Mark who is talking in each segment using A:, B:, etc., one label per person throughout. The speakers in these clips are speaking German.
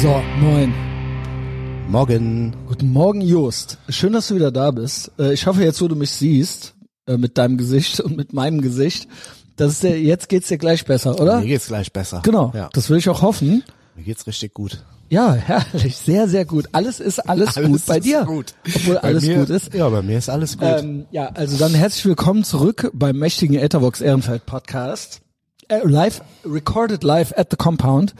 A: So, moin.
B: Morgen.
A: Guten Morgen, Jost. Schön, dass du wieder da bist. Äh, Ich hoffe jetzt, wo du mich siehst, äh, mit deinem Gesicht und mit meinem Gesicht, dass es dir, jetzt geht's dir gleich besser, oder?
B: Mir geht's gleich besser.
A: Ah. Genau.
B: Ja.
A: Das will ich auch hoffen.
B: Mir geht's richtig gut.
A: Ja, herrlich. Sehr, sehr gut. Alles ist alles,
B: Alles
A: gut bei
B: ist
A: dir.
B: gut.
A: Obwohl
B: Bei
A: alles
B: mir,
A: gut ist.
B: Ja, bei mir ist alles gut.
A: Ähm, ja, also dann herzlich willkommen zurück beim mächtigen Etherbox Ehrenfeld Podcast. Äh, live, recorded live at the Compound.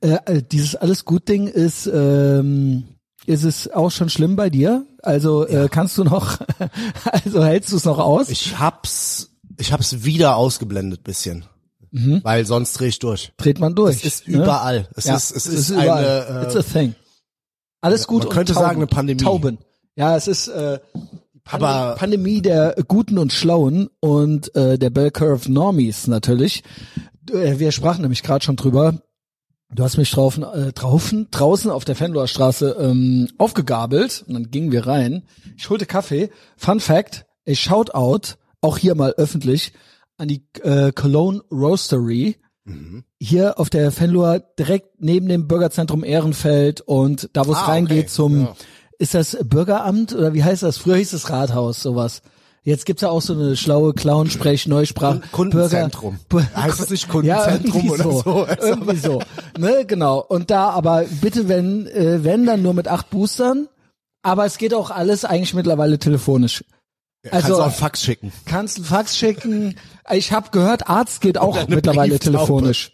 A: Äh, äh, dieses alles gut Ding ist, ähm, ist es auch schon schlimm bei dir? Also äh, kannst du noch, also hältst du es noch aus?
B: ich hab's, ich hab's wieder ausgeblendet bisschen. Weil sonst dreh ich durch.
A: Dreht man durch.
B: Es ist
A: Mhm. ne?
B: überall. Es
A: Ja,
B: ist, es ist,
A: überall. It's
B: eine,
A: a
B: äh,
A: thing. Alles gut.
B: man
A: und
B: könnte
A: Tauben.
B: sagen, eine Pandemie.
A: Tauben. Ja, es ist äh, Pan-
B: Aber-
A: Pandemie der Guten und Schlauen und äh, der Bell Curve Normies natürlich. Äh, Wir sprachen nämlich gerade schon drüber. Du hast mich draufen, äh, draufen, draußen auf der Fenloer Straße ähm, aufgegabelt und dann gingen wir rein. Ich holte Kaffee. Fun Fact, a Shoutout, auch hier mal öffentlich, an die äh, Cologne Roastery hier auf der Fenloer direkt neben dem Bürgerzentrum Ehrenfeld und da wo es
B: Ah,
A: reingeht
B: okay,
A: zum
B: ja.
A: ist das Bürgeramt oder wie heißt das? Früher hieß es Rathaus sowas. Jetzt gibt's ja auch so eine schlaue Clown-Sprech, Neusprache.
B: Kundenzentrum.
A: Bürger-
B: Heißt es nicht
A: ja,
B: Kundenzentrum
A: irgendwie
B: oder so? Also
A: Irgendwie so. Also- Ne, genau. Und da aber bitte, wenn, äh, wenn dann nur mit acht Boostern, aber es geht auch alles eigentlich mittlerweile telefonisch.
B: Kannst
A: also-
B: du auch einen Fax schicken.
A: Kannst einen Fax schicken. Ich habe gehört, Arzt geht auch
B: eine
A: mittlerweile
B: Brieftaube.
A: telefonisch.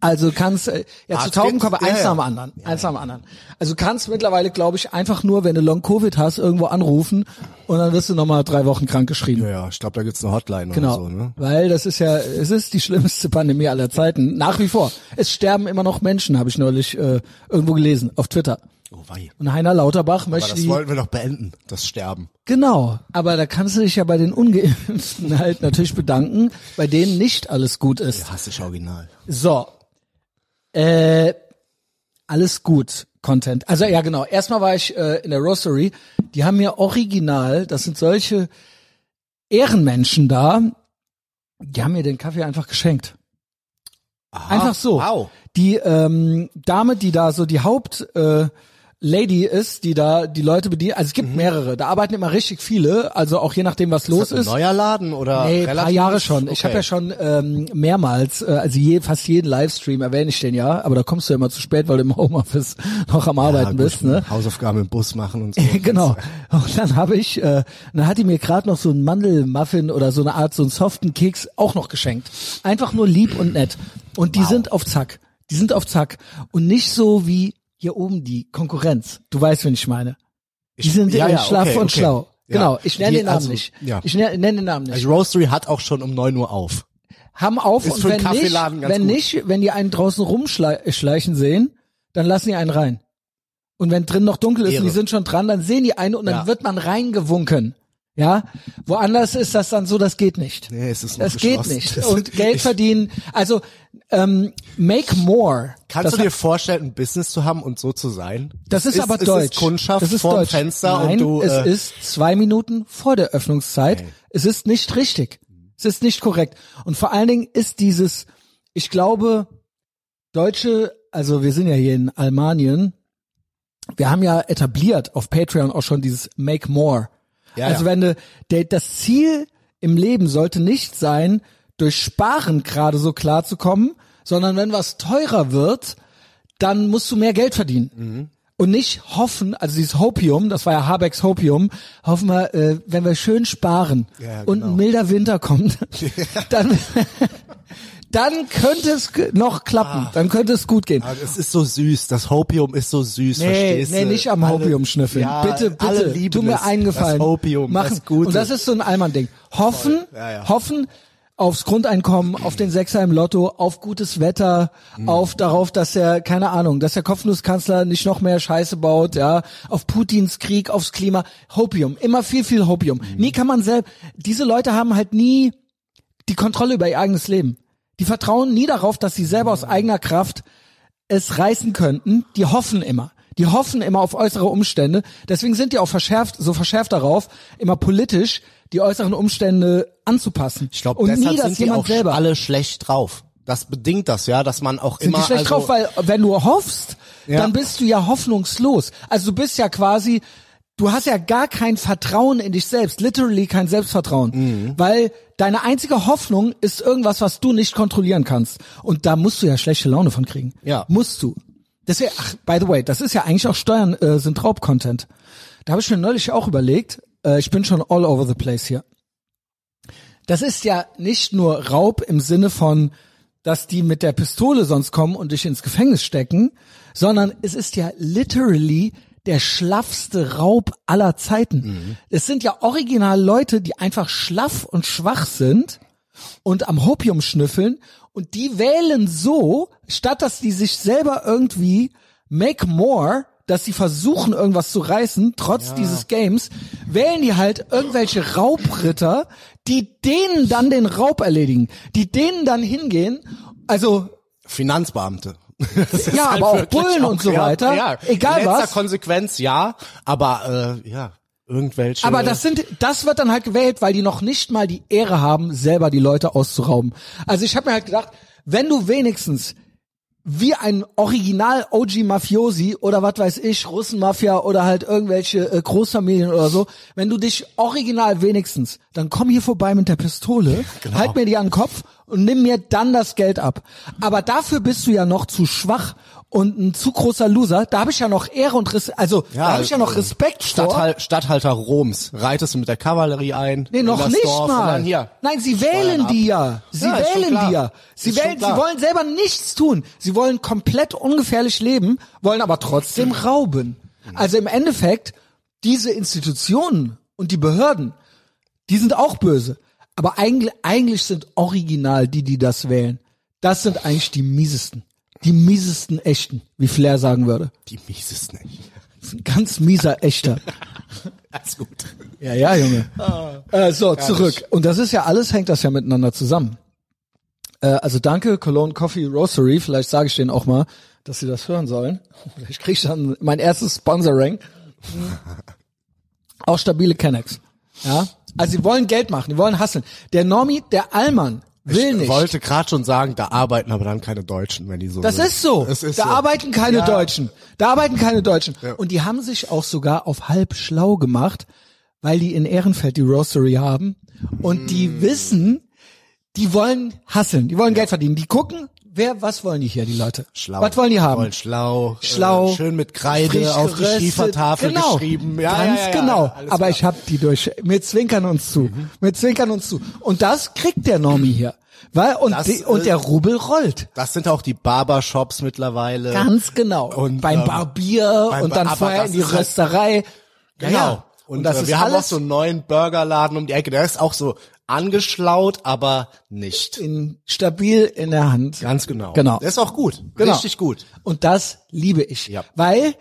A: Also kannst äh, ja zu
B: Arzt
A: Tauben
B: geht's?
A: kommen wir
B: Ja,
A: eins nach
B: ja.
A: dem anderen, eins nach dem anderen. Also kannst mittlerweile, glaube ich, einfach nur, wenn du Long Covid hast, irgendwo anrufen und dann wirst du nochmal drei Wochen krank geschrieben.
B: Ja, ja, ich glaube, da gibt's eine Hotline
A: Genau,
B: oder so, ne?
A: weil das ist ja, es ist die schlimmste Pandemie aller Zeiten. Nach wie vor. Es sterben immer noch Menschen, habe ich neulich äh, irgendwo gelesen auf Twitter.
B: Oh wei.
A: Und Heiner Lauterbach
B: Aber
A: möchte
B: das
A: die
B: wollen wir doch beenden, das Sterben.
A: Genau, aber da kannst du dich ja bei den Ungeimpften halt natürlich bedanken, bei denen nicht alles gut ist.
B: Hass ich original.
A: So, äh, alles gut Content. Also ja genau, erstmal war ich äh, in der Roastery, die haben mir original, das sind solche Ehrenmenschen da, die haben mir den Kaffee einfach geschenkt.
B: Aha.
A: Einfach so.
B: Wow.
A: Die ähm, Dame, die da so die Haupt äh, Lady ist, die da die Leute bedient. Also es gibt mehrere. Da arbeiten immer richtig viele. Also auch je nachdem, was los
B: Mhm. Ist das ein
A: ist.
B: neuer Laden oder
A: Nee, ein
B: relativ?
A: paar Jahre schon. Ich habe
B: Okay.
A: ja schon ähm, mehrmals, äh, also je, fast jeden Livestream erwähne ich den ja, aber da kommst du ja immer zu spät, weil du im Homeoffice noch am Arbeiten
B: gut,
A: bist, ne?
B: Hausaufgaben im Bus machen und so.
A: genau. Und dann habe ich, äh, dann hat die mir gerade noch so einen Mandelmuffin oder so eine Art, so einen soften Keks auch noch geschenkt. Einfach nur lieb und nett. Und die sind auf Zack. Die sind auf Zack. Und nicht so wie hier oben die Konkurrenz. Du weißt, wen ich meine. Die sind
B: ja,
A: äh,
B: ja,
A: schlaff
B: okay,
A: und
B: okay.
A: schlau.
B: Ja.
A: Genau, ich nenne
B: Die-
A: den Namen
B: also,
A: nicht.
B: ja.
A: Ich ne-, nenne nenn den Namen nicht.
B: Also Roastery hat auch schon um 9 Uhr auf.
A: haben auf
B: Ist
A: und
B: für einen
A: wenn nicht,
B: Kaffeeladen ganz
A: wenn
B: gut.
A: nicht, wenn die einen draußen rumschleichen sehen, dann lassen die einen rein. Und wenn drin noch dunkel ist und die
B: Ehre.
A: sind schon dran, dann sehen die einen und dann
B: Ja.
A: wird man reingewunken. Ja, woanders ist das dann so, das geht nicht.
B: Nee, es ist noch
A: das geht
B: geschlossen.
A: nicht.
B: Das-
A: Und Geld
B: Ich-
A: verdienen, also ähm, make more.
B: Kannst
A: das
B: du dir vorstellen, ein Business zu haben und so zu sein?
A: das ist, aber
B: es
A: deutsch.
B: Ist Kundschaft
A: das ist
B: vorm
A: deutsch.
B: Fenster
A: Nein,
B: und du.
A: es
B: äh,
A: ist zwei Minuten vor der Öffnungszeit. Es ist nicht richtig. Es ist nicht korrekt. Und vor allen Dingen ist dieses, ich glaube, Deutsche, also wir sind ja hier in Almanien, wir haben ja etabliert auf Patreon auch schon dieses Make More.
B: Ja,
A: also
B: ja.
A: wenn du, der, das Ziel im Leben sollte nicht sein, durch Sparen gerade so klar zu kommen, sondern wenn was teurer wird, dann musst du mehr Geld verdienen.
B: Mhm.
A: Und nicht hoffen, also dieses Hopium, das war ja Habecks Hopium, hoffen wir, äh, wenn wir schön sparen
B: Ja,
A: und
B: genau.
A: ein milder Winter kommt, dann, dann könnte es ge- noch klappen,
B: Ah.
A: dann könnte es gut gehen.
B: aber es ist so süß, das Hopium ist so süß,
A: Nee,
B: verstehst
A: nee,
B: du?
A: nicht am
B: äh, Alle-
A: Hopium schnüffeln.
B: Ja,
A: bitte, bitte,
B: alle lieben
A: tu mir
B: es,
A: einen Gefallen.
B: Das Hopium,
A: Machen.
B: das Gute.
A: Und das ist so ein Allmann-Ding. Hoffen,
B: Ja, ja.
A: hoffen aufs Grundeinkommen, auf den Sechser im Lotto, auf gutes Wetter,
B: Mhm.
A: auf darauf, dass er, keine Ahnung, dass der Kopfnusskanzler nicht noch mehr Scheiße baut, ja, auf Putins Krieg, aufs Klima. Hopium, immer viel, viel Hopium.
B: Mhm.
A: Nie kann man selbst, diese Leute haben halt nie die Kontrolle über ihr eigenes Leben. Die vertrauen nie darauf, dass sie selber aus eigener Kraft es reißen könnten, die hoffen immer. Die hoffen immer auf äußere Umstände. Deswegen sind die auch verschärft, so verschärft darauf, immer politisch die äußeren Umstände anzupassen.
B: ich glaube,
A: Und
B: deshalb
A: nie, dass
B: sind die
A: jemand
B: auch
A: selber.
B: alle schlecht drauf. Das bedingt das, ja, dass man auch
A: sind
B: immer.
A: die schlecht
B: also,
A: drauf, weil wenn du hoffst,
B: Ja.
A: dann bist du ja hoffnungslos. Also du bist ja quasi, du hast ja gar kein Vertrauen in dich selbst, literally kein Selbstvertrauen,
B: Mhm.
A: weil deine einzige Hoffnung ist irgendwas, was du nicht kontrollieren kannst. Und da musst du ja schlechte Laune von kriegen.
B: Ja.
A: Musst du. Deswegen, ach, by the way, das ist ja eigentlich auch Steuern äh, sind Raubcontent. Da habe ich mir neulich auch überlegt, äh, ich bin schon all over the place hier. Das ist ja nicht nur Raub im Sinne von, dass die mit der Pistole sonst kommen und dich ins Gefängnis stecken, sondern es ist ja literally der schlaffste Raub aller Zeiten. Es sind ja original Leute, die einfach schlaff und schwach sind und am Hopium schnüffeln und die wählen so, statt dass die sich selber irgendwie make more, dass sie versuchen irgendwas zu reißen, trotz dieses Games, wählen die halt irgendwelche Raubritter, die denen dann den Raub erledigen, die denen dann hingehen, also
B: Finanzbeamte.
A: ja, aber auch
B: halt wirklich
A: Bullen
B: auch-
A: und so
B: ja,
A: weiter,
B: Ja,
A: egal
B: in letzter
A: was.
B: Konsequenz ja, aber äh, ja, irgendwelche.
A: Aber das sind, das wird dann halt gewählt, weil die noch nicht mal die Ehre haben, selber die Leute auszurauben. Also ich habe mir halt gedacht, wenn du wenigstens wie ein Original OG Mafiosi oder was weiß ich, Russenmafia oder halt irgendwelche äh, Großfamilien oder so, wenn du dich original wenigstens, dann komm hier vorbei mit der Pistole, halt mir die an den Kopf und nimm mir dann das Geld ab. Aber dafür bist du ja noch zu schwach und ein zu großer Loser. Da habe ich ja noch Ehre und Respekt, also halt da habe ich ja noch Respekt vor.
B: Stadthal Stadthalter Roms. Reitest du mit der Kavallerie ein?
A: Nee,
B: in
A: noch
B: das
A: nicht
B: Dorf und
A: mal.
B: Dann hier.
A: Nein, sie wählen
B: ab.
A: die ja. Sie
B: Ja, ist schon
A: wählen
B: klar.
A: die ja. Sie
B: Ist schon
A: wählen, sie
B: klar.
A: wollen selber nichts tun. Sie wollen komplett ungefährlich leben, wollen aber trotzdem rauben. Also im Endeffekt, diese Institutionen und die Behörden, die sind auch böse. Aber eigentlich, eigentlich sind original die, die das wählen. Das sind eigentlich die miesesten. Die miesesten Echten, wie Flair sagen würde.
B: Die miesesten nicht.
A: Das ist ein ganz mieser Echter.
B: Alles gut.
A: Ja, ja, Junge. äh, so, zurück. Und das ist ja alles, hängt das ja miteinander zusammen. Äh, also danke, Cologne Coffee Rosary. Vielleicht sage ich denen auch mal, dass sie das hören sollen. Vielleicht kriege ich dann mein erstes Sponsoring. auch stabile Kennex. Ja. Also sie wollen Geld machen, die wollen hasseln. Der Normi, der Allmann, will
B: ich
A: nicht.
B: wollte gerade schon sagen, da arbeiten aber dann keine Deutschen, wenn die so
A: Das
B: sind.
A: ist so.
B: Das ist
A: da
B: so.
A: arbeiten keine
B: Ja.
A: Deutschen. Da arbeiten keine Deutschen.
B: Ja.
A: Und die haben sich auch sogar auf halb schlau gemacht, weil die in Ehrenfeld die Roastery haben und
B: Hm.
A: die wissen, die wollen hasseln, die wollen Geld verdienen. Die gucken, wer, was wollen die hier, die Leute?
B: Schlau.
A: Was wollen die haben?
B: Voll schlau.
A: Schlau,
B: Äh, schön mit Kreide
A: frisch
B: auf die
A: geröstet.
B: Schiefertafel
A: genau.
B: geschrieben. Ja,
A: ganz
B: ja, ja, ja,
A: genau.
B: alles
A: Aber
B: klar. Mhm.
A: ich hab die durch. Wir zwinkern uns zu. Wir zwinkern uns zu. Und das kriegt der Normi hier. Weil, und,
B: Das
A: die, und
B: ist-
A: der Rubel rollt.
B: Das sind auch die Barbershops mittlerweile.
A: Ganz genau.
B: Äh, Und,
A: beim
B: ähm,
A: Barbier
B: beim
A: und dann
B: Bar- aber
A: vorher
B: das
A: in die
B: ist halt-
A: Rösterei. Ja, ja.
B: Und, das äh, wir haben auch so einen neuen Burgerladen um die Ecke. Der ist auch so angeschlaut, aber nicht.
A: in, stabil in der Hand.
B: Ganz genau.
A: Genau.
B: Der ist auch gut.
A: Genau.
B: Richtig gut.
A: Und das liebe ich.
B: Ja.
A: Weil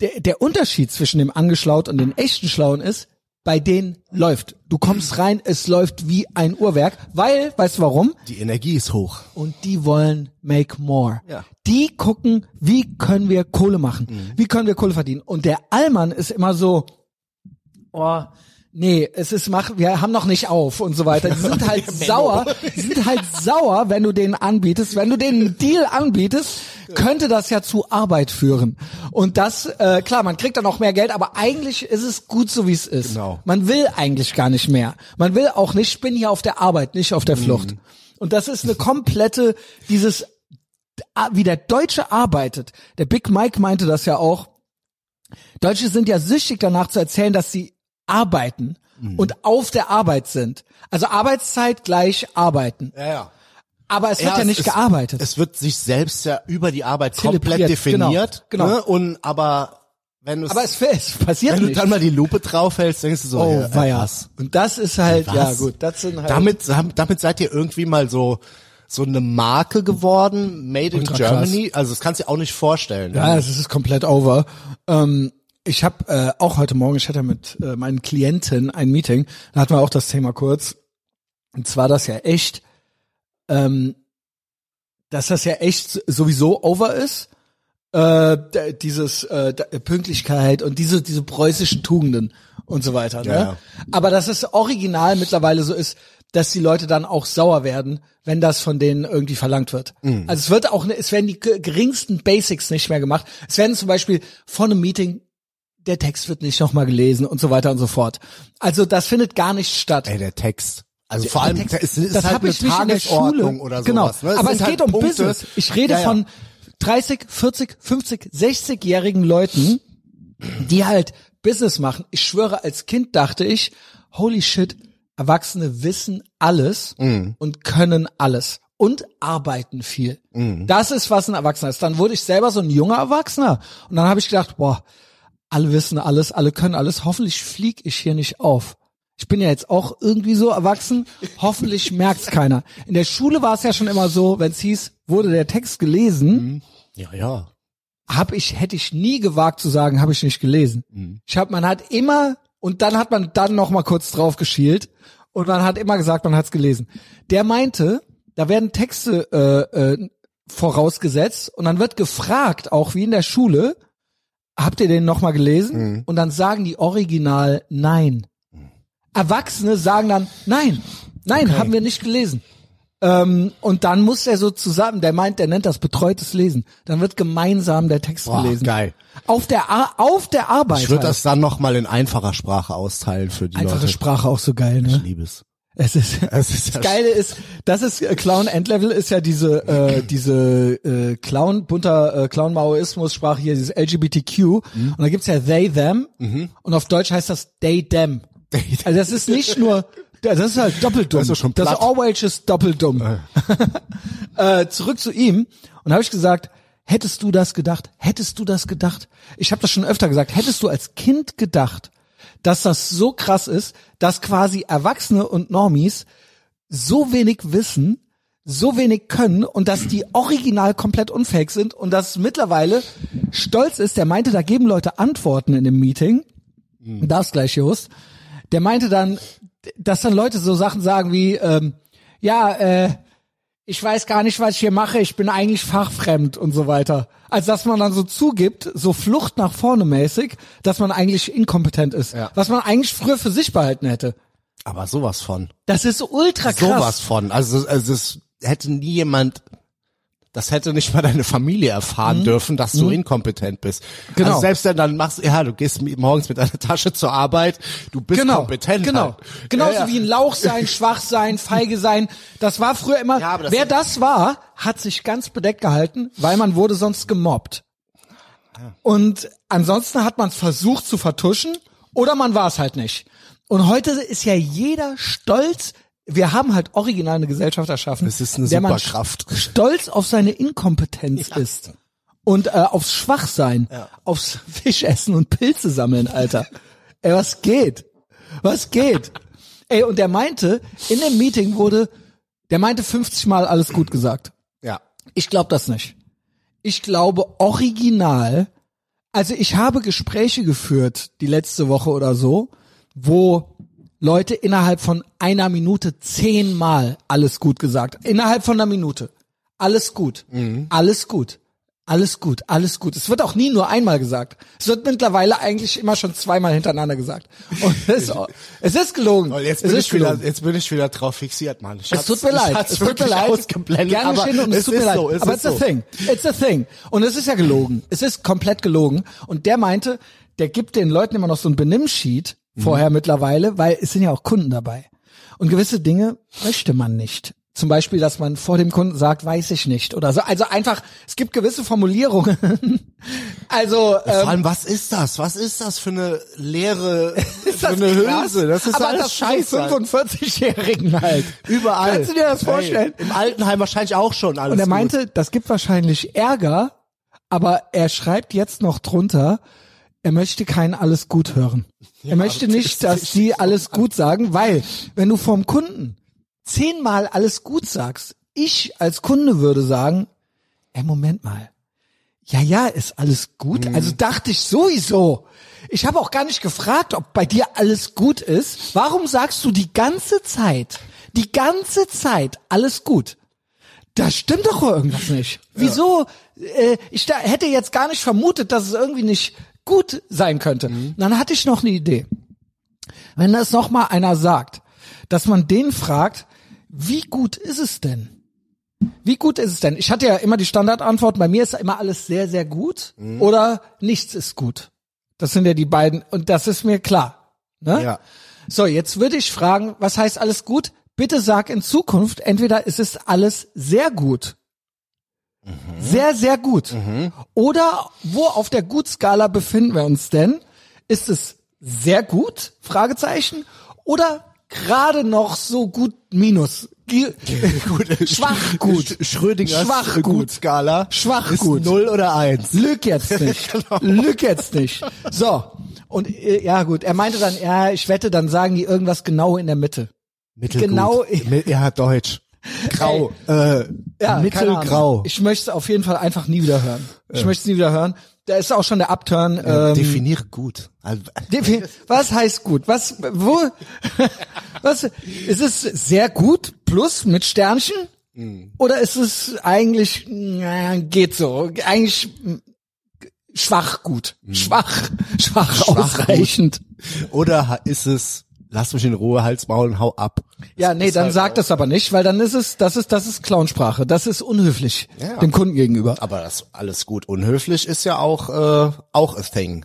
A: der, der Unterschied zwischen dem angeschlaut und dem echten Schlauen ist, bei denen läuft. Du kommst rein, es läuft wie ein Uhrwerk, weil, weißt du warum?
B: Die Energie ist hoch.
A: und die wollen make more.
B: Ja. Mhm.
A: Die gucken, wie können wir Kohle machen? Wie können wir Kohle verdienen? Und der Allmann ist immer so, oh, nee, es ist mach, wir haben noch nicht auf und so weiter. Die sind halt sauer, die sind halt sauer, wenn du denen anbietest, wenn du denen einen Deal anbietest, könnte das ja zu Arbeit führen. Und das, äh, klar, man kriegt dann auch mehr Geld, aber eigentlich ist es gut so, wie es ist.
B: Genau.
A: Man will eigentlich gar nicht mehr. Man will auch nicht, ich bin hier auf der Arbeit, nicht auf der Flucht. Und das ist eine komplette, dieses, ah, wie der Deutsche arbeitet. Der Big Mike meinte das ja auch. Deutsche sind ja süchtig danach zu erzählen, dass sie arbeiten
B: Mhm.
A: und auf der Arbeit sind. Also Arbeitszeit gleich arbeiten.
B: Ja, ja.
A: Aber es wird ja,
B: es
A: nicht
B: ist-
A: gearbeitet.
B: Es wird sich selbst ja über die Arbeit komplett
A: Zelebriert, genau,
B: definiert.
A: genau.
B: Ne? Und aber wenn du
A: aber es, es passiert
B: wenn du
A: nicht.
B: dann mal die Lupe draufhältst, denkst du so,
A: oh,
B: ja,
A: weia.
B: was?
A: Und das ist halt,
B: Was?
A: ja gut, das sind halt.
B: Damit, damit seid ihr irgendwie mal so so eine Marke geworden, made in
A: Ultra
B: Germany. Also das kannst du dir auch nicht vorstellen.
A: Ja, es ist komplett over. Ähm, ich habe äh, auch heute Morgen, ich hatte mit äh, meinen Klienten ein Meeting, da hatten wir auch das Thema kurz. Und zwar das ja echt, ähm, dass das ja echt sowieso over ist. Äh, d- dieses äh, d- Pünktlichkeit und diese diese preußischen Tugenden und so weiter. Ne?
B: Ja, ja.
A: Aber dass es original mittlerweile so ist, dass die Leute dann auch sauer werden, wenn das von denen irgendwie verlangt wird.
B: Mhm.
A: Also es wird auch, ne- es werden die ge- geringsten Basics nicht mehr gemacht. Es werden zum Beispiel von einem Meeting der Text wird nicht nochmal gelesen und so weiter und so fort. Also das findet gar nicht statt.
B: Ey, der Text. Also vor allem,
A: Text,
B: es ist
A: das
B: halt
A: hab
B: eine
A: ich nicht in der
B: Tagesordnung
A: Schule.
B: oder sowas.
A: Genau.
B: Ne? Es
A: Aber
B: sind
A: es
B: halt
A: geht um
B: Punkte.
A: Business. Ich rede
B: Ja, ja.
A: von 30, 40, 50, 60-jährigen Leuten, die halt Business machen. Ich schwöre, als Kind dachte ich, holy shit, Erwachsene wissen alles und können alles und arbeiten viel. Das ist, was ein Erwachsener ist. Dann wurde ich selber so ein junger Erwachsener und dann habe ich gedacht, boah, alle wissen alles, alle können alles. Hoffentlich flieg ich hier nicht auf. Ich bin ja jetzt auch irgendwie so erwachsen. Hoffentlich merkt's keiner. In der Schule war es ja schon immer so, wenn's hieß, wurde der Text gelesen,
B: Ja, ja.
A: hab ich hätte ich nie gewagt zu sagen, habe ich nicht gelesen. Ich hab, man hat immer und dann hat man dann noch mal kurz drauf geschielt und man hat immer gesagt, man hat's gelesen. Der meinte, da werden Texte äh, äh, vorausgesetzt und dann wird gefragt, auch wie in der Schule, habt ihr den nochmal gelesen?
B: Mhm.
A: Und dann sagen die original nein. Erwachsene sagen dann nein, nein, haben wir nicht gelesen. Ähm, und dann muss er so zusammen, der meint, der nennt das betreutes Lesen. Dann wird gemeinsam der Text
B: Boah,
A: gelesen.
B: geil.
A: Auf der, Ar- auf der Arbeit.
B: Ich würde
A: halt.
B: das dann nochmal in einfacher Sprache austeilen für die
A: Einfache
B: Leute.
A: Sprache auch so geil,
B: Ich
A: ne?
B: liebe es.
A: Es ist,
B: Es ist ja
A: das Geile ist, das ist äh, Clown Endlevel ist ja diese äh, diese äh, Clown bunter äh, Clown Maoismus Sprache hier dieses LGBTQ
B: Mhm.
A: und da gibt's ja they them und auf Deutsch heißt das they them. Also das ist nicht nur das ist halt doppelt dumm.
B: Das ist schon
A: das
B: platt.
A: Orwellsches doppelt dumm. äh, zurück zu ihm und habe ich gesagt, hättest du das gedacht? Hättest du das gedacht? Ich habe das schon öfter gesagt. Hättest du als Kind gedacht, dass das so krass ist, dass quasi Erwachsene und Normies so wenig wissen, so wenig können und dass die original komplett unfähig sind und dass mittlerweile stolz ist, der meinte, da geben Leute Antworten in dem Meeting.
B: Hm.
A: Das gleich, Jost. Der meinte dann, dass dann Leute so Sachen sagen wie, ähm, ja, äh, ich weiß gar nicht, was ich hier mache, ich bin eigentlich fachfremd und so weiter. Als dass man dann so zugibt, so Flucht nach vorne mäßig, dass man eigentlich inkompetent ist.
B: Ja.
A: Was man eigentlich früher für sich behalten hätte.
B: Aber sowas von.
A: Das ist ultra krass.
B: Sowas von. Also, also es hätte nie jemand, das hätte nicht mal deine Familie erfahren dürfen, dass du inkompetent bist.
A: Mhm. Genau.
B: Also selbst wenn dann machst, ja, du gehst mi- morgens mit deiner Tasche zur Arbeit, du bist
A: genau,
B: kompetent.
A: Genau.
B: Halt.
A: Genauso
B: ja, ja.
A: wie ein Lauch sein, schwach sein, feige sein. Das war früher immer,
B: Ja, aber das
A: wer
B: ist-
A: das war, hat sich ganz bedeckt gehalten, weil man wurde sonst gemobbt. Und ansonsten hat man es versucht zu vertuschen oder man war es halt nicht. Und heute ist ja jeder stolz, wir haben halt original eine Gesellschaft erschaffen,
B: Das ist eine
A: der man
B: Superkraft.
A: stolz auf seine Inkompetenz ist. Und äh, aufs Schwachsein, aufs Fischessen und Pilze sammeln, Alter. Ey, was geht? Was geht? Ey, und der meinte, in dem Meeting wurde, der meinte 50 Mal alles gut gesagt.
B: Ja.
A: Ich glaube das nicht. Ich glaube original, also ich habe Gespräche geführt die letzte Woche oder so, wo Leute innerhalb von einer Minute zehnmal alles gut gesagt. Innerhalb von einer Minute. Alles gut.
B: Mhm.
A: Alles gut. Alles gut, alles gut. Es wird auch nie nur einmal gesagt. Es wird mittlerweile eigentlich immer schon zweimal hintereinander gesagt. Und es, es ist gelogen.
B: Und Oh, jetzt
A: es
B: bin,
A: ist
B: ich wieder,
A: gelogen.
B: jetzt bin ich wieder drauf fixiert, Mann. Ich
A: Es
B: hab's-
A: tut mir
B: ich
A: leid.
B: hab's
A: Es tut mir
B: wirklich
A: leid.
B: Ausgeblendet,
A: Gerne
B: aber
A: geschehen und es, tut mir
B: ist
A: leid.
B: So, es
A: aber
B: ist
A: it's a
B: so.
A: thing. It's a thing. Und es ist ja gelogen. Es ist komplett gelogen. Und der meinte, der gibt den Leuten immer noch so ein Benimmsheet
B: Mhm.
A: vorher mittlerweile, weil es sind ja auch Kunden dabei. Und gewisse Dinge möchte man nicht. Zum Beispiel, dass man vor dem Kunden sagt, weiß ich nicht oder so. Also einfach, es gibt gewisse Formulierungen. also, ähm,
B: Vor allem, was ist das? Was ist das für eine leere,
A: ist
B: für
A: das
B: eine
A: krass?
B: Hülse? Das ist
A: aber
B: alles
A: das
B: scheiße.
A: Scheiße. 45-Jährigen halt.
B: Überall.
A: Kannst du dir das
B: Hey,
A: vorstellen?
B: Im Altenheim wahrscheinlich auch schon alles.
A: Und er
B: gut.
A: meinte, das gibt wahrscheinlich Ärger, aber er schreibt jetzt noch drunter, er möchte kein alles gut hören. er möchte
B: das
A: nicht,
B: ist
A: dass die alles gut sagen, weil wenn du vom Kunden zehnmal alles gut sagst, ich als Kunde würde sagen, ey, Moment mal. Ja, ja, ist alles gut.
B: Mhm.
A: Also dachte ich sowieso. Ich habe auch gar nicht gefragt, ob bei dir alles gut ist. Warum sagst du die ganze Zeit, die ganze Zeit alles gut? Da stimmt doch irgendwas nicht. Wieso? Äh, ich da, hätte jetzt gar nicht vermutet, dass es irgendwie nicht gut sein könnte. Dann hatte ich noch eine Idee. Wenn das noch mal einer sagt, dass man den fragt, wie gut ist es denn? Wie gut ist es denn? Ich hatte ja immer die Standardantwort, bei mir ist immer alles sehr, sehr gut oder nichts ist gut. Das sind ja die beiden und das ist mir klar. Ne?
B: Ja.
A: So, jetzt würde ich fragen, was heißt alles gut? Bitte sag in Zukunft, entweder es ist alles sehr gut. Sehr, sehr gut. Oder wo auf der Gutskala befinden wir uns denn? Ist es sehr gut? Fragezeichen. Oder gerade noch so gut minus? Gi-
B: Gut.
A: Schwach gut.
B: Sch- Schrödingers
A: Schwach
B: äh,
A: gut.
B: Gutskala.
A: Schwach
B: ist
A: gut.
B: Null oder eins.
A: Lüg jetzt Genau. nicht. Lüg jetzt nicht. So. Und äh, ja gut, er meinte dann, ja, ich wette, dann sagen die irgendwas genau in der Mitte.
B: Mittelgut.
A: Genau.
B: Mi- Ja, Deutsch. Grau. äh,
A: Ja, Keine Ahnung.
B: Mittelgrau.
A: Ich möchte es auf jeden Fall einfach nie wieder hören. Ich möchte es nie wieder hören. Da ist auch schon der Upturn. Ähm,
B: Definiere gut. Also,
A: Defi- Was heißt gut? Was, wo, was, ist es sehr gut plus mit Sternchen? Oder ist es eigentlich, na, geht so, eigentlich mm, schwach gut, schwach, Mhm. schwach, ausreichend.
B: Oder ha- ist es, lass mich in Ruhe, Hals, Maul und hau ab.
A: Ja, nee, dann sag das aber nicht, weil dann ist es, das ist, das ist Clownsprache, das ist unhöflich
B: Ja.
A: dem Kunden gegenüber.
B: Aber das alles gut. Unhöflich ist ja auch, äh, auch a thing.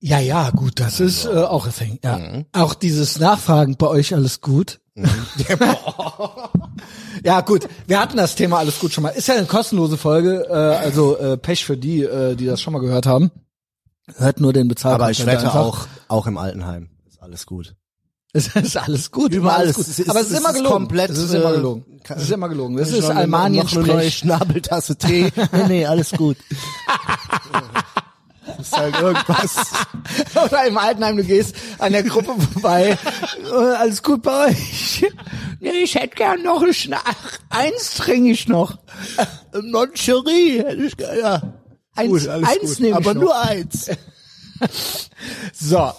A: Ja, ja, gut,
B: Also.
A: das ist äh, auch a thing, ja.
B: Mhm.
A: Auch dieses Nachfragen bei euch alles gut. ja, gut, wir hatten das Thema alles gut schon mal. Ist ja eine kostenlose Folge, äh, also äh, Pech für die, äh, die das schon mal gehört haben. Hört nur den Bezahlung.
B: Aber ich wette auch, auch im Altenheim ist alles gut.
A: Es ist alles gut. immer
B: Überall
A: alles
B: ist-
A: gut.
B: es ist-
A: Aber es ist
B: es
A: immer
B: ist
A: gelogen.
B: komplett,
A: es ist immer
B: äh,
A: gelogen.
B: kann-
A: es ist immer gelogen. Es
B: Ich
A: ist
B: noch- noch eine neue
A: Almanien-Sprech.
B: Schnabeltasse Tee. Nee, nee, alles gut. ist halt irgendwas.
A: Oder im Altenheim, du gehst an der Gruppe vorbei. Äh, Alles gut bei euch? Nee, ich hätte gern noch eine Schna Ach, eins trinke ich noch. Äh,
B: Noncherie hätte ich ge- ja.
A: Eins- eins nehme ich
B: Aber
A: noch.
B: nur eins.
A: So.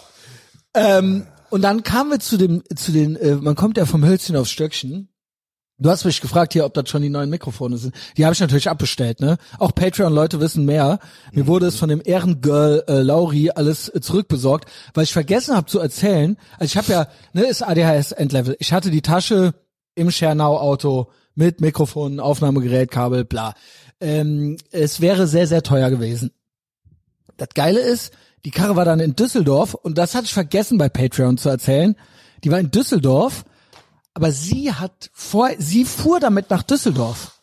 A: Ähm, und dann kamen wir zu dem, zu den, äh, man kommt ja vom Hölzchen aufs Stöckchen. Du hast mich gefragt hier, ob das schon die neuen Mikrofone sind. Die habe ich natürlich abbestellt, ne? Auch Patreon-Leute wissen mehr. Mir wurde es von dem Ehrengirl äh, Lauri alles äh, zurückbesorgt, weil ich vergessen habe zu erzählen. Also ich habe ja, ne, ist ADHS Endlevel. Ich hatte die Tasche im Schernau-Auto mit Mikrofon, Aufnahmegerät, Kabel, bla. Ähm, es wäre sehr, sehr teuer gewesen. Das Geile ist, die Karre war dann in Düsseldorf und das hatte ich vergessen bei Patreon zu erzählen. Die war in Düsseldorf, aber sie hat vor, sie fuhr damit nach Düsseldorf.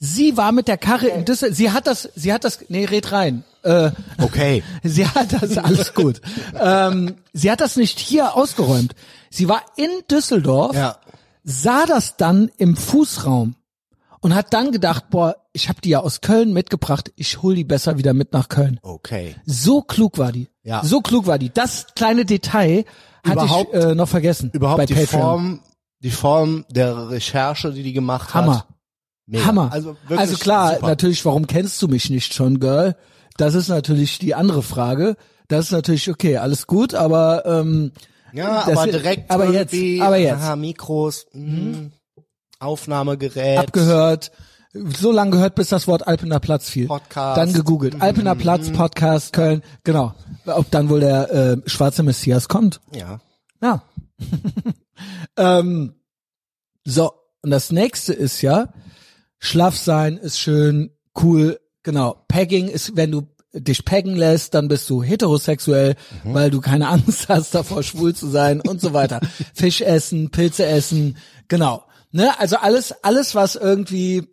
A: Sie war mit der Karre in Düsseldorf. Sie hat das, sie hat das, nee, red rein. Äh,
B: Okay.
A: Sie hat das alles gut. ähm, sie hat das nicht hier ausgeräumt. Sie war in Düsseldorf,
B: Ja.
A: sah das dann im Fußraum und hat dann gedacht, boah, ich habe die ja aus Köln mitgebracht, ich hol die besser wieder mit nach Köln.
B: Okay.
A: So klug war die.
B: Ja.
A: So klug war die. Das kleine Detail hatte
B: Überhaupt-
A: ich äh, noch vergessen.
B: Überhaupt
A: bei
B: die
A: Patreon.
B: Form, die Form der Recherche, die die gemacht
A: Hammer.
B: hat. Mega.
A: Hammer.
B: Also,
A: Also,
B: wirklich
A: klar,
B: super.
A: natürlich, warum kennst du mich nicht schon, Girl? Das ist natürlich die andere Frage. Das ist natürlich okay, alles gut, aber ähm,
B: Ja,
A: das-
B: aber direkt
A: aber jetzt,
B: irgendwie,
A: aber jetzt. Mhm.
B: Aha, Mikros, mh, Aufnahmegerät.
A: abgehört, so lange gehört, bis das Wort Alpener Platz fiel.
B: Podcast. Mhm.
A: Dann gegoogelt. Alpener Platz, Podcast, Köln, genau. Ob dann wohl der äh, schwarze Messias kommt.
B: Ja.
A: Ja. ähm, so, und das nächste ist ja, schlaff sein ist schön, cool, genau. Pegging ist, wenn du dich peggen lässt, dann bist du heterosexuell, weil du keine Angst hast davor, schwul zu sein und so weiter. Fisch essen, Pilze essen, genau. Ne? Also alles, alles, was irgendwie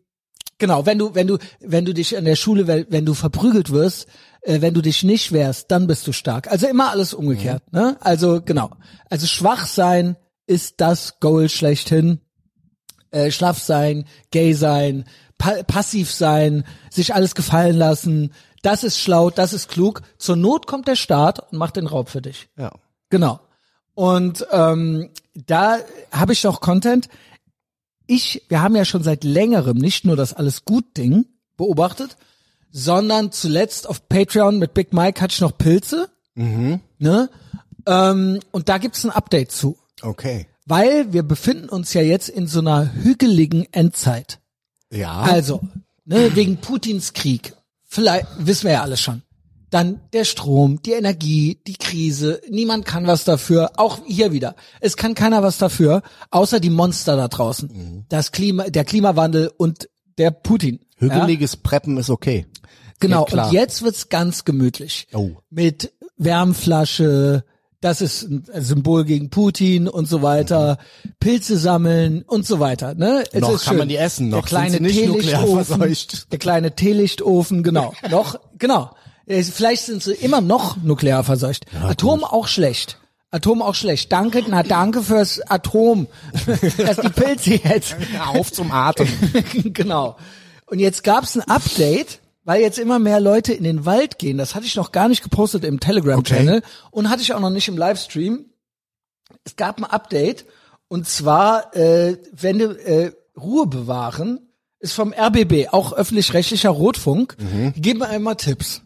A: Genau, wenn du, wenn du, wenn du dich in der Schule, wenn, wenn du verprügelt wirst, äh, wenn du dich nicht wehrst, dann bist du stark. Also immer alles umgekehrt, ne? Also genau. Also schwach sein ist das Goal schlechthin. Äh, schlaff sein, gay sein, pa passiv sein, sich alles gefallen lassen. Das ist schlau, das ist klug. Zur Not kommt der Staat und macht den Raub für dich.
B: Ja.
A: Genau. Und ähm, da habe ich noch Content. Ich, wir haben ja schon seit längerem nicht nur das alles gut Ding beobachtet, sondern zuletzt auf Patreon mit Big Mike hatte ich noch Pilze. Ne? Ähm, und da gibt's ein Update zu,
B: Okay.
A: weil wir befinden uns ja jetzt in so einer hügeligen Endzeit.
B: Ja.
A: Also, ne, wegen Putins Krieg. Vielleicht wissen wir ja alles schon. Dann der Strom, die Energie, die Krise. Niemand kann was dafür. Auch hier wieder. Es kann keiner was dafür, außer die Monster da draußen. Das Klima, der Klimawandel und der Putin. ja?
B: Hügeliges Preppen ist okay.
A: Genau,
B: Geht klar.
A: und jetzt wird's ganz gemütlich.
B: Oh.
A: Mit Wärmflasche, das ist ein Symbol gegen Putin und so weiter, Pilze sammeln und so weiter. Ne? Es
B: Mhm. Noch
A: ist
B: kann
A: schön.
B: man die essen, noch
A: der
B: sind
A: kleine
B: sie nicht nuklear
A: Teelichtofen,
B: verseucht.
A: Der kleine Teelichtofen, genau. noch, genau. Äh, Vielleicht sind sie immer noch nuklear verseucht. Atom auch schlecht. Atom auch schlecht. Danke, na danke fürs Atom. Dass die Pilze jetzt
B: Auf zum Atem.
A: genau. Und jetzt gab's ein Update, weil jetzt immer mehr Leute in den Wald gehen. Das hatte ich noch gar nicht gepostet im Telegram-Channel und hatte ich auch noch nicht im Livestream. Es gab ein Update und zwar, äh, wenn du äh, Ruhe bewahren, ist vom RBB, auch öffentlich-rechtlicher Rotfunk, die geben einmal Tipps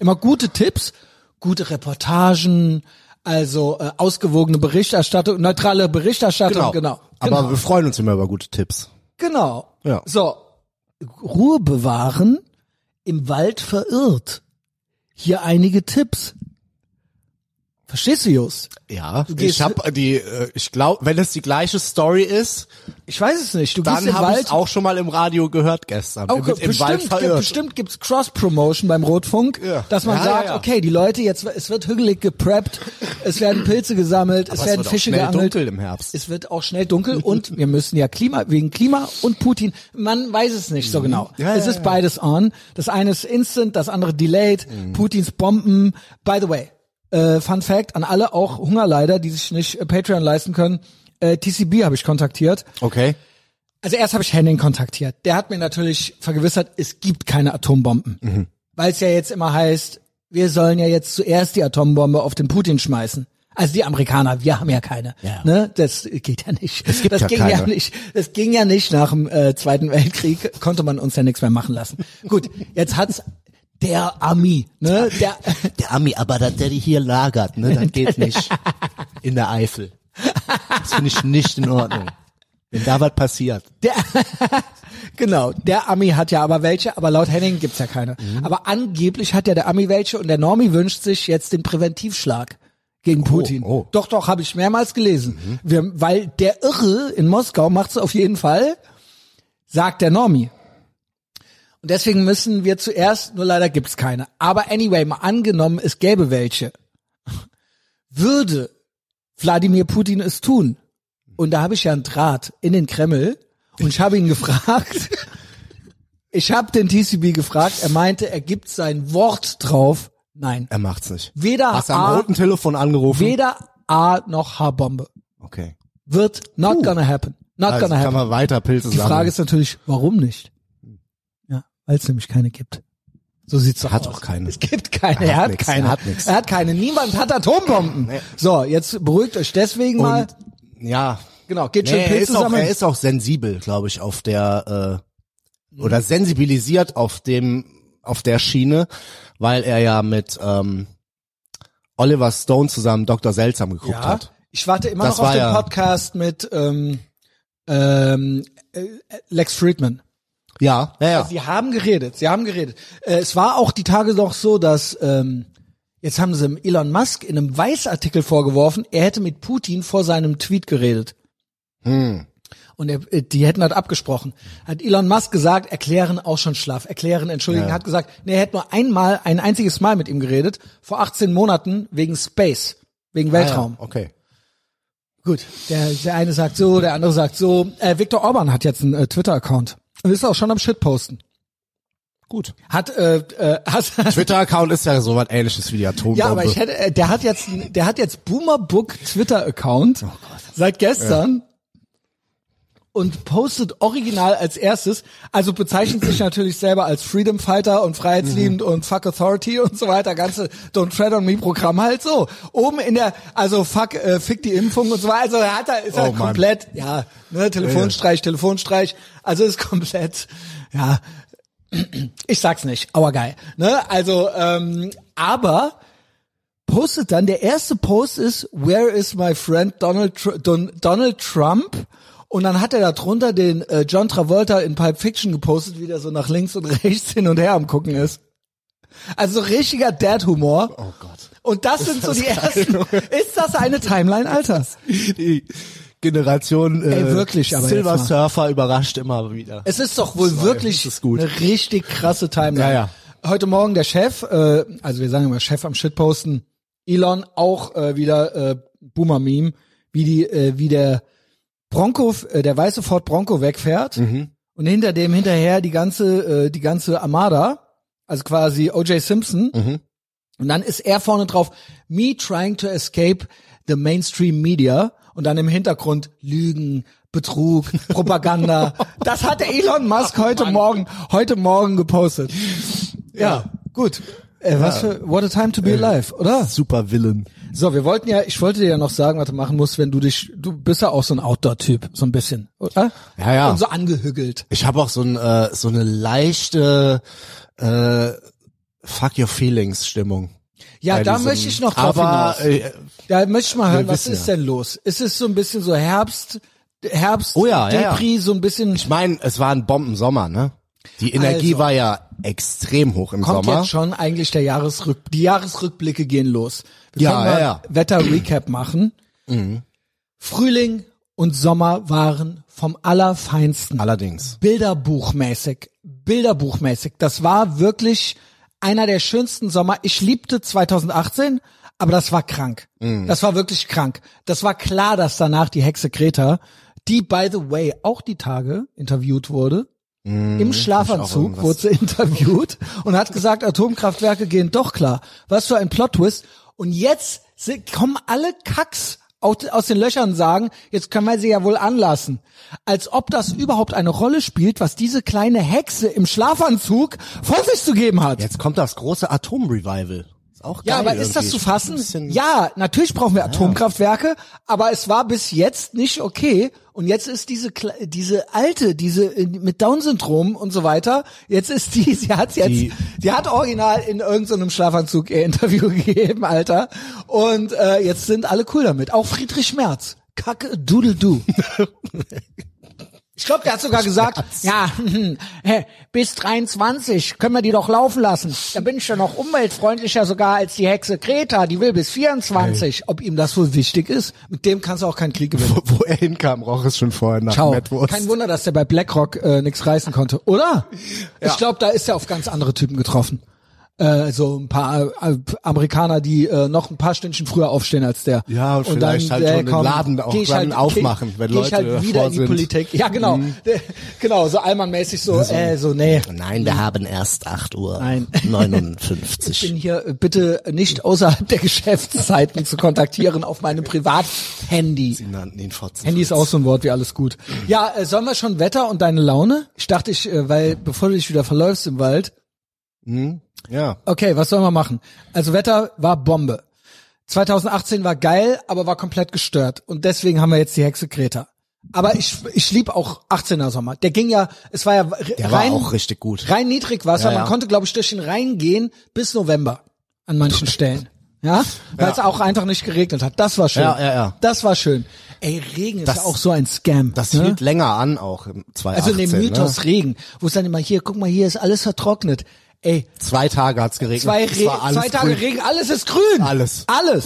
A: immer gute Tipps, gute Reportagen, also äh, ausgewogene Berichterstattung, neutrale Berichterstattung, genau.
B: Aber
A: genau.
B: wir freuen uns immer über gute Tipps.
A: genau.
B: Ja.
A: So, Ruhe bewahren, im Wald verirrt. Hier einige Tipps. Verstehst du, Just?
B: Ja,
A: gehst-
B: ich habe die, äh, ich glaube, wenn es die gleiche Story ist,
A: Ich weiß es nicht. Du gehst
B: dann
A: im
B: habe ich
A: Wald.
B: auch schon mal im Radio gehört gestern.
A: Okay,
B: Mit, Im
A: bestimmt,
B: Wald
A: gibt,
B: verirrt.
A: bestimmt gibt's Cross-Promotion beim Rotfunk,
B: Ja.
A: dass man
B: Ja,
A: sagt,
B: ja, ja.
A: okay, die Leute, jetzt es wird hügelig gepreppt, es werden Pilze gesammelt, es
B: es
A: werden
B: wird auch
A: Fische
B: schnell
A: geangelt.
B: dunkel im Herbst. Mhm.
A: Es wird auch schnell dunkel und wir müssen ja Klima, wegen Klima und Putin, man weiß es nicht so genau.
B: Mhm. Ja,
A: es
B: ja,
A: ist
B: ja.
A: beides on. Das eine ist instant, das andere delayed.
B: Mhm.
A: Putins Bomben. By the way, äh, Fun Fact an alle auch Hungerleider, die sich nicht äh, Patreon leisten können. Äh, TCB habe ich kontaktiert.
B: Okay.
A: Also erst habe ich Henning kontaktiert. Der hat mir natürlich vergewissert, es gibt keine Atombomben.
B: Mhm.
A: Weil es ja jetzt immer heißt, wir sollen ja jetzt zuerst die Atombombe auf den Putin schmeißen. Also die Amerikaner, wir haben ja keine.
B: Ja.
A: Ne? Das geht ja nicht. Es
B: gibt
A: das
B: ja
A: ging ja
B: keine.
A: nicht. Das ging ja nicht nach dem äh, Zweiten Weltkrieg. Konnte man uns ja nichts mehr machen lassen. Gut, jetzt hat's der Ami, ne? Der
B: Der Ami, aber dass der die hier lagert, ne, das geht nicht. In der Eifel. Das finde ich nicht in Ordnung. Wenn da was passiert.
A: Genau, der Ami hat ja aber welche, aber laut Henning gibt's ja keine.
B: Mhm.
A: Aber angeblich hat ja der Ami welche und der Normi wünscht sich jetzt den Präventivschlag gegen Putin.
B: oh. Mhm.
A: Doch, doch, habe ich mehrmals gelesen. Wir, weil der Irre in Moskau macht's auf jeden Fall, sagt der Normi. Und deswegen müssen wir zuerst, nur leider gibt's keine. Aber anyway, mal angenommen, es gäbe welche. Würde Wladimir Putin es tun? Und da habe ich ja einen Draht in den Kreml und ich habe ihn gefragt. Ich habe den TCB gefragt. Er meinte, er gibt sein Wort drauf. Nein.
B: Er macht's nicht.
A: Weder
B: Hast du am
A: A-
B: roten Telefon angerufen?
A: Weder A noch H-Bombe.
B: okay.
A: Wird not gonna happen. Not
B: Also
A: gonna happen.
B: kann man weiter Pilze
A: Die
B: sammeln.
A: Frage ist natürlich, warum nicht? Ja, weil es nämlich keine gibt. So sieht's doch
B: Hat
A: aus.
B: auch keine.
A: Es gibt keine.
B: Er
A: Er
B: hat
A: hat,
B: nix,
A: keine.
B: er hat nix.
A: Er hat keine. Niemand hat Atombomben. So, jetzt beruhigt euch deswegen mal.
B: Und, ja.
A: Genau, geht schön
B: Nee, er,
A: Pilze
B: ist auch,
A: sammeln.
B: er ist auch sensibel, glaube ich, auf der äh, oder sensibilisiert auf dem auf der Schiene, weil er ja mit ähm, Oliver Stone zusammen Dr. Seltsam geguckt
A: ja.
B: hat.
A: Ich warte immer
B: Das
A: noch auf
B: war
A: den
B: ja-
A: Podcast mit ähm, ähm, äh, Lex Friedman.
B: Ja, naja.
A: Sie haben geredet, sie haben geredet. Äh, es war auch die Tage doch so, dass ähm, jetzt haben sie dem Elon Musk in einem Weißartikel vorgeworfen, er hätte mit Putin vor seinem Tweet geredet.
B: Hm.
A: Und er, äh, die hätten halt abgesprochen. Hat Elon Musk gesagt, erklären auch schon schlaff, erklären, entschuldigen,
B: Ja.
A: hat gesagt, nee, er hätte nur einmal, ein einziges Mal mit ihm geredet, vor 18 Monaten wegen Space, wegen Weltraum.
B: Ah, ja, okay.
A: Gut, der, der eine sagt so, der andere sagt so. Äh, Viktor Orban hat jetzt einen äh, Twitter-Account und ist auch schon am Shitposten.
B: Gut.
A: Hat, äh, äh, hat
B: Twitter-Account ist ja so was ähnliches wie die Atombombe.
A: ja, aber ich hätte, äh, der hat jetzt, einen- der hat jetzt Boomerbook
B: Oh
A: Twitter-Account seit gestern und postet original als erstes. Also bezeichnet sich natürlich selber als Freedom Fighter und freiheitsliebend
B: Mhm.
A: und Fuck Authority und so weiter. Ganze Don't Tread on Me Programm halt so. Oben in der, also Fuck, äh, Fick die Impfung und so weiter. Also er hat da, ist
B: Oh
A: halt
B: Mann.
A: komplett, ja, ne, Telefonstreich, Telefonstreich. Also ist komplett, ja, ich sag's nicht, aber geil. Ne? Also, ähm, aber postet dann, der erste Post ist, where is my friend Donald, Tr Don Donald Trump? Und dann hat er da drunter den äh, John Travolta in Pulp Fiction gepostet, wie der so nach links und rechts hin und her am gucken ist. Also so richtiger Dad-Humor.
B: Oh Gott.
A: Und das sind so die ersten. Ist das eine Timeline, Alter?
B: Die Generation äh,
A: Ey, wirklich, aber
B: Silver
A: jetzt Äh,
B: Surfer überrascht immer wieder.
A: Es ist doch wohl
B: Sorry,
A: wirklich
B: das ist gut.
A: eine richtig krasse Timeline.
B: Ja, ja.
A: Heute Morgen der Chef, äh, also wir sagen immer Chef am Shitposten, Elon auch äh, wieder äh, Boomer Meme, wie die äh, wie der Bronco äh, der weiße Ford Bronco wegfährt
B: Mhm.
A: und hinter dem hinterher die ganze äh, die ganze Armada, also quasi O.J. Simpson. Und dann ist er vorne drauf, me trying to escape the mainstream media. Und dann im Hintergrund Lügen, Betrug, Propaganda. Das hat der Elon Musk heute Morgen, heute Morgen gepostet. Ja, gut. Äh, was für, what a time to be alive, oder?
B: Super Villain.
A: So, wir wollten ja, ich wollte dir ja noch sagen, was du machen musst, wenn du dich, du bist ja auch so ein Outdoor-Typ, so ein bisschen, oder?
B: Ja, ja.
A: Und so angehügelt.
B: Ich habe auch so, ein, äh, so eine leichte äh, Fuck your feelings Stimmung.
A: Ja,
B: Bei
A: da
B: diesem-
A: möchte ich noch drauf
B: Aber
A: hinaus.
B: äh,
A: Da möchte ich mal hören,
B: Wir
A: was
B: wissen
A: ist
B: ja.
A: denn los? Ist es so ein bisschen so Herbst, Herbst,
B: Oh ja, ja, ja.
A: Depri, so ein bisschen,
B: ich meine, es war ein Bombensommer, ne? Die Energie
A: Also.
B: war ja extrem hoch im
A: kommt
B: Sommer.
A: jetzt schon eigentlich der Jahresrück, die Jahresrückblicke gehen los. Wir
B: Ja,
A: können
B: ja,
A: mal
B: ja. Mhm.
A: Wetterrecap machen. Frühling und Sommer waren vom Allerfeinsten.
B: Allerdings.
A: Bilderbuchmäßig. Bilderbuchmäßig. Das war wirklich einer der schönsten Sommer. Ich liebte 2018, aber das war krank. Das war wirklich krank. Das war klar, dass danach die Hexe Greta, die by the way auch die Tage interviewt wurde, im Schlafanzug
B: irgendwas-
A: wurde sie interviewt und hat gesagt, Atomkraftwerke gehen doch klar. Was für ein Plot-Twist. Und jetzt si- kommen alle Kacks aus aus den Löchern und sagen, jetzt können wir sie ja wohl anlassen. Als ob das überhaupt eine Rolle spielt, was diese kleine Hexe im Schlafanzug von sich zu geben hat.
B: Jetzt kommt das große Atom-Revival. Ist auch
A: Ja,
B: geil
A: aber ist das
B: irgendwie.
A: zu
B: Ein
A: fassen?
B: bisschen-
A: Ja, natürlich brauchen wir Atomkraftwerke, aber es war bis jetzt nicht okay. Und jetzt ist diese Kle- diese alte, diese äh, mit Down-Syndrom und so weiter, jetzt ist die, sie hat jetzt, die,
B: Die-
A: hat original in irgendeinem Schlafanzug ihr Interview gegeben, Alter. Und äh, jetzt sind alle cool damit. Auch Friedrich Merz. Kacke, doodle du. Ich glaube, der hat sogar gesagt, ja, hä, bis 23 können wir die doch laufen lassen. Da bin ich ja noch umweltfreundlicher sogar als die Hexe Greta, die will bis 24. Ob ihm das wohl wichtig ist? Mit dem kannst du auch keinen Krieg gewinnen.
B: Wo, wo er hinkam, roch es schon vorher nach
A: Ciao.
B: Mettwurst.
A: Kein Wunder, dass der bei BlackRock äh, nichts reißen konnte, oder? Ich glaube, da ist er auf ganz andere Typen getroffen. Äh, so ein paar äh, Amerikaner, die äh, noch ein paar Stündchen früher aufstehen als der.
B: Ja, und vielleicht halt
A: äh,
B: schon den
A: komm,
B: Laden auch
A: geh ich
B: dann
A: halt,
B: aufmachen,
A: geh,
B: wenn
A: geh ich
B: Leute
A: halt wieder
B: davor
A: in die
B: sind. Mhm.
A: Politik. Ja, genau. Der- Genau, so allmannmäßig so,
B: Also-
A: äh, so, nee.
B: Nein, wir haben erst 8 Uhr
A: Hm. Nein.
B: 59.
A: Ich bin hier äh, bitte nicht außerhalb der Geschäftszeiten zu kontaktieren auf meinem Privathandy.
B: Sie nannten ihn Fotzen.
A: Handy ist auch so ein Wort wie alles gut. Ja, äh, sollen wir schon Wetter und deine Laune? Ich dachte, ich, äh, weil bevor du dich wieder verläufst im Wald.
B: Ja.
A: Okay, was sollen wir machen? Also Wetter war Bombe. 2018 war geil, aber war komplett gestört. Und deswegen haben wir jetzt die Hexe Kreta. Aber ich, ich lieb auch 18er Sommer. Der ging ja, es war ja re-
B: Der
A: rein,
B: war auch richtig gut.
A: rein Niedrigwasser.
B: Ja, ja.
A: Man konnte, glaube ich, durch den Rhein gehen bis November an manchen Stellen. Ja, weil es auch einfach nicht geregnet hat. Das war schön.
B: Ja, ja, ja.
A: Das war schön. Ey, Regen ist
B: Das-
A: ja auch so ein Scam.
B: Das
A: ne?
B: hielt länger an auch im 2018.
A: Also in dem Mythos
B: Ne?
A: Regen, wo es dann immer hier, guck mal, hier ist alles vertrocknet. Ey,
B: ne? Zwei Tage hat's geregnet.
A: zwei,
B: Es
A: Re
B: war alles
A: zwei Tage
B: grün.
A: Regen, alles ist grün.
B: Alles.
A: Alles.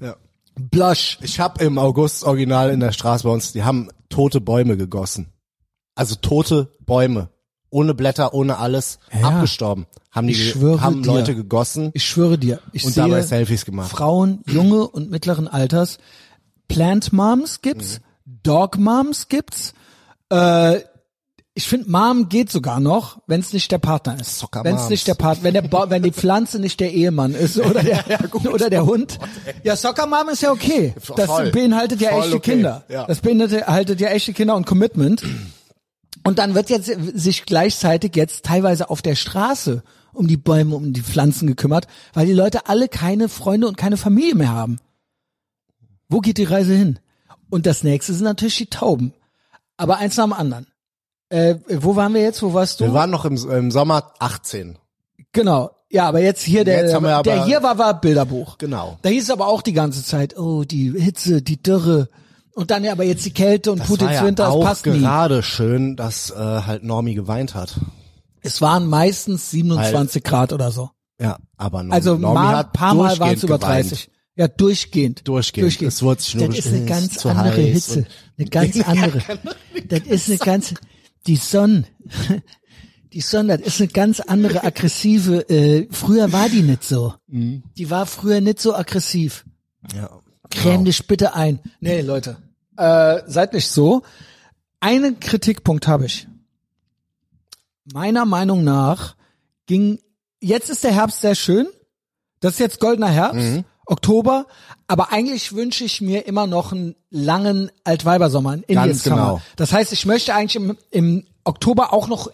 B: Ja.
A: Blush.
B: Ich habe im August original in der Straße bei uns, die haben tote Bäume gegossen. Also tote Bäume. Ohne Blätter, ohne alles.
A: Ja.
B: Abgestorben. Haben die,
A: Ich schwöre
B: haben
A: dir.
B: Leute gegossen.
A: Ich schwöre dir, ich
B: Und
A: sehe
B: dabei Selfies gemacht.
A: Frauen, junge und mittleren Alters. Plant Moms gibt's,
B: Mhm.
A: Dog Moms gibt's. Äh, ich finde, Mom geht sogar noch, wenn es nicht der Partner ist.
B: Soccer
A: Wenn es
B: Moms.
A: nicht der Partner, wenn der ba wenn die Pflanze nicht der Ehemann ist oder der oder der Hund. Ja, Soccer Mom ist ja okay. Das
B: Voll.
A: beinhaltet ja
B: Voll
A: echte
B: okay.
A: Kinder.
B: Ja.
A: Das beinhaltet ja echte Kinder und Commitment. Und dann wird jetzt sich gleichzeitig jetzt teilweise auf der Straße um die Bäume, um die Pflanzen gekümmert, weil die Leute alle keine Freunde und keine Familie mehr haben. Wo geht die Reise hin? Und das nächste sind natürlich die Tauben. Aber eins nach dem anderen. Äh, wo waren wir jetzt? Wo warst du?
B: Wir waren noch im, im Sommer 18.
A: genau. Ja, aber jetzt hier, der,
B: Jetzt haben wir aber-
A: der hier war, war Bilderbuch.
B: Genau.
A: Da hieß es aber auch die ganze Zeit, oh, die Hitze, die Dürre. Und dann ja aber jetzt die Kälte und
B: war
A: Putins
B: ja
A: Winter,
B: auch
A: es passt nie.
B: gerade schön, dass äh, halt Normie geweint hat.
A: Es waren meistens 27 Grad oder so.
B: Ja, aber Norm,
A: Also
B: Normi
A: mal,
B: hat
A: paar Mal waren
B: durchgehend
A: es über
B: geweint.
A: 30. Ja, durchgehend.
B: Durchgehend. Es wurde sich nur
A: das ist eine
B: beschwert, es ist
A: ganz
B: zu
A: andere
B: heiß
A: Hitze.
B: und-
A: Eine ganz andere. Das ist eine ganz, die Sonne, die Sonne, das ist eine ganz andere aggressive, äh, früher war die nicht so.
B: Mhm.
A: Die war früher nicht so aggressiv.
B: Ja. Genau.
A: Creme dich bitte ein. Nee, Leute, äh, seid nicht so. Einen Kritikpunkt habe ich. Meiner Meinung nach ging, jetzt ist der Herbst sehr schön. Das ist jetzt goldener Herbst, Oktober. Aber eigentlich wünsche ich mir immer noch einen langen Altweibersommer, einen Indians
B: genau.
A: Das heißt, ich möchte eigentlich im, im Oktober auch noch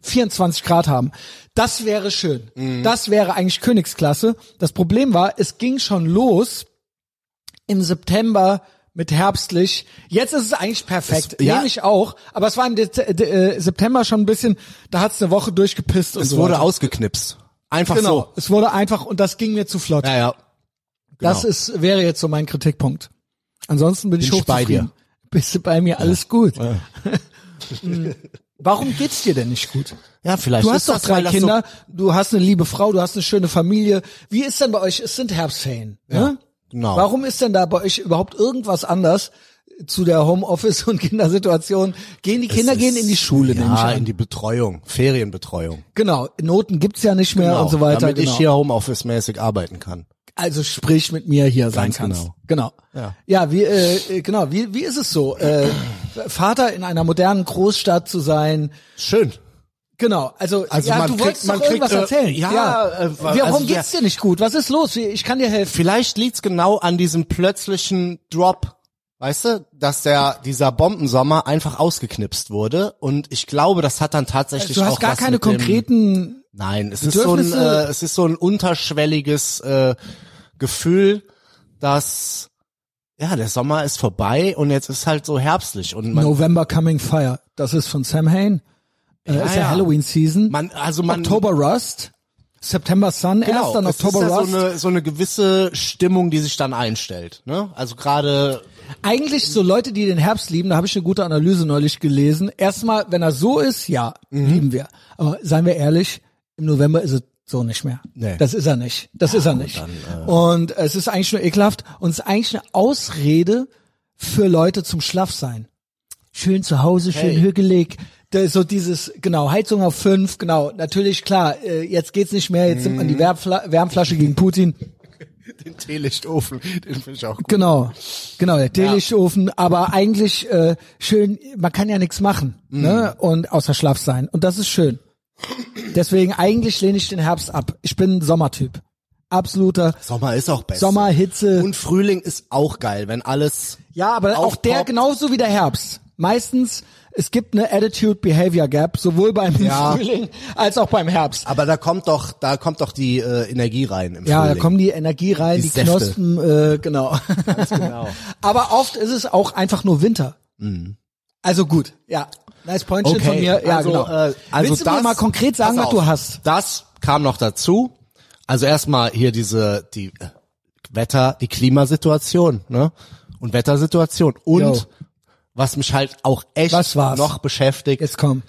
A: 24 Grad haben. Das wäre schön. Das wäre eigentlich Königsklasse. Das Problem war, es ging schon los im September mit herbstlich. Jetzt ist es eigentlich perfekt.
B: Es- ja.
A: Nehme ich auch. Aber es war im Dez äh, September schon ein bisschen, da hat es eine Woche durchgepisst. und
B: Es
A: so
B: wurde
A: weiter.
B: ausgeknipst. Einfach
A: Genau.
B: so.
A: Es wurde einfach, und das ging mir zu flott.
B: Ja, genau. ja.
A: Das ist, wäre jetzt so mein Kritikpunkt. Ansonsten bin, ich
B: ich bei
A: hochzufrieden. Bist du bei mir, alles gut. Hm. Warum geht's dir denn nicht gut?
B: Ja, vielleicht
A: Du
B: ist
A: hast doch
B: das, weil
A: drei
B: das
A: Kinder, du hast eine liebe Frau, du hast eine schöne Familie. Wie ist denn bei euch? Es sind Herbstferien. ne?
B: genau.
A: Warum ist denn da bei euch überhaupt irgendwas anders zu der Homeoffice- und Kindersituation? Gehen die
B: So,
A: Kinder
B: Es
A: gehen
B: ist-
A: in die Schule, nehme ich
B: Ja, in
A: an.
B: die Betreuung, Ferienbetreuung.
A: Genau, Noten gibt's ja nicht mehr
B: Genau,
A: und so weiter.
B: Damit
A: genau.
B: ich hier Homeoffice-mäßig arbeiten kann.
A: also sprich mit mir hier sein
B: Ganz
A: kannst.
B: genau.
A: Genau.
B: Ja.
A: ja, wie äh, äh, genau, wie, wie ist es so? Äh, Vater in einer modernen Großstadt zu sein.
B: Schön.
A: Genau, also,
B: Also
A: ja,
B: man
A: du
B: kriegt-
A: wolltest
B: man
A: doch irgendwas
B: kriegt, äh,
A: erzählen.
B: ja, äh,
A: Wie- Warum
B: also wir-
A: geht's dir nicht gut? Was ist los? Wie- Ich kann dir helfen.
B: Vielleicht liegt's genau an diesem plötzlichen Drop, weißt du, dass der dieser Bombensommer einfach ausgeknipst wurde und ich glaube, das hat dann tatsächlich
A: Du
B: auch
A: hast gar
B: was
A: keine
B: mit dem,
A: konkreten
B: Nein, es ist so ein
A: Bedürfnisse-
B: äh, es ist so ein unterschwelliges äh, Gefühl, dass ja, der Sommer ist vorbei und jetzt ist halt so herbstlich und man
A: November Coming Fire. Das ist von Sam Hain. Äh,
B: Ja,
A: ist ja,
B: ja.
A: Halloween Season.
B: man also man
A: Oktober Rust. September Sun.
B: genau,
A: Erst dann
B: es
A: Oktober
B: ist ja
A: Rust.
B: so eine so eine gewisse Stimmung, die sich dann einstellt, ne? Also gerade
A: Eigentlich so Leute, die den Herbst lieben, da habe ich eine gute Analyse neulich gelesen. Erstmal, wenn er so ist, ja,
B: Mhm.
A: lieben wir. Aber seien wir ehrlich, im November ist es so nicht mehr.
B: Nee.
A: Das ist er nicht. Das ist er nicht.
B: äh,
A: Und es ist eigentlich nur ekelhaft und es ist eigentlich eine Ausrede für Leute zum Schlafsein. Schön zu Hause, schön
B: Hey.
A: hügelig. Da ist so dieses, genau, Heizung auf fünf, genau, natürlich, klar, äh, jetzt geht's nicht mehr, jetzt nimmt man
B: Mhm.
A: die Wärmfla Wärmflasche gegen Putin.
B: den Teelichtofen, den finde ich auch gut.
A: Genau, genau, der Teelichtofen, aber eigentlich äh, schön, man kann ja nichts machen,
B: Mhm.
A: ne? Und außer Schlaf sein. Und das ist schön. Deswegen eigentlich lehne ich den Herbst ab. Ich bin ein Sommertyp. Absoluter
B: Sommer ist auch besser.
A: Sommer, Hitze.
B: Und Frühling ist auch geil, wenn alles.
A: Ja, aber auch
B: aufpoppt.
A: der genauso wie der Herbst. Meistens, es gibt eine Attitude-Behavior-Gap, sowohl beim
B: Ja.
A: Frühling als auch beim Herbst.
B: Aber da kommt doch, da kommt doch die äh, Energie rein im
A: Ja, da
B: Frühling.
A: kommen die Energie rein,
B: Die
A: die,
B: Säfte.
A: Knospen, äh, genau.
B: genau. Mhm.
A: Aber oft ist es auch einfach nur Winter. Also gut, ja. Nice Pointchen
B: Okay.
A: von mir. Ja,
B: also,
A: genau.
B: äh, also
A: Willst du
B: das,
A: mir mal konkret sagen,
B: pass
A: was du
B: auf,
A: hast?
B: Das kam noch dazu. Also erstmal hier diese die äh, Wetter, die Klimasituation, ne? Und Wettersituation und
A: Jo.
B: was mich halt auch echt
A: Was war's?
B: noch beschäftigt,
A: Jetzt komm.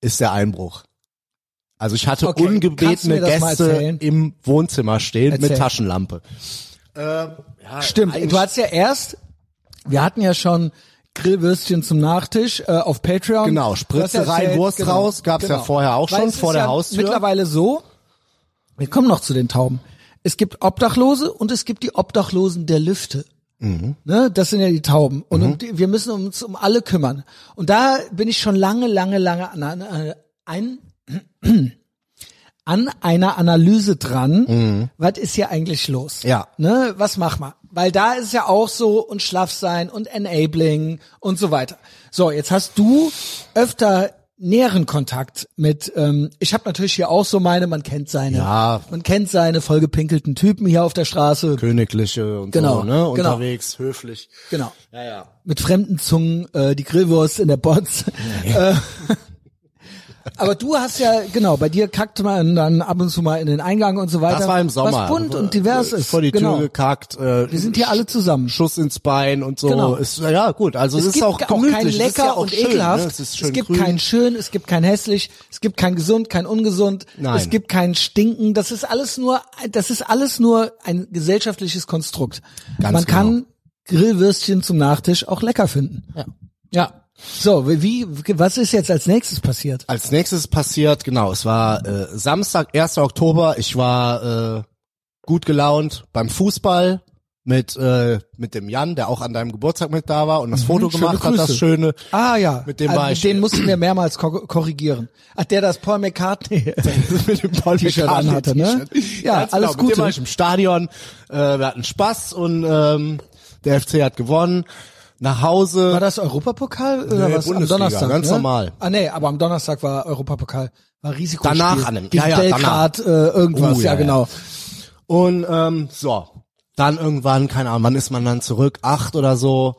B: ist der Einbruch. Also ich hatte
A: Okay, kannst du
B: ungebetene
A: mir das mal
B: Gäste
A: erzählen?
B: im Wohnzimmer stehen
A: Erzähl.
B: mit Taschenlampe.
A: Stimmt. Du hast ja erst, wir hatten ja schon Grillwürstchen zum Nachtisch äh, auf Patreon.
B: Genau, Spritze
A: Du hast ja
B: rein,
A: erzählt, genau.
B: Wurst raus, gab's ja vorher auch
A: Weil
B: schon,
A: es
B: vor
A: ist
B: der
A: ja
B: Haustür.
A: Mittlerweile so, wir kommen noch zu den Tauben. Es gibt Obdachlose und es gibt die Obdachlosen der Lüfte. Ne, das sind ja die Tauben. Und
B: Mhm.
A: um die, wir müssen uns um alle kümmern. Und da bin ich schon lange, lange, lange an, an, äh, ein, an einer Analyse dran. Was ist hier eigentlich los?
B: Mhm. Ja.
A: Ne, was machen wir? Weil da ist ja auch so und schlaff sein und enabling und so weiter. So, jetzt hast du öfter näheren Kontakt mit, ähm, ich habe natürlich hier auch so meine, man kennt seine,
B: Ja.
A: man kennt seine vollgepinkelten Typen hier auf der Straße.
B: Königliche und
A: Genau,
B: so, ne?
A: genau.
B: Unterwegs, höflich.
A: Genau.
B: Ja, ja.
A: mit fremden Zungen äh, die Grillwurst in der Bots. Äh, Aber du hast ja, genau, bei dir kackt man dann ab und zu mal in den Eingang und so weiter.
B: Das war im Sommer. Äh,
A: Was bunt und divers ist.
B: Vor die Tür
A: genau.
B: gekackt. Äh,
A: Wir sind hier alle zusammen.
B: Schuss ins Bein und so.
A: Genau.
B: Ist, ja gut, also es, ist auch gemütlich.
A: kein
B: Es ist
A: lecker
B: ja auch
A: und
B: schön,
A: ekelhaft.
B: Ne? Es, ist schön
A: gibt
B: grün.
A: kein schön, es gibt kein hässlich, es gibt kein gesund, kein ungesund,
B: Nein.
A: es gibt kein stinken. Das ist alles nur, das ist alles nur ein gesellschaftliches Konstrukt.
B: Ganz genau.
A: Man kann Grillwürstchen zum Nachtisch auch lecker finden. Ja. Ja. So, wie, wie- was ist jetzt als nächstes passiert?
B: Als nächstes passiert, genau, es war äh, Samstag, 1. Oktober. Ich war äh, gut gelaunt beim Fußball mit äh, mit dem Jan, der auch an deinem Geburtstag mit da war und das Foto
A: Mhm, schöne
B: gemacht hat,
A: Grüße.
B: das schöne.
A: Ah ja,
B: Mit dem
A: Ah,
B: war ich-
A: den mussten wir mehrmals ko korrigieren. Ach, der das Paul McCartney.
B: mit dem Paul
A: T-Shirt
B: McCartney
A: anhatte, ne?
B: T-Shirt.
A: Ja,
B: Ganz
A: alles
B: genau. Mit
A: Gute.
B: dem war ich im Stadion. Äh, wir hatten Spaß und ähm, der FC hat gewonnen. Nach Hause.
A: War das Europapokal oder
B: Nee,
A: was? am
B: Bundesliga,
A: Donnerstag,
B: ganz
A: ne?
B: normal.
A: Ah nee, aber am Donnerstag war Europapokal, war Risikospiel.
B: Danach an dem-
A: Gegen
B: ja, ja,
A: Belgrad, äh, irgendwas,
B: Oh,
A: ja,
B: ja,
A: genau.
B: Und ähm, so, dann irgendwann, keine Ahnung, wann ist man dann zurück? Acht oder so.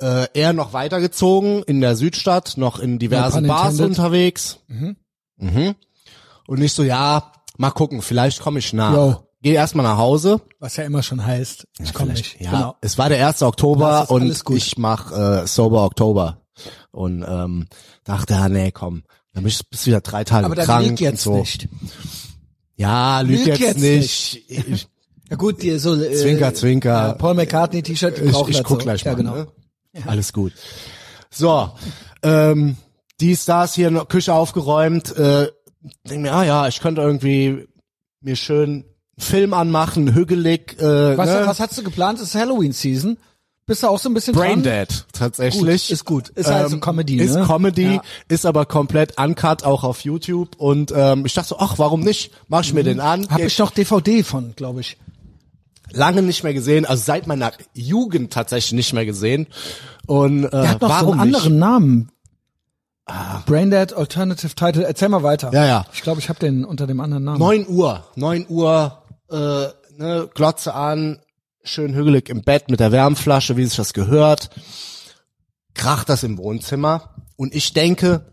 B: Äh, er noch weitergezogen in der Südstadt, noch in diversen
A: No pun
B: Bars
A: intended.
B: unterwegs. Mhm. Mhm. Und ich so, ja, mal gucken, vielleicht komme ich nach.
A: Jo.
B: Geh erstmal nach Hause.
A: Was ja immer schon heißt, ich komme nicht.
B: Ja,
A: Genau.
B: es war der 1.
A: Das
B: Oktober
A: ist
B: und
A: alles gut.
B: ich mach äh, Sober Oktober. Und ähm, dachte, ah, nee, komm, dann bist du bist wieder drei Tage
A: Aber dann
B: krank
A: liegt jetzt
B: und so.
A: nicht.
B: Ja, lüg,
A: Lüg
B: jetzt,
A: jetzt
B: nicht. Ich,
A: Ja gut, die so äh,
B: Zwinker, zwinker.
A: Ja, Paul McCartney T-Shirt
B: ich,
A: gebraucht
B: ich
A: hat
B: guck
A: so.
B: gleich mal.
A: Ja, genau.
B: ne? Alles gut. So, ähm, dies, das, hier noch Küche aufgeräumt. Äh, denk mir, ah ja, ich könnte irgendwie mir schön einen Film anmachen, hügelig. Äh,
A: Was,
B: ne?
A: was hast du geplant? Es Ist Halloween Season? Bist du auch so ein bisschen dran?
B: Braindead tatsächlich. Ähm,
A: Gut, ist gut. Ist halt so Comedy,
B: Ist
A: ne?
B: Comedy,
A: Ja.
B: ist aber komplett uncut auch auf YouTube und ähm, ich dachte so, ach, warum nicht? Mach ich mir den an.
A: Mhm. Hab
B: Geh-
A: ich noch DVD von, glaube ich.
B: lange nicht mehr gesehen, also seit meiner Jugend tatsächlich nicht mehr gesehen. Und äh,
A: Der hat noch
B: warum
A: so einen
B: nicht? Ah.
A: anderen Namen. Braindead Alternative Title. Erzähl mal weiter.
B: Ja, ja.
A: Ich glaube, ich habe den unter dem anderen Namen.
B: 9 Uhr, 9 Uhr, äh, ne, Glotze an, schön hügelig im Bett mit der Wärmflasche, wie sich das gehört. Kracht das im Wohnzimmer und ich denke,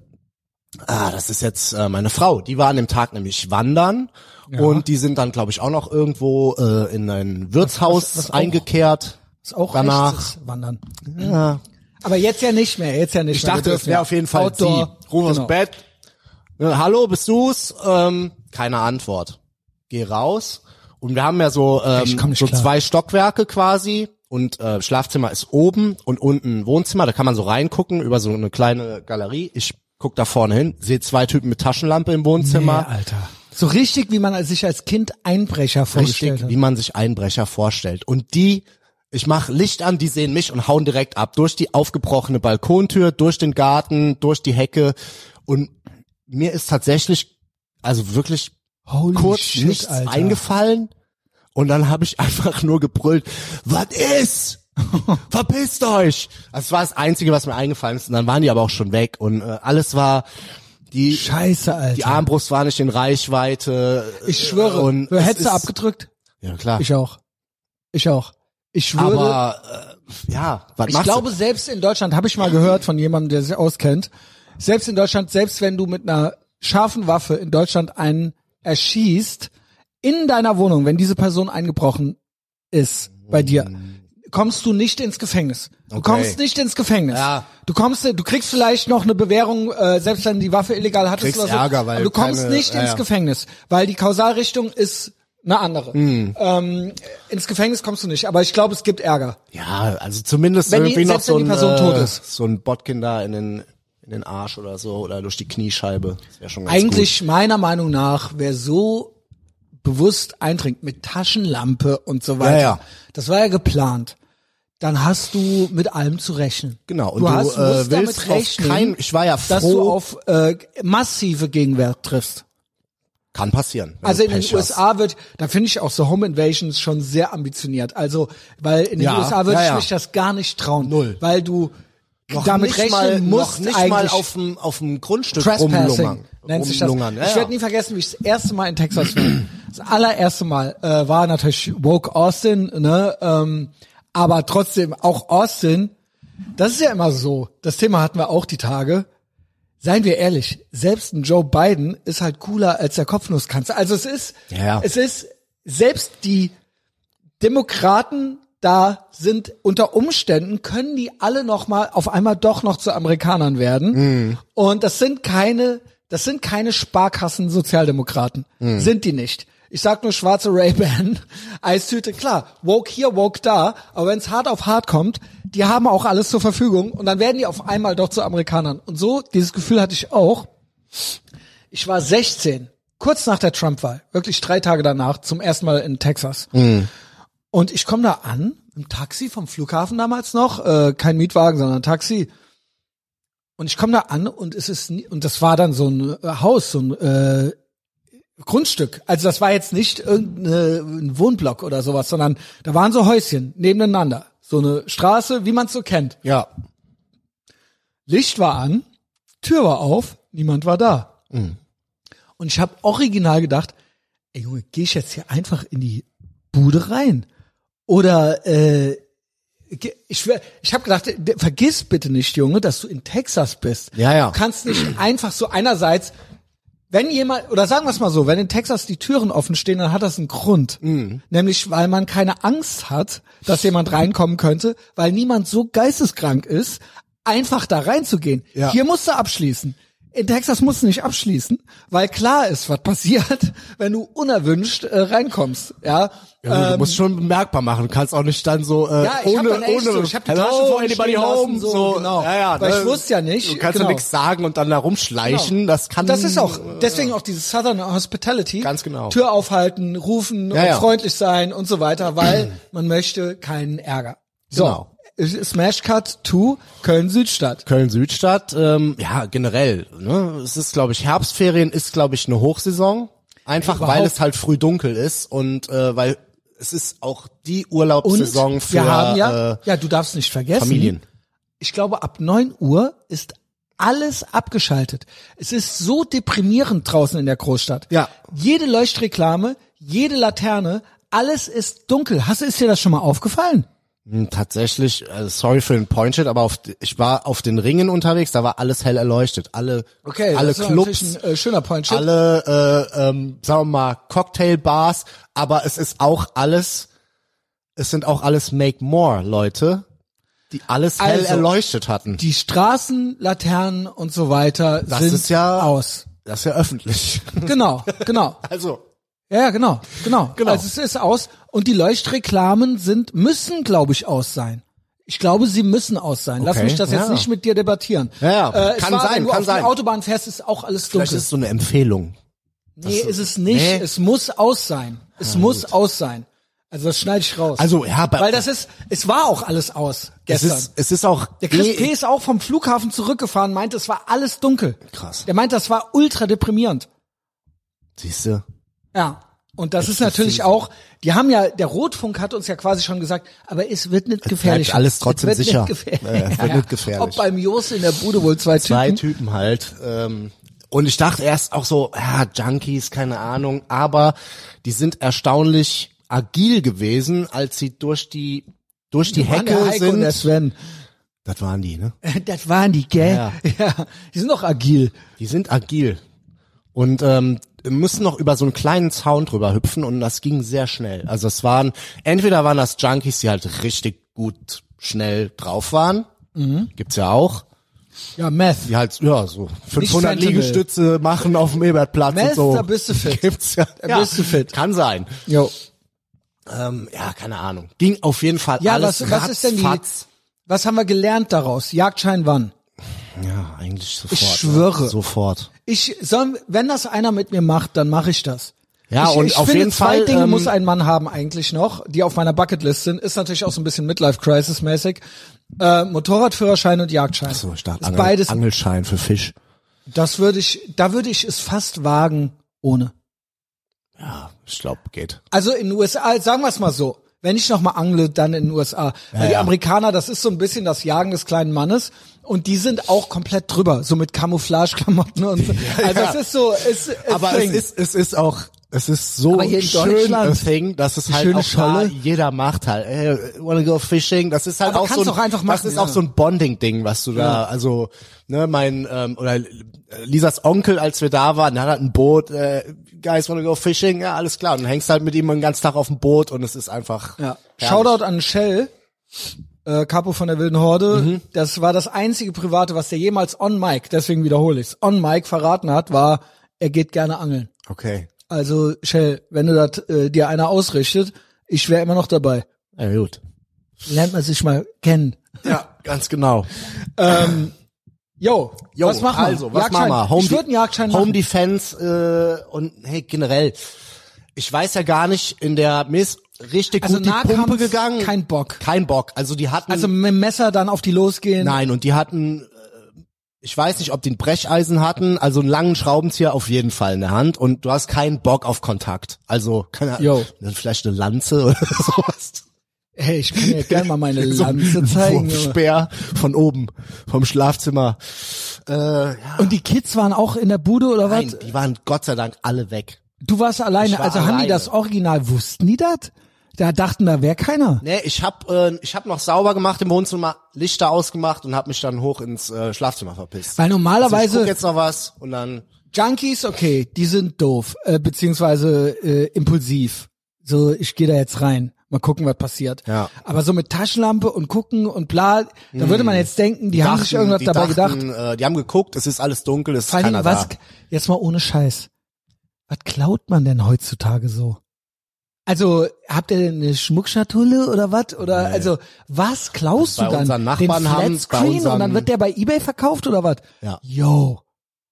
B: ah, das ist jetzt äh, meine Frau. Die war an dem Tag nämlich wandern und die sind dann, glaube ich, auch noch irgendwo äh, in ein Wirtshaus
A: was auch-
B: eingekehrt.
A: ist auch
B: danach-
A: rechtes Wandern. Aber jetzt ja nicht mehr, jetzt ja nicht
B: Ich
A: mehr.
B: dachte,
A: Wir
B: es
A: dürfen
B: wäre
A: ja.
B: auf jeden Fall
A: Outdoor.
B: sie. Ruf
A: genau.
B: aus Bett. Ne, Hallo, bist du's? Ähm, keine Antwort. Geh raus. Und wir haben ja so,
A: Ich
B: ähm,
A: komm nicht
B: so
A: klar.
B: zwei Stockwerke quasi. Und äh, Schlafzimmer ist oben und unten Wohnzimmer. Da kann man so reingucken über so eine kleine Galerie. Ich guck da vorne hin, sehe zwei Typen mit Taschenlampe im Wohnzimmer.
A: Nee, Alter. So richtig, wie man als- sich als Kind Einbrecher vorgestellt
B: richtig, wie
A: hat.
B: man sich Einbrecher vorstellt. Und die, ich mache Licht an, die sehen mich und hauen direkt ab. Durch die aufgebrochene Balkontür, durch den Garten, durch die Hecke. Und mir ist tatsächlich, also wirklich
A: Holy
B: kurz
A: shit,
B: nichts
A: Alter.
B: eingefallen. Und dann habe ich einfach nur gebrüllt, was ist? Verpisst euch! Das war das Einzige, was mir eingefallen ist. Und dann waren die aber auch schon weg. Und äh, alles war, die,
A: Scheiße, Alter.
B: die Armbrust war nicht in Reichweite.
A: ich schwöre,
B: Und es
A: hättest du
B: ist-
A: abgedrückt?
B: Ja, klar.
A: Ich auch. Ich auch. Ich schwöre,
B: Aber äh, ja, was
A: Ich
B: machst
A: glaube, selbst in Deutschland habe ich mal gehört von jemandem, der sich auskennt. Selbst in Deutschland, selbst wenn du mit einer scharfen Waffe in Deutschland einen erschießt, in deiner Wohnung, wenn diese Person eingebrochen ist bei dir, kommst du nicht ins Gefängnis. Du
B: Okay.
A: kommst nicht ins Gefängnis.
B: Ja.
A: Du kommst, du kriegst vielleicht noch eine Bewährung, äh, selbst wenn die Waffe illegal hattest
B: Kriegst
A: oder so.
B: Ärger, weil
A: aber du kommst
B: keine-
A: nicht
B: ja,
A: ins
B: ja.
A: Gefängnis, weil die Kausalrichtung ist eine andere.
B: Hm.
A: Ähm, ins Gefängnis kommst du nicht, aber ich glaube, es gibt Ärger.
B: du? Ja, also zumindest
A: Wenn die-
B: irgendwie noch
A: selbst wenn
B: so
A: die
B: ein,
A: Person
B: äh,
A: tot ist.
B: so ein Botkin da in den in den Arsch oder so oder durch die Kniescheibe. Das wär schon ganz
A: Eigentlich meiner Meinung nach, wer so bewusst eindringt mit Taschenlampe und so weiter,
B: Ja, ja.
A: das war ja geplant. Dann hast du mit allem zu rechnen.
B: gut. genau. Und
A: du, hast, musst
B: äh, willst
A: damit
B: auf
A: rechnen,
B: kein, ich war ja froh,
A: dass du auf äh, massive Gegenwehr triffst.
B: kann passieren. wenn
A: Also
B: du
A: in den
B: Pech hast.
A: USA wird, da finde ich auch so Home Invasions schon sehr ambitioniert. Also, weil in den
B: Ja,
A: USA würde
B: ja,
A: ich
B: ja.
A: mich das gar nicht trauen.
B: Null.
A: Weil du
B: noch
A: damit
B: nicht
A: rechnen
B: mal,
A: musst
B: noch nicht
A: eigentlich
B: mal auf dem auf dem Grundstück
A: Trespassing
B: rumlungern.
A: nennt sich das.
B: rumlungern. Ja,
A: ich werde
B: ja.
A: nie vergessen, wie ich das erste Mal in Texas war. Das allererste Mal äh, war natürlich Woke Austin, ne? Ähm, aber trotzdem auch Austin. Das ist ja immer so. Das Thema hatten wir auch die Tage. Seien wir ehrlich, selbst ein Joe Biden ist halt cooler als der Kopfnusskanzler. Also es ist,
B: Ja, ja.
A: es ist, selbst die Demokraten da sind unter Umständen, können die alle noch mal auf einmal doch noch zu Amerikanern werden. Und das sind keine, das sind keine Sparkassen-Sozialdemokraten. Sind die nicht. Ich sag nur schwarze Ray-Ban, Eistüte, klar, woke hier, woke da, aber wenn's hart auf hart kommt, die haben auch alles zur Verfügung und dann werden die auf einmal doch zu Amerikanern. Und so, dieses Gefühl hatte ich auch, ich war 16, kurz nach der Trump-Wahl, wirklich drei Tage danach, zum ersten Mal in Texas. Und ich komme da an, im Taxi vom Flughafen damals noch, äh, kein Mietwagen, sondern Taxi. Und ich komme da an und es ist nie, und das war dann so ein äh, Haus, so ein äh, Grundstück. Also das war jetzt nicht irgendein Wohnblock oder sowas, sondern da waren so Häuschen nebeneinander. So eine Straße, wie man es so kennt.
B: Ja.
A: Licht war an, Tür war auf, niemand war da.
B: Mhm.
A: Und ich habe original gedacht, ey Junge, gehe ich jetzt hier einfach in die Bude rein? Oder äh, ge- ich, wär- ich habe gedacht, de- vergiss bitte nicht, Junge, dass du in Texas bist.
B: Ja, ja.
A: Du kannst nicht einfach so einerseits, wenn jemand, oder sagen wir es mal so, wenn in Texas die Türen offen stehen, dann hat das einen Grund.
B: Mhm.
A: Nämlich, weil man keine Angst hat, dass jemand reinkommen könnte, weil niemand so geisteskrank ist, einfach da reinzugehen.
B: Ja.
A: Hier musst du abschließen. In Texas musst du nicht abschließen, weil klar ist, was passiert, wenn du unerwünscht äh, reinkommst. Ja,
B: Ja, gut, du musst schon bemerkbar machen. Du kannst auch nicht dann so äh,
A: Ähm, ja, ich
B: ohne
A: hab dann echt
B: ohne
A: so, ich hab die
B: Hello,
A: Tasche vorne
B: anybody
A: stehen
B: home
A: lassen, so,
B: so
A: genau.
B: Ja, ja,
A: Weil ich
B: ne?
A: wusste ja nicht,
B: Du kannst
A: genau.
B: ja nichts sagen und dann da rumschleichen. Das kann
A: Das ist auch, deswegen auch dieses Southern Hospitality.
B: Ganz genau.
A: Tür aufhalten, rufen,
B: Ja,
A: und
B: ja.
A: freundlich sein und so weiter, weil man möchte keinen Ärger. So.
B: Genau.
A: Smash Cut to Köln Südstadt.
B: Köln Südstadt. Ähm, ja, generell. Ne? Es ist, glaube ich, Herbstferien ist, glaube ich, eine Hochsaison. Einfach weil
A: Überhaupt.
B: es halt früh dunkel ist und äh, weil es ist auch die Urlaubssaison für
A: wir haben ja,
B: äh,
A: ja, du darfst nicht vergessen.
B: Familien.
A: Ich glaube, ab 9 Uhr ist alles abgeschaltet. Es ist so deprimierend draußen in der Großstadt.
B: Ja.
A: Jede Leuchtreklame, jede Laterne, alles ist dunkel. Hast, ist dir das schon mal aufgefallen?
B: Hm, Tatsächlich, äh, sorry für den Pointshit, aber auf, ich war auf den Ringen unterwegs, da war alles hell erleuchtet. Alle, alle
A: das ist
B: Clubs,
A: natürlich ein äh, schöner Point. Shit.
B: alle, äh, ähm, sagen wir mal, Cocktailbars, aber es ist auch alles, es sind auch alles Make More Leute, die alles hell
A: Also,
B: erleuchtet hatten.
A: die Straßenlaternen und so weiter
B: Das
A: sind
B: ist ja-
A: aus.
B: das ist ja öffentlich.
A: Genau, genau.
B: also,
A: Ja, ja, genau, genau.
B: Genau.
A: Also es ist aus und die Leuchtreklamen sind müssen, glaube ich, aus sein. Ich glaube, sie müssen aus sein. Lass
B: Okay,
A: mich das jetzt
B: ja.
A: nicht mit dir debattieren. Äh,
B: Ja, ja,
A: es
B: kann
A: war,
B: sein,
A: wenn du
B: kann
A: auf
B: sein.
A: die Autobahn fährst, ist auch alles
B: vielleicht
A: dunkel.
B: ist es so eine Empfehlung.
A: nee, ist es nicht.
B: Nee.
A: Es muss aus sein. Es muss aus sein. Also das schneide ich raus.
B: Also, ja, bei-
A: weil das ist, es war auch alles aus
B: Es
A: gestern.
B: ist, es ist auch,
A: Der Chris
B: eh-
A: P. ist auch vom Flughafen zurückgefahren, meint, es war alles dunkel.
B: Krass.
A: Der meint, das war ultra deprimierend.
B: siehste,
A: Ja. Und das ist natürlich auch, die haben ja, der Rotfunk hat uns ja quasi schon gesagt, aber es wird nicht gefährlich.
B: bleibt alles trotzdem
A: es wird
B: sicher.
A: Nicht gefährlich.
B: Äh, es wird
A: Ja,
B: nicht
A: ja.
B: gefährlich.
A: Ob beim Jos in der Bude wohl zwei,
B: zwei
A: Typen.
B: Typen halt. Ähm, und ich dachte erst auch so, ja, Junkies, keine Ahnung, aber die sind erstaunlich agil gewesen, als sie durch die durch die
A: Mann, der
B: Hecke
A: Heiko und
B: sind.
A: der Sven. Äh,
B: Das waren die, ne?
A: Das waren die, gell?
B: Ja.
A: Ja. Die sind doch agil.
B: Die sind agil und ähm, müssen noch über so einen kleinen Zaun drüber hüpfen und das ging sehr schnell. Also es waren entweder waren das Junkies, die halt richtig gut schnell drauf waren,
A: Mhm.
B: gibt's ja auch,
A: Ja, Meth.
B: die halt ja so 500
A: Fentanyl.
B: Liegestütze machen auf dem Ebertplatz und
A: Meth,
B: so.
A: da bist du fit.
B: Gibt's ja.
A: Da bist du fit.
B: Kann sein.
A: Jo.
B: Ähm, ja, keine Ahnung. Ging auf jeden Fall
A: Ja,
B: alles
A: was, was ist denn die,
B: ratzfatz.
A: was haben wir gelernt daraus? Jagdschein wann?
B: Ja, eigentlich sofort.
A: Ich schwöre.
B: Ja. Sofort.
A: Ich, soll, wenn das einer mit mir macht, dann mache ich das.
B: Ja,
A: ich,
B: und
A: ich
B: auf
A: finde,
B: jeden
A: zwei
B: Fall,
A: Dinge
B: ähm,
A: muss ein Mann haben eigentlich noch, die auf meiner Bucketlist sind. Ist natürlich auch so ein bisschen Midlife-Crisis-mäßig. Äh, Motorradführerschein und Jagdschein.
B: So, ich dachte,
A: ist
B: Angel,
A: beides.
B: Angelschein für Fisch.
A: Das würde ich, da würde ich es fast wagen ohne.
B: Ja, ich glaube, geht.
A: Also in den USA, sagen wir es mal so. Wenn ich nochmal angle, dann in den USA. Weil die
B: ja.
A: Amerikaner, das ist so ein bisschen das Jagen des kleinen Mannes. Und die sind auch komplett drüber. So mit Camouflage-Klamotten und so. Also
B: ja.
A: es ist so, es, es
B: Aber
A: bringt.
B: es ist, es ist auch es ist so
A: Aber hier in
B: schön
A: Deutschland,
B: a thing, dass es
A: die
B: halt
A: schöne
B: auch da
A: Scholle.
B: jeder macht halt. Hey, wanna go fishing? Das ist halt
A: Aber
B: auch so
A: kannst
B: ein,
A: doch einfach machen,
B: das ist
A: ja.
B: auch so ein Bonding Ding, was du da also ne mein ähm, oder Lisas Onkel, als wir da waren, der hat halt ein Boot. Äh, guys wanna go fishing? Ja alles klar. Und dann hängst halt mit ihm den ganzen Tag auf dem Boot und es ist einfach.
A: Ja.
B: herrlich.
A: Shoutout an Shell, äh, Capo von der Wilden Horde.
B: Mhm.
A: Das war das einzige Private, was der jemals on Mike, deswegen wiederhole ich's, on Mike verraten hat, war, er geht gerne angeln.
B: Okay.
A: Also Shell, wenn du das äh, dir einer ausrichtet, ich wäre immer noch dabei.
B: Ja, gut.
A: Lernt man sich mal kennen.
B: Ja, ganz genau.
A: Yo,
B: Jo,
A: was machen wir?
B: Also, was
A: Jagdschein.
B: machen wir? Home,
A: ich würde einen Jagdschein
B: Home
A: machen.
B: Defense äh, und hey, generell. Ich weiß ja gar nicht, in der mir ist richtig
A: Also
B: gut die
A: Nahkampf,
B: Pumpe gegangen.
A: kein Bock.
B: Kein Bock. Also die hatten
A: Also mit dem Messer dann auf die losgehen.
B: nein und die hatten äh, ich weiß nicht, ob die ein Brecheisen hatten, also einen langen Schraubenzieher auf jeden Fall in der Hand und du hast keinen Bock auf Kontakt. Also keine
A: Jo.
B: Ahnung, dann vielleicht eine Lanze oder sowas.
A: Hey, ich kann dir gerne mal meine
B: So
A: Lanze
B: ein
A: zeigen. Junge.
B: Speer von oben vom Schlafzimmer. Äh, ja.
A: Und die Kids waren auch in der Bude oder was?
B: Nein, die waren Gott sei Dank alle weg.
A: Du warst alleine,
B: Ich war
A: also haben die
B: alleine.
A: das Original, wussten die das? Da dachten, da wäre keiner.
B: Nee, ich hab, äh, ich hab noch sauber gemacht im Wohnzimmer, Lichter ausgemacht und hab mich dann hoch ins äh, Schlafzimmer verpisst.
A: Weil
B: also ich guck
A: normalerweise,
B: jetzt noch was und dann
A: Junkies, okay, die sind doof, äh, beziehungsweise äh, impulsiv. So, ich gehe da jetzt rein, mal gucken, was passiert.
B: Ja.
A: Aber so mit Taschenlampe und gucken und bla, da würde man jetzt denken, die, haben sich irgendwas
B: Hm. die
A: dabei gedacht.
B: dachten, Äh, die haben geguckt, es ist alles dunkel, es ist
A: Vor allen
B: keiner
A: Dingen, was,
B: da.
A: jetzt mal ohne Scheiß. Was klaut man denn heutzutage so? Also, habt ihr denn eine Schmuckschatulle oder was? Oder, also, was klaust
B: Also bei
A: du dann?
B: unseren Nachbarn
A: Den
B: haben- bei
A: Flatscreen und dann
B: unseren-
A: wird der bei Ebay verkauft oder was?
B: Ja.
A: Yo.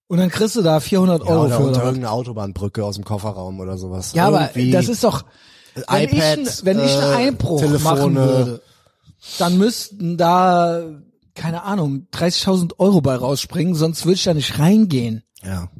A: Und dann kriegst du da 400
B: Ja,
A: Euro für
B: oder unter
A: oder was?
B: irgendeiner Autobahnbrücke aus dem Kofferraum oder sowas.
A: Ja, aber
B: Irgendwie
A: das ist doch, wenn ich,
B: iPads,
A: ein- wenn ich eine
B: äh,
A: Einbruch machen
B: Telefone.
A: würde, dann müssten da, keine Ahnung, 30.000 Euro bei rausspringen, sonst würde ich da nicht reingehen.
B: ja.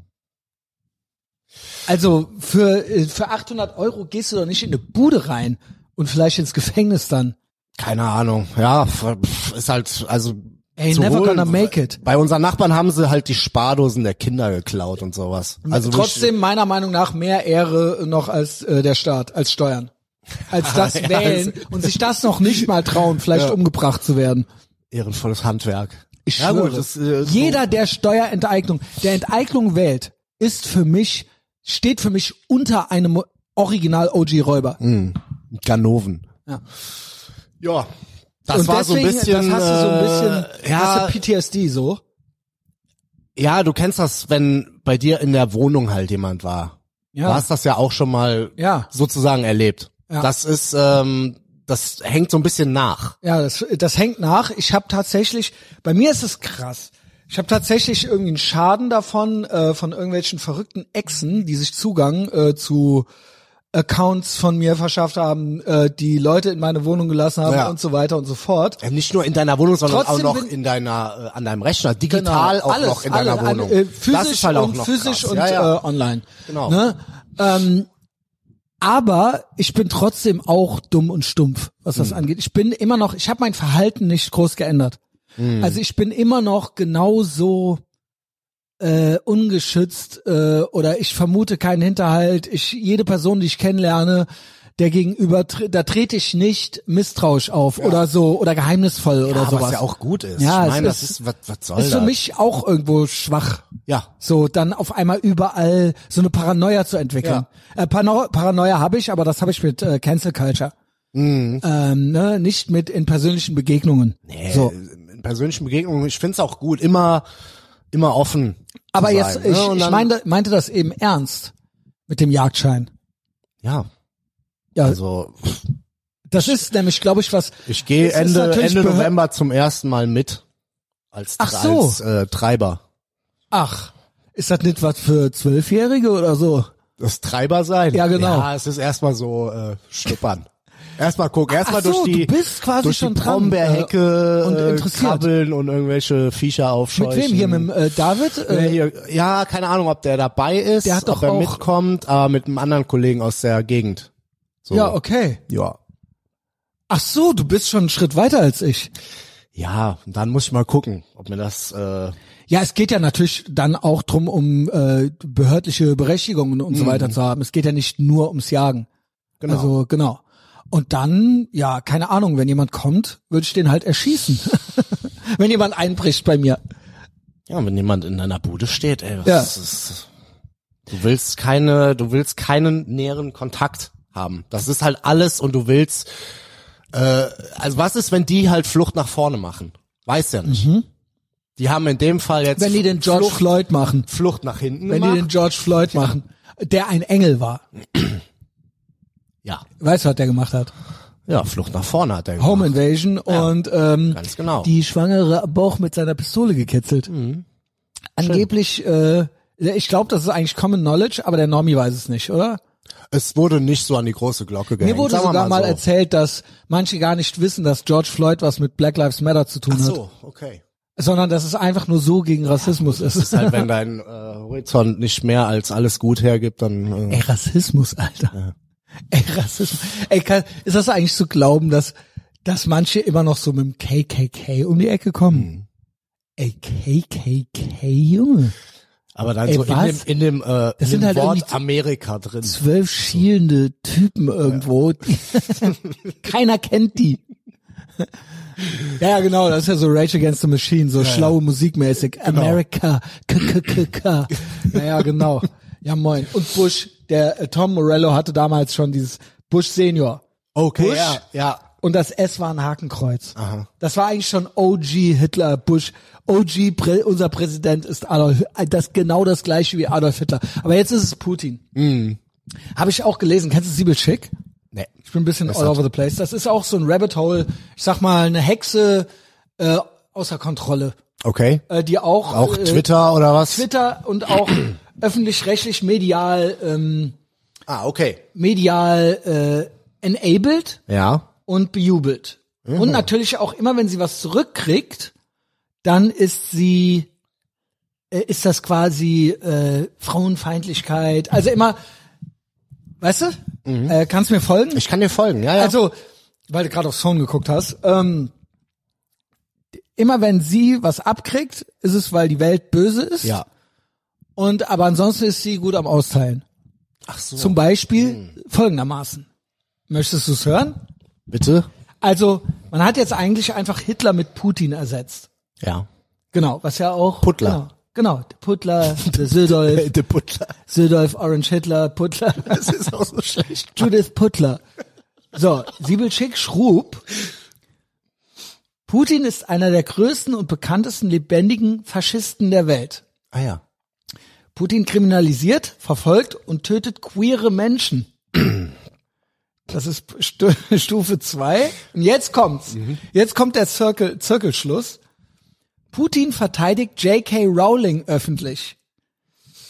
A: Also für, äh, für 800 Euro gehst du doch nicht in eine Bude rein und vielleicht ins Gefängnis dann.
B: Keine Ahnung. Ja, pf, ist halt, also.
A: Ey,
B: zu
A: never
B: holen.
A: gonna make it.
B: Bei unseren Nachbarn haben sie halt die Spardosen der Kinder geklaut und sowas. Also wirklich-
A: Trotzdem meiner Meinung nach mehr Ehre noch als äh, der Staat, als Steuern. Als das
B: Ja, also-
A: wählen und sich das noch nicht mal trauen, vielleicht
B: Ja.
A: umgebracht zu werden.
B: ehrenvolles Handwerk.
A: Ich
B: ja,
A: schwöre.
B: gut, das, äh, so-
A: Jeder, der Steuerenteignung, der Enteignung wählt, ist für mich, steht für mich unter einem Original-OG-Räuber.
B: Hm. Ganoven.
A: Ja.
B: Ja. Das
A: und
B: war
A: deswegen,
B: so ein bisschen.
A: das hast du so ein bisschen,
B: äh, ja,
A: hast du PTSD so.
B: ja, du kennst das, wenn bei dir in der Wohnung halt jemand war.
A: Ja.
B: Du hast das ja auch schon mal
A: Ja.
B: sozusagen erlebt.
A: Ja.
B: Das ist, ähm, das hängt so ein bisschen nach.
A: Ja, das, das hängt nach. Ich habe tatsächlich, bei mir ist es krass. Ich habe tatsächlich irgendwie einen Schaden davon, äh, von irgendwelchen verrückten Echsen, die sich Zugang äh, zu Accounts von mir verschafft haben, äh, die Leute in meine Wohnung gelassen haben
B: Ja.
A: und so weiter und so fort.
B: Äh, Nicht nur in deiner Wohnung, sondern
A: Trotzdem
B: auch noch
A: bin- Genau.
B: in deiner, äh, an deinem Rechner, digital auch
A: alles,
B: noch in deiner
A: alle,
B: Wohnung.
A: Alle, äh,
B: das
A: physisch
B: ist halt auch
A: und
B: noch
A: physisch
B: krass.
A: und
B: ja, ja.
A: Äh, online.
B: Genau.
A: Ne? Ähm, aber ich bin trotzdem auch dumm und stumpf, was
B: Hm.
A: das angeht. Ich bin immer noch, ich habe mein Verhalten nicht groß geändert.
B: Hm.
A: Also ich bin immer noch genauso äh, ungeschützt äh, oder ich vermute keinen Hinterhalt. Ich jede Person, die ich kennenlerne, der gegenüber, tre- da trete ich nicht misstrauisch auf oder so oder geheimnisvoll oder
B: ja,
A: sowas.
B: was ja auch gut ist.
A: Ja,
B: ich
A: es
B: meine, das
A: ist-
B: ist, was, was soll
A: Ist für
B: das?
A: mich auch irgendwo schwach.
B: ja,
A: So, dann auf einmal überall so eine Paranoia zu entwickeln. Äh, Parano Paranoia habe ich, aber das habe ich mit äh, Cancel Culture. Ähm, ne? Nicht mit in persönlichen Begegnungen.
B: Mhm. Nee,
A: So.
B: in persönlichen Begegnungen, ich find's auch gut, immer, immer offen. zu
A: Aber
B: sein,
A: jetzt,
B: ne?
A: ich,
B: Und
A: ich
B: dann-
A: meinte, meinte das eben ernst mit dem Jagdschein.
B: ja,
A: Ja,
B: also
A: das ist nämlich, glaube ich, was.
B: ich gehe
A: Es ist
B: Ende,
A: natürlich
B: Ende
A: behör-
B: November zum ersten Mal mit als,
A: Ach so.
B: als äh, Treiber.
A: Ach, ist das nicht was für Zwölfjährige oder so?
B: Das Treiber sein.
A: Ja, genau.
B: Ja, es ist erstmal so äh, schnuppern. erstmal gucken, erstmal
A: Ach so,
B: durch die
A: du bist quasi
B: durch
A: Also schon
B: die
A: dran,
B: Brombeerhecke
A: äh, und
B: äh,
A: interessiert.
B: krabbeln und irgendwelche Viecher
A: Mit
B: aufscheuchen.
A: wem hier? Mit dem, äh, David?
B: Nee,
A: Äh,
B: hier, ja, keine Ahnung, ob der dabei ist,
A: Der hat doch
B: ob er
A: auch-
B: mitkommt, aber mit einem anderen Kollegen aus der Gegend. So.
A: ja, okay.
B: Ja.
A: Ach so, du bist schon einen Schritt weiter als ich.
B: Ja, und dann muss ich mal gucken, ob mir das äh,
A: Ja, es geht ja natürlich dann auch drum, um äh, behördliche Berechtigungen und so weiter zu haben. Es geht ja nicht nur ums Jagen.
B: Mhm. Genau.
A: Also genau. Und dann, ja, keine Ahnung, wenn jemand kommt, würde ich den halt erschießen. wenn jemand einbricht bei mir.
B: Ja, wenn jemand in deiner Bude steht, ey, was
A: Ja.
B: ist, ist, du willst keine, du willst keinen näheren Kontakt haben. Das ist halt alles und du willst, äh, also was ist, wenn die halt Flucht nach vorne machen? Weiß ja nicht. Die haben in dem Fall jetzt
A: Mhm. Wenn die den George
B: Flucht,
A: Floyd machen.
B: Flucht nach hinten
A: Wenn die den
B: gemacht.
A: George Floyd machen, der ein Engel war.
B: ja,
A: Weißt du, was der gemacht hat?
B: ja, Flucht nach vorne hat er gemacht.
A: Home Invasion und ähm,
B: Ganz genau.
A: die Schwangere am Bauch mit seiner Pistole gekitzelt.
B: Mhm.
A: Angeblich, äh, ich glaube, das ist eigentlich Common Knowledge, aber der Normie weiß es nicht, oder?
B: Es wurde nicht so an die große Glocke gehängt.
A: Mir wurde
B: sagen wir
A: sogar mal,
B: so.
A: erzählt, dass manche gar nicht wissen, dass George Floyd was mit Black Lives Matter zu tun
B: Ach
A: hat,
B: so, okay.
A: sondern dass es einfach nur so gegen Rassismus
B: Das
A: ist.
B: ist halt, wenn dein äh, Horizont nicht mehr als alles gut hergibt, dann äh,
A: Ey, Rassismus, Alter. Ey, Rassismus. Ey, kann, ist das eigentlich zu glauben, dass, dass manche immer noch so mit dem KKK um die Ecke
B: Mhm.
A: kommen? Ey, KKK, Junge.
B: Aber dann
A: Ey,
B: so in
A: was?
B: dem, in dem, äh, in
A: sind
B: dem
A: halt irgendwie-
B: Wort Amerika drin.
A: Zwölf schielende Typen irgendwo. Keiner kennt die. Ja, ja, genau, das ist ja so Rage Against the Machine, so schlaue Musikmäßig. America, k k k k. Naja, genau. Ja, moin. Und Bush, der äh, Tom Morello hatte damals schon dieses Bush Senior.
B: Okay,
A: Bush?
B: ja, ja.
A: Und das S war ein Hakenkreuz. Das war eigentlich schon OG Hitler, Bush. OG, Prä unser Präsident ist Adolf, das genau das gleiche wie Adolf Hitler. Aber jetzt ist es Putin.
B: Mhm.
A: Habe ich auch gelesen. Kennst du Sibyl Schick?
B: Nee.
A: Ich bin ein bisschen
B: Das
A: all
B: hat-
A: over the place. Das ist auch so ein Rabbit Hole. Ich sag mal, eine Hexe äh, außer Kontrolle,
B: Okay.
A: äh, die auch,
B: Auch
A: äh,
B: Twitter oder was?
A: Twitter und auch öffentlich-rechtlich medial, ähm,
B: Ah, okay.
A: medial äh, enabled
B: Ja.
A: und bejubelt. Und natürlich auch immer, wenn sie was zurückkriegt, dann ist sie, äh, ist das quasi äh, Frauenfeindlichkeit. Also immer, weißt du, äh, kannst du mir folgen?
B: Mhm. Ich kann dir folgen, ja, ja.
A: Also, weil du gerade auf Zone geguckt hast, ähm, immer wenn sie was abkriegt, ist es, weil die Welt böse ist.
B: ja.
A: Und aber ansonsten ist sie gut am Austeilen.
B: Ach so. Hm.
A: Zum Beispiel folgendermaßen. Möchtest du es hören?
B: Bitte?
A: Also, man hat jetzt eigentlich einfach Hitler mit Putin ersetzt.
B: Ja.
A: Genau, was ja auch.
B: Putler.
A: Genau, genau der Putler, der Södolf,
B: Der Butler.
A: Södolf, Orange Hitler, Putler,
B: Das ist auch so schlecht.
A: Judith Putler. So, Sibyl Schick schrub. Putin ist einer der größten und bekanntesten lebendigen Faschisten der Welt.
B: Ah, ja.
A: Putin kriminalisiert, verfolgt und tötet queere Menschen. Das ist Stu- Stufe zwei. Und jetzt kommt's. Jetzt kommt der Zirkel, Zirkelschluss. Putin verteidigt J.K. Rowling öffentlich.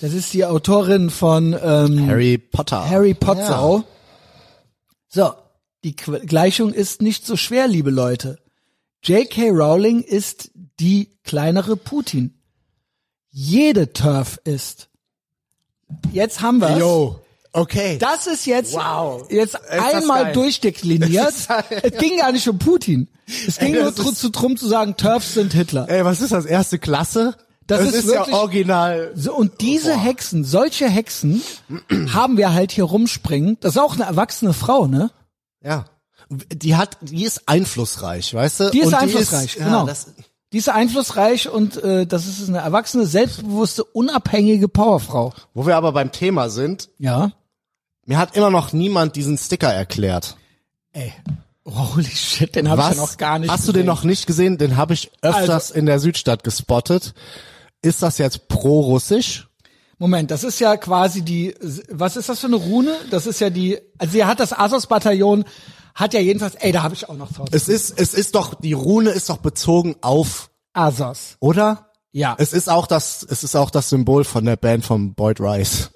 A: Das ist die Autorin von ähm,
B: Harry Potter.
A: Harry Potter. So, die Qu Gleichung ist nicht so schwer, liebe Leute. J.K. Rowling ist die kleinere Putin. Jede Turf ist. Jetzt haben
B: Ja.
A: wir
B: Yo. Okay.
A: Das ist jetzt,
B: Wow.
A: jetzt
B: Ist das
A: einmal
B: geil.
A: durchdekliniert.
B: Ist das geil.
A: Es ging gar nicht um Putin. Es ging
B: Ey,
A: nur
B: das
A: drum,
B: ist-
A: zu drum zu sagen, Turfs sind Hitler.
B: Ey, was ist das? Erste Klasse?
A: Das
B: Das,
A: ist
B: ist, ja
A: wirklich-
B: original.
A: So, und diese Hexen, solche Hexen haben wir halt hier rumspringen. Das ist auch eine erwachsene Frau, ne?
B: Ja. Die hat, die ist einflussreich, weißt du?
A: Die ist
B: Und
A: einflussreich,
B: ja,
A: genau.
B: das-
A: Die ist einflussreich und äh, das ist eine erwachsene, selbstbewusste, unabhängige Powerfrau.
B: wo wir aber beim Thema sind,
A: Ja.
B: Mir hat immer noch niemand diesen Sticker erklärt.
A: Ey. Holy shit, den habe ich ja noch gar nicht.
B: hast du den
A: gesehen. Also
B: noch nicht gesehen? Den habe ich öfters in der Südstadt gespottet. Ist das jetzt pro-russisch?
A: Moment, das ist ja quasi die. Was ist das für eine Rune? Das ist ja die. Also sie hat das Asos-Bataillon, hat ja jedenfalls. Ey, da habe ich auch noch drauf.
B: Es ist, es ist doch, die Rune ist doch bezogen auf,
A: Asos.
B: oder?
A: Ja.
B: Es ist auch das, es ist auch das Symbol von der Band von Boyd Rice.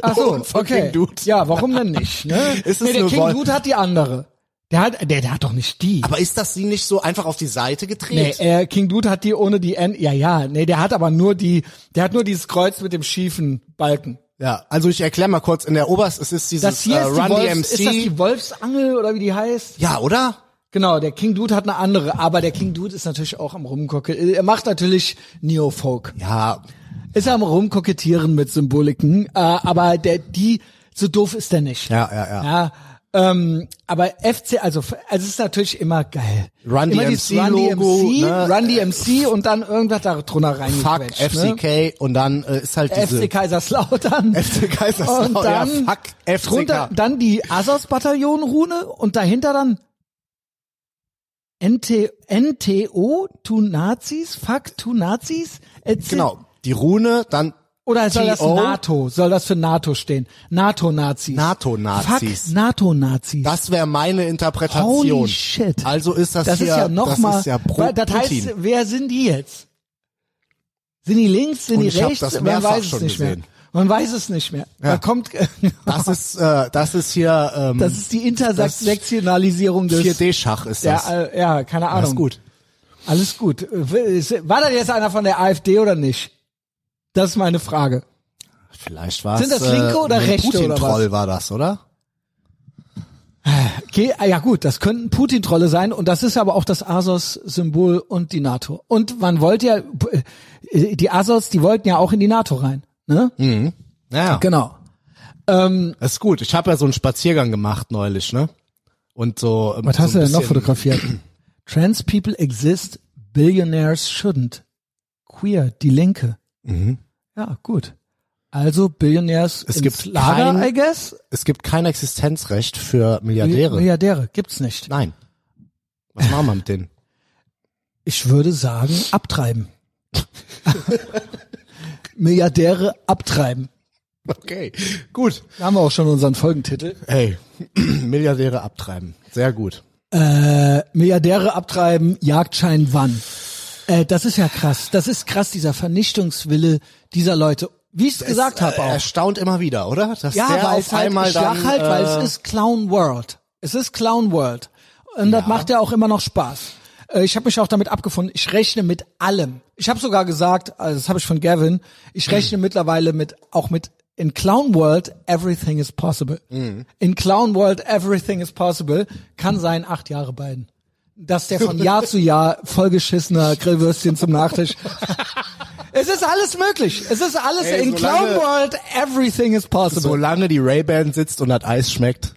A: Ach so,
B: von
A: okay.
B: King Dude.
A: Ja, warum denn nicht? Ne?
B: Es ist
A: nee, der
B: nur
A: King
B: Wol-
A: Dude hat die andere. Der hat, der, der hat doch nicht die.
B: Aber ist das sie nicht so einfach auf die Seite
A: Nee,
B: gedreht?
A: äh, King Dude hat die ohne die N. Ja, ja. Nee, der hat aber nur die. Der hat nur dieses Kreuz mit dem schiefen Balken.
B: ja, also ich erkläre mal kurz. In der Oberst, es ist dieses
A: Das hier
B: äh,
A: ist, die
B: Run
A: Wolfs, ist das
B: DMC.
A: die Wolfsangel oder wie die heißt?
B: Ja, oder?
A: Genau, der King Dude hat eine andere, aber der King Dude ist natürlich auch am Rumkocke. Er macht natürlich Neofolk.
B: Ja,
A: Ist am Rumkokettieren mit Symboliken, äh, aber der, die, so doof ist er nicht.
B: ja, ja, ja.
A: Ja, ähm, aber FC, also, also es ist natürlich immer geil.
B: Run
A: immer
B: DMC
A: dieses Run
B: Logo,
A: DMC,
B: ne?
A: Run DMC und dann irgendwas da drunter ne?
B: Fuck
A: reingequetscht.
B: FCK und dann äh, ist halt
A: ne?
B: diese
A: FC Kaiserslautern.
B: FC Kaiserslautern,
A: Und dann
B: ja, fuck FCK.
A: Drunter, dann die Asos-Bataillon-Rune und dahinter dann NT, NTO, tu Nazis, fuck, tu Nazis. etc.
B: genau die Rune, dann
A: Oder soll das
B: TO?
A: NATO, soll das für NATO stehen? NATO-Nazis.
B: NATO-Nazis.
A: Fuck, NATO-Nazis.
B: Das wäre meine Interpretation.
A: Holy shit.
B: Also ist das,
A: Das
B: hier,
A: ist ja
B: das
A: nochmal,
B: ist ja pro
A: das heißt,
B: Putin.
A: wer sind die jetzt? Sind die links, sind
B: Und
A: die
B: ich hab
A: rechts?
B: das
A: Man
B: mehrfach
A: weiß es
B: schon
A: nicht
B: gesehen.
A: mehr. Man weiß es nicht mehr. Man kommt,
B: Das ist, äh, das ist hier ähm,
A: das ist die Intersektionalisierung des,
B: 4D-Schach ist das.
A: ja, äh, ja, keine Ahnung.
B: das ist gut.
A: Alles gut. Äh, ist- War da jetzt einer von der AfD oder nicht? Das ist meine Frage.
B: Vielleicht war
A: Sind das linke oder rechte oder was?
B: Putin-Troll war das, oder?
A: Okay, ah ja gut, das könnten Putin-Trolle sein und das ist aber auch das Asos-Symbol und die NATO. Und man wollte ja, äh, die Asos, die wollten ja auch in die NATO rein, ne?
B: Ja,
A: Genau.
B: das ist gut. Ich habe ja so einen Spaziergang gemacht neulich, ne? Und so. ähm,
A: Was
B: so
A: hast
B: ein
A: du denn noch
B: bisschen-
A: fotografiert? Trans people exist, billionaires shouldn't. Queer, die Linke. Mhm. Ja, gut. Also Billionaires
B: Es
A: ins
B: gibt
A: Lager,
B: kein-
A: I guess.
B: Es gibt kein Existenzrecht für Milliardäre.
A: Milliardäre gibt's nicht.
B: Nein. Was machen wir mit denen?
A: Ich würde sagen, abtreiben. Milliardäre abtreiben.
B: Okay, gut.
A: Da haben wir auch schon unseren Folgentitel.
B: Hey, Milliardäre abtreiben. Sehr gut.
A: Äh, Milliardäre abtreiben, Jagdschein wann? Äh, das ist ja krass. Das ist krass, dieser Vernichtungswille dieser Leute. Wie ich es gesagt habe auch.
B: Äh, Erstaunt immer wieder, oder? Dass
A: Ja,
B: der
A: weil
B: auf
A: es halt,
B: einmal
A: ich lach
B: dann,
A: halt, weil
B: äh,
A: es ist Clown World. Es ist Clown World. Und das macht ja auch immer noch Spaß. Äh, Ich habe mich auch damit abgefunden. Ich rechne mit allem. Ich habe sogar gesagt, also das habe ich von Gavin, ich rechne mittlerweile mit auch mit in Clown World everything is possible.
B: Mhm.
A: In Clown World everything is possible kann sein acht Jahre beiden. Dass der von Jahr zu Jahr vollgeschissener Grillwürstchen zum Nachtisch. es ist alles möglich. Es ist alles
B: Ey,
A: in Clown
B: solange-
A: World everything is possible.
B: solange die Ray-Ban sitzt und das Eis schmeckt.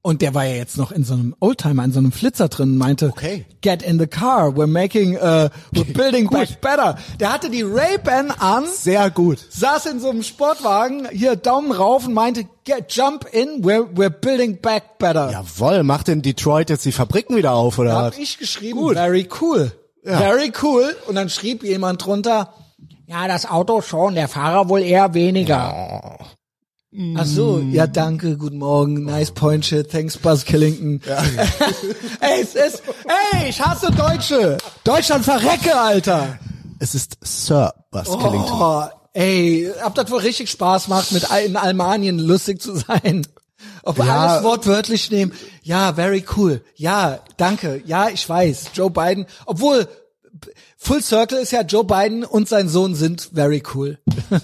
A: Und der war ja jetzt noch in so einem Oldtimer, in so einem Flitzer drin, und meinte,
B: Okay.
A: get in the car, we're making, uh, we're building back better. Der hatte die Ray-Ban an,
B: Sehr gut.
A: saß in so einem Sportwagen, hier Daumen rauf und meinte, get, jump in, we're, we're building back better.
B: Jawoll, macht in Detroit jetzt die Fabriken wieder auf, oder?
A: Hab
B: was?
A: ich geschrieben, very cool, very cool. Und dann schrieb jemand drunter, ja, das Auto schon, der Fahrer wohl eher weniger. Ach so, ja danke, guten Morgen, nice point shit, thanks Buzz Killington. ey, es ist, ey, ich hasse Deutsche. Deutschland verrecke, Alter.
B: Es ist Sir Buzz Killington.
A: Oh, ey, ob das wohl richtig Spaß macht, mit all- in Almanien lustig zu sein. Ob wir
B: Ja.
A: alles wortwörtlich nehmen. Ja, very cool. Ja, danke. Ja, ich weiß. Joe Biden, obwohl b- Full Circle ist ja Joe Biden und sein Sohn sind very cool.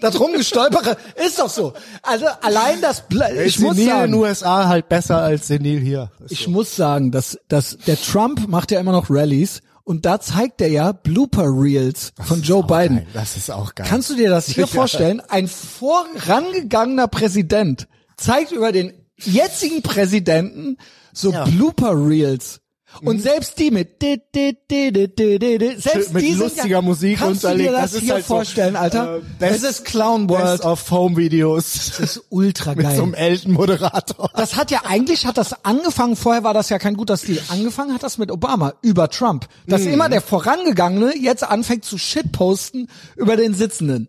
A: das rumgestolpere ist doch so. Also allein das Bla ich muss
B: Senil in
A: sagen,
B: den USA halt besser als Senil hier.
A: ich muss sagen, dass, dass der Trump macht ja immer noch Rallies und da zeigt er ja Blooper Reels von Joe Biden.
B: Nein, das ist auch geil.
A: Kannst du dir das hier vorstellen? Ein vorangegangener Präsident zeigt über den jetzigen Präsidenten so
B: Ja. Mhm.
A: Blooper-Reels. Und selbst die mit di- di- di- di- di- di- di- selbst
B: Mit
A: die sind
B: lustiger
A: ja,
B: Musik
A: kannst
B: unterlegt.
A: du dir das,
B: Das ist
A: hier
B: halt so,
A: vorstellen, Alter?
B: äh, best-
A: es ist Clown World.
B: Best of Home Videos
A: Das ist ultra
B: mit
A: geil.
B: so einem alten Moderator.
A: Das hat ja eigentlich hat das angefangen. Vorher war das ja kein guter Stil. Angefangen hat das mit Obama über Trump. Dass
B: Mhm.
A: immer der vorangegangene jetzt anfängt zu shitposten über den Sitzenden.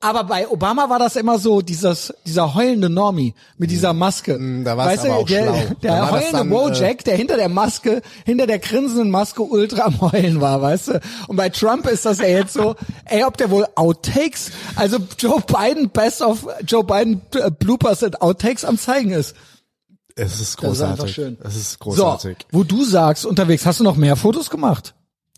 A: Aber bei Obama war das immer so dieses dieser heulende Normie mit dieser Maske.
B: Mhm. da war's
A: Weißt du,
B: aber auch
A: der,
B: schlau. Da
A: der
B: war das
A: heulende
B: dann, äh,
A: Wojak, der hinter der Maske, hinter der grinsenden Maske ultra am heulen war, weißt du? Und bei Trump ist das ja jetzt so, ey, ob der wohl Outtakes, also Joe Biden best of Joe Biden äh, Bloopers and Outtakes am zeigen ist.
B: Es
A: Das
B: ist
A: ist
B: großartig.
A: einfach schön.
B: Es ist
A: So,
B: großartig.
A: wo du sagst, unterwegs, hast du noch mehr Fotos gemacht?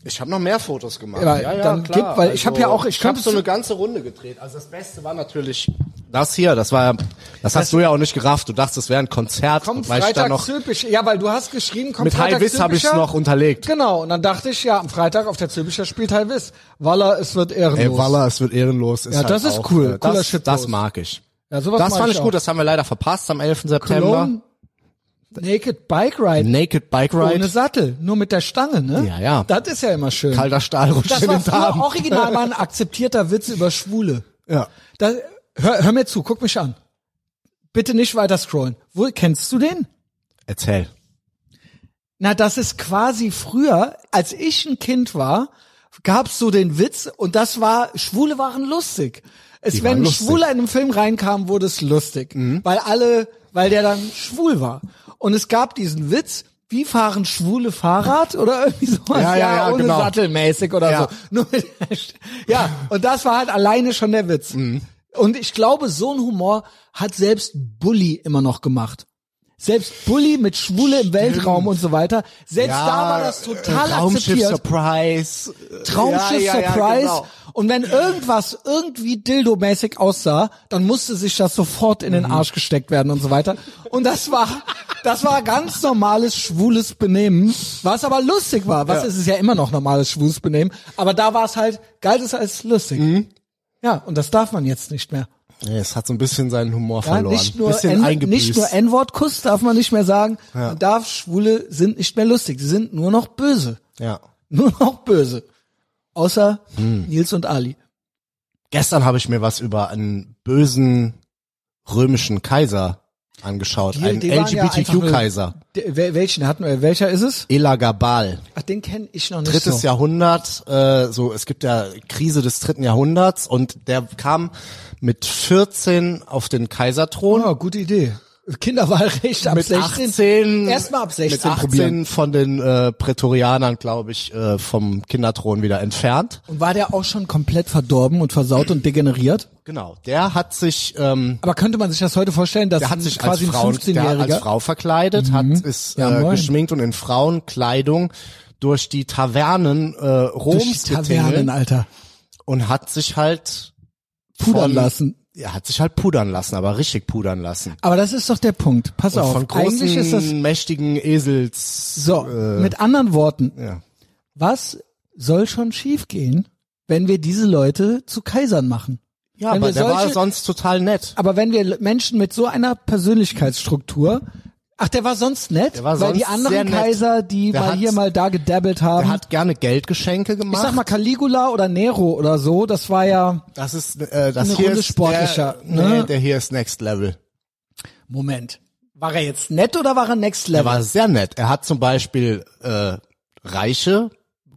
B: Ich habe noch mehr Fotos gemacht.
A: Ja, dann gib, weil ich hab ja auch- ich
B: Also, ich habe
A: könnte
B: so
A: zu-
B: eine ganze Runde gedreht. Also das Beste war natürlich das hier. Das war, das, hast du ja auch nicht gerafft. Du dachtest, es wäre ein Konzert.
A: Kommt
B: und weil ich da
A: Freitag
B: noch
A: typisch. Ja, weil du hast geschrieben, kommt
B: mit
A: Freitag
B: High-Wiss habe ich
A: Zülpicher.
B: noch unterlegt.
A: Genau, und dann dachte ich, ja, am Freitag auf der Zülpicher spielt Halbwiss. Waller, es wird ehrenlos.
B: Ey, Walla, es wird ehrenlos. Ist
A: Ja,
B: halt
A: das ist
B: auch,
A: cool.
B: äh,
A: Cooler
B: Das,
A: Shit
B: das
A: los.
B: mag ich.
A: Ja, sowas
B: das
A: mag
B: fand
A: ich
B: ich gut.
A: auch.
B: Das haben wir leider verpasst am 11. September.
A: Cologne, Naked Bike Ride,
B: Naked Bike
A: ohne
B: Ride.
A: Sattel, nur mit der Stange, ne?
B: Ja, ja.
A: Das ist ja immer schön.
B: Kalter Stahl rutscht
A: das
B: in
A: war
B: den Darm.
A: früher original mal ein akzeptierter Witz über Schwule.
B: Ja.
A: Da, hör, hör mir zu, guck mich an. Bitte nicht weiter scrollen. Wo, kennst du den?
B: Erzähl.
A: Na, das ist quasi früher, als ich ein Kind war, gab's so den Witz und das war, Schwule waren lustig. Es,
B: Die
A: wenn
B: waren
A: ein
B: lustig. Mhm.
A: Schwuler in einem Film reinkam, wurde es lustig. Weil alle, weil der dann schwul war. Und es gab diesen Witz, wie fahren Schwule Fahrrad oder irgendwie sowas?
B: Ja, ja, ja,
A: ohne
B: genau.
A: Sattelmäßig oder
B: Ja.
A: so. Nur mit der St- ja, und das war halt alleine schon der Witz.
B: Mhm.
A: Und ich glaube, so ein Humor hat selbst Bully immer noch gemacht. Selbst Bully mit Schwule im Weltraum und so weiter. Selbst da war das total
B: Raumschiff
A: akzeptiert.
B: Surprise.
A: Traumschiff
B: Ja, ja, ja,
A: Surprise.
B: genau.
A: Und wenn irgendwas irgendwie dildomäßig aussah, dann musste sich das sofort in den
B: Mhm.
A: Arsch gesteckt werden und so weiter. Und das war, das war ganz normales schwules Benehmen, was aber lustig war. Was
B: Ja.
A: ist es ja immer noch normales schwules Benehmen? Aber da war es halt, galt es als lustig.
B: Mhm.
A: Ja, und das darf man jetzt nicht mehr.
B: Nee, es hat so ein bisschen seinen Humor
A: Ja,
B: verloren.
A: nicht nur
B: bisschen
A: N-
B: eingebüßt.
A: nicht nur N-Wort-Kuss darf man nicht mehr sagen. Man darf Schwule sind nicht mehr lustig, sie sind nur noch böse.
B: ja.
A: Nur noch böse. Außer
B: Hm.
A: Nils und Ali.
B: Gestern habe ich mir was über einen bösen römischen Kaiser angeschaut.
A: Die-
B: einen
A: die waren ja einfach
B: LGBTQ-Kaiser.
A: Der, wel- welchen hatten wir? Welcher ist es?
B: Elagabal.
A: Ach, den kenne ich noch nicht.
B: drittes
A: so.
B: Jahrhundert, äh, so es gibt ja Krise des dritten Jahrhunderts und der kam mit 14 auf den Kaiserthron.
A: Oh, gute Idee. Kinderwahlrecht ab
B: Mit
A: 16.
B: 18
A: Erstmal ab 16
B: mit 18
A: probieren.
B: von den äh, Prätorianern, glaube ich, äh, vom Kinderthron wieder entfernt.
A: Und war der auch schon komplett verdorben und versaut und degeneriert?
B: Genau, der hat sich ähm,
A: Aber könnte man sich das heute vorstellen, dass
B: der hat
A: ein-
B: sich als
A: quasi
B: Frau,
A: ein
B: der hat als
A: 15-Jähriger
B: Frau verkleidet, hat ist
A: Ja,
B: äh,
A: moin.
B: geschminkt und in Frauenkleidung durch die Tavernen äh, Roms
A: durch die Tavernen,
B: getingelt
A: Alter,
B: und hat sich halt
A: pudern
B: von-
A: lassen.
B: Er hat sich halt pudern lassen, aber richtig pudern lassen.
A: Aber das ist doch der Punkt. Pass auf.
B: Von großen,
A: Eigentlich ist das
B: mächtigen Esels. äh,
A: So, mit anderen Worten,
B: Ja.
A: was soll schon schiefgehen, wenn wir diese Leute zu Kaisern machen?
B: Ja,
A: wenn
B: aber
A: wir
B: der war
A: solche-
B: sonst total nett.
A: Aber wenn wir L- Menschen mit so einer Persönlichkeitsstruktur, ach, der war sonst nett,
B: Der war
A: weil
B: sonst
A: die
B: sehr
A: anderen
B: nett.
A: Kaiser, die
B: Der
A: mal
B: hat-
A: hier mal da gedabbelt
B: Er
A: haben,
B: hat gerne Geldgeschenke
A: ich
B: gemacht.
A: sag mal Caligula oder Nero oder so, das war ja,
B: das ist äh, das
A: Eine
B: hier
A: Runde
B: ist
A: sportlicher,
B: Der, nee,
A: ne?
B: der hier ist Next Level.
A: Moment, war er jetzt nett oder war er next
B: Er
A: level?
B: war sehr nett. Er hat zum Beispiel äh, reiche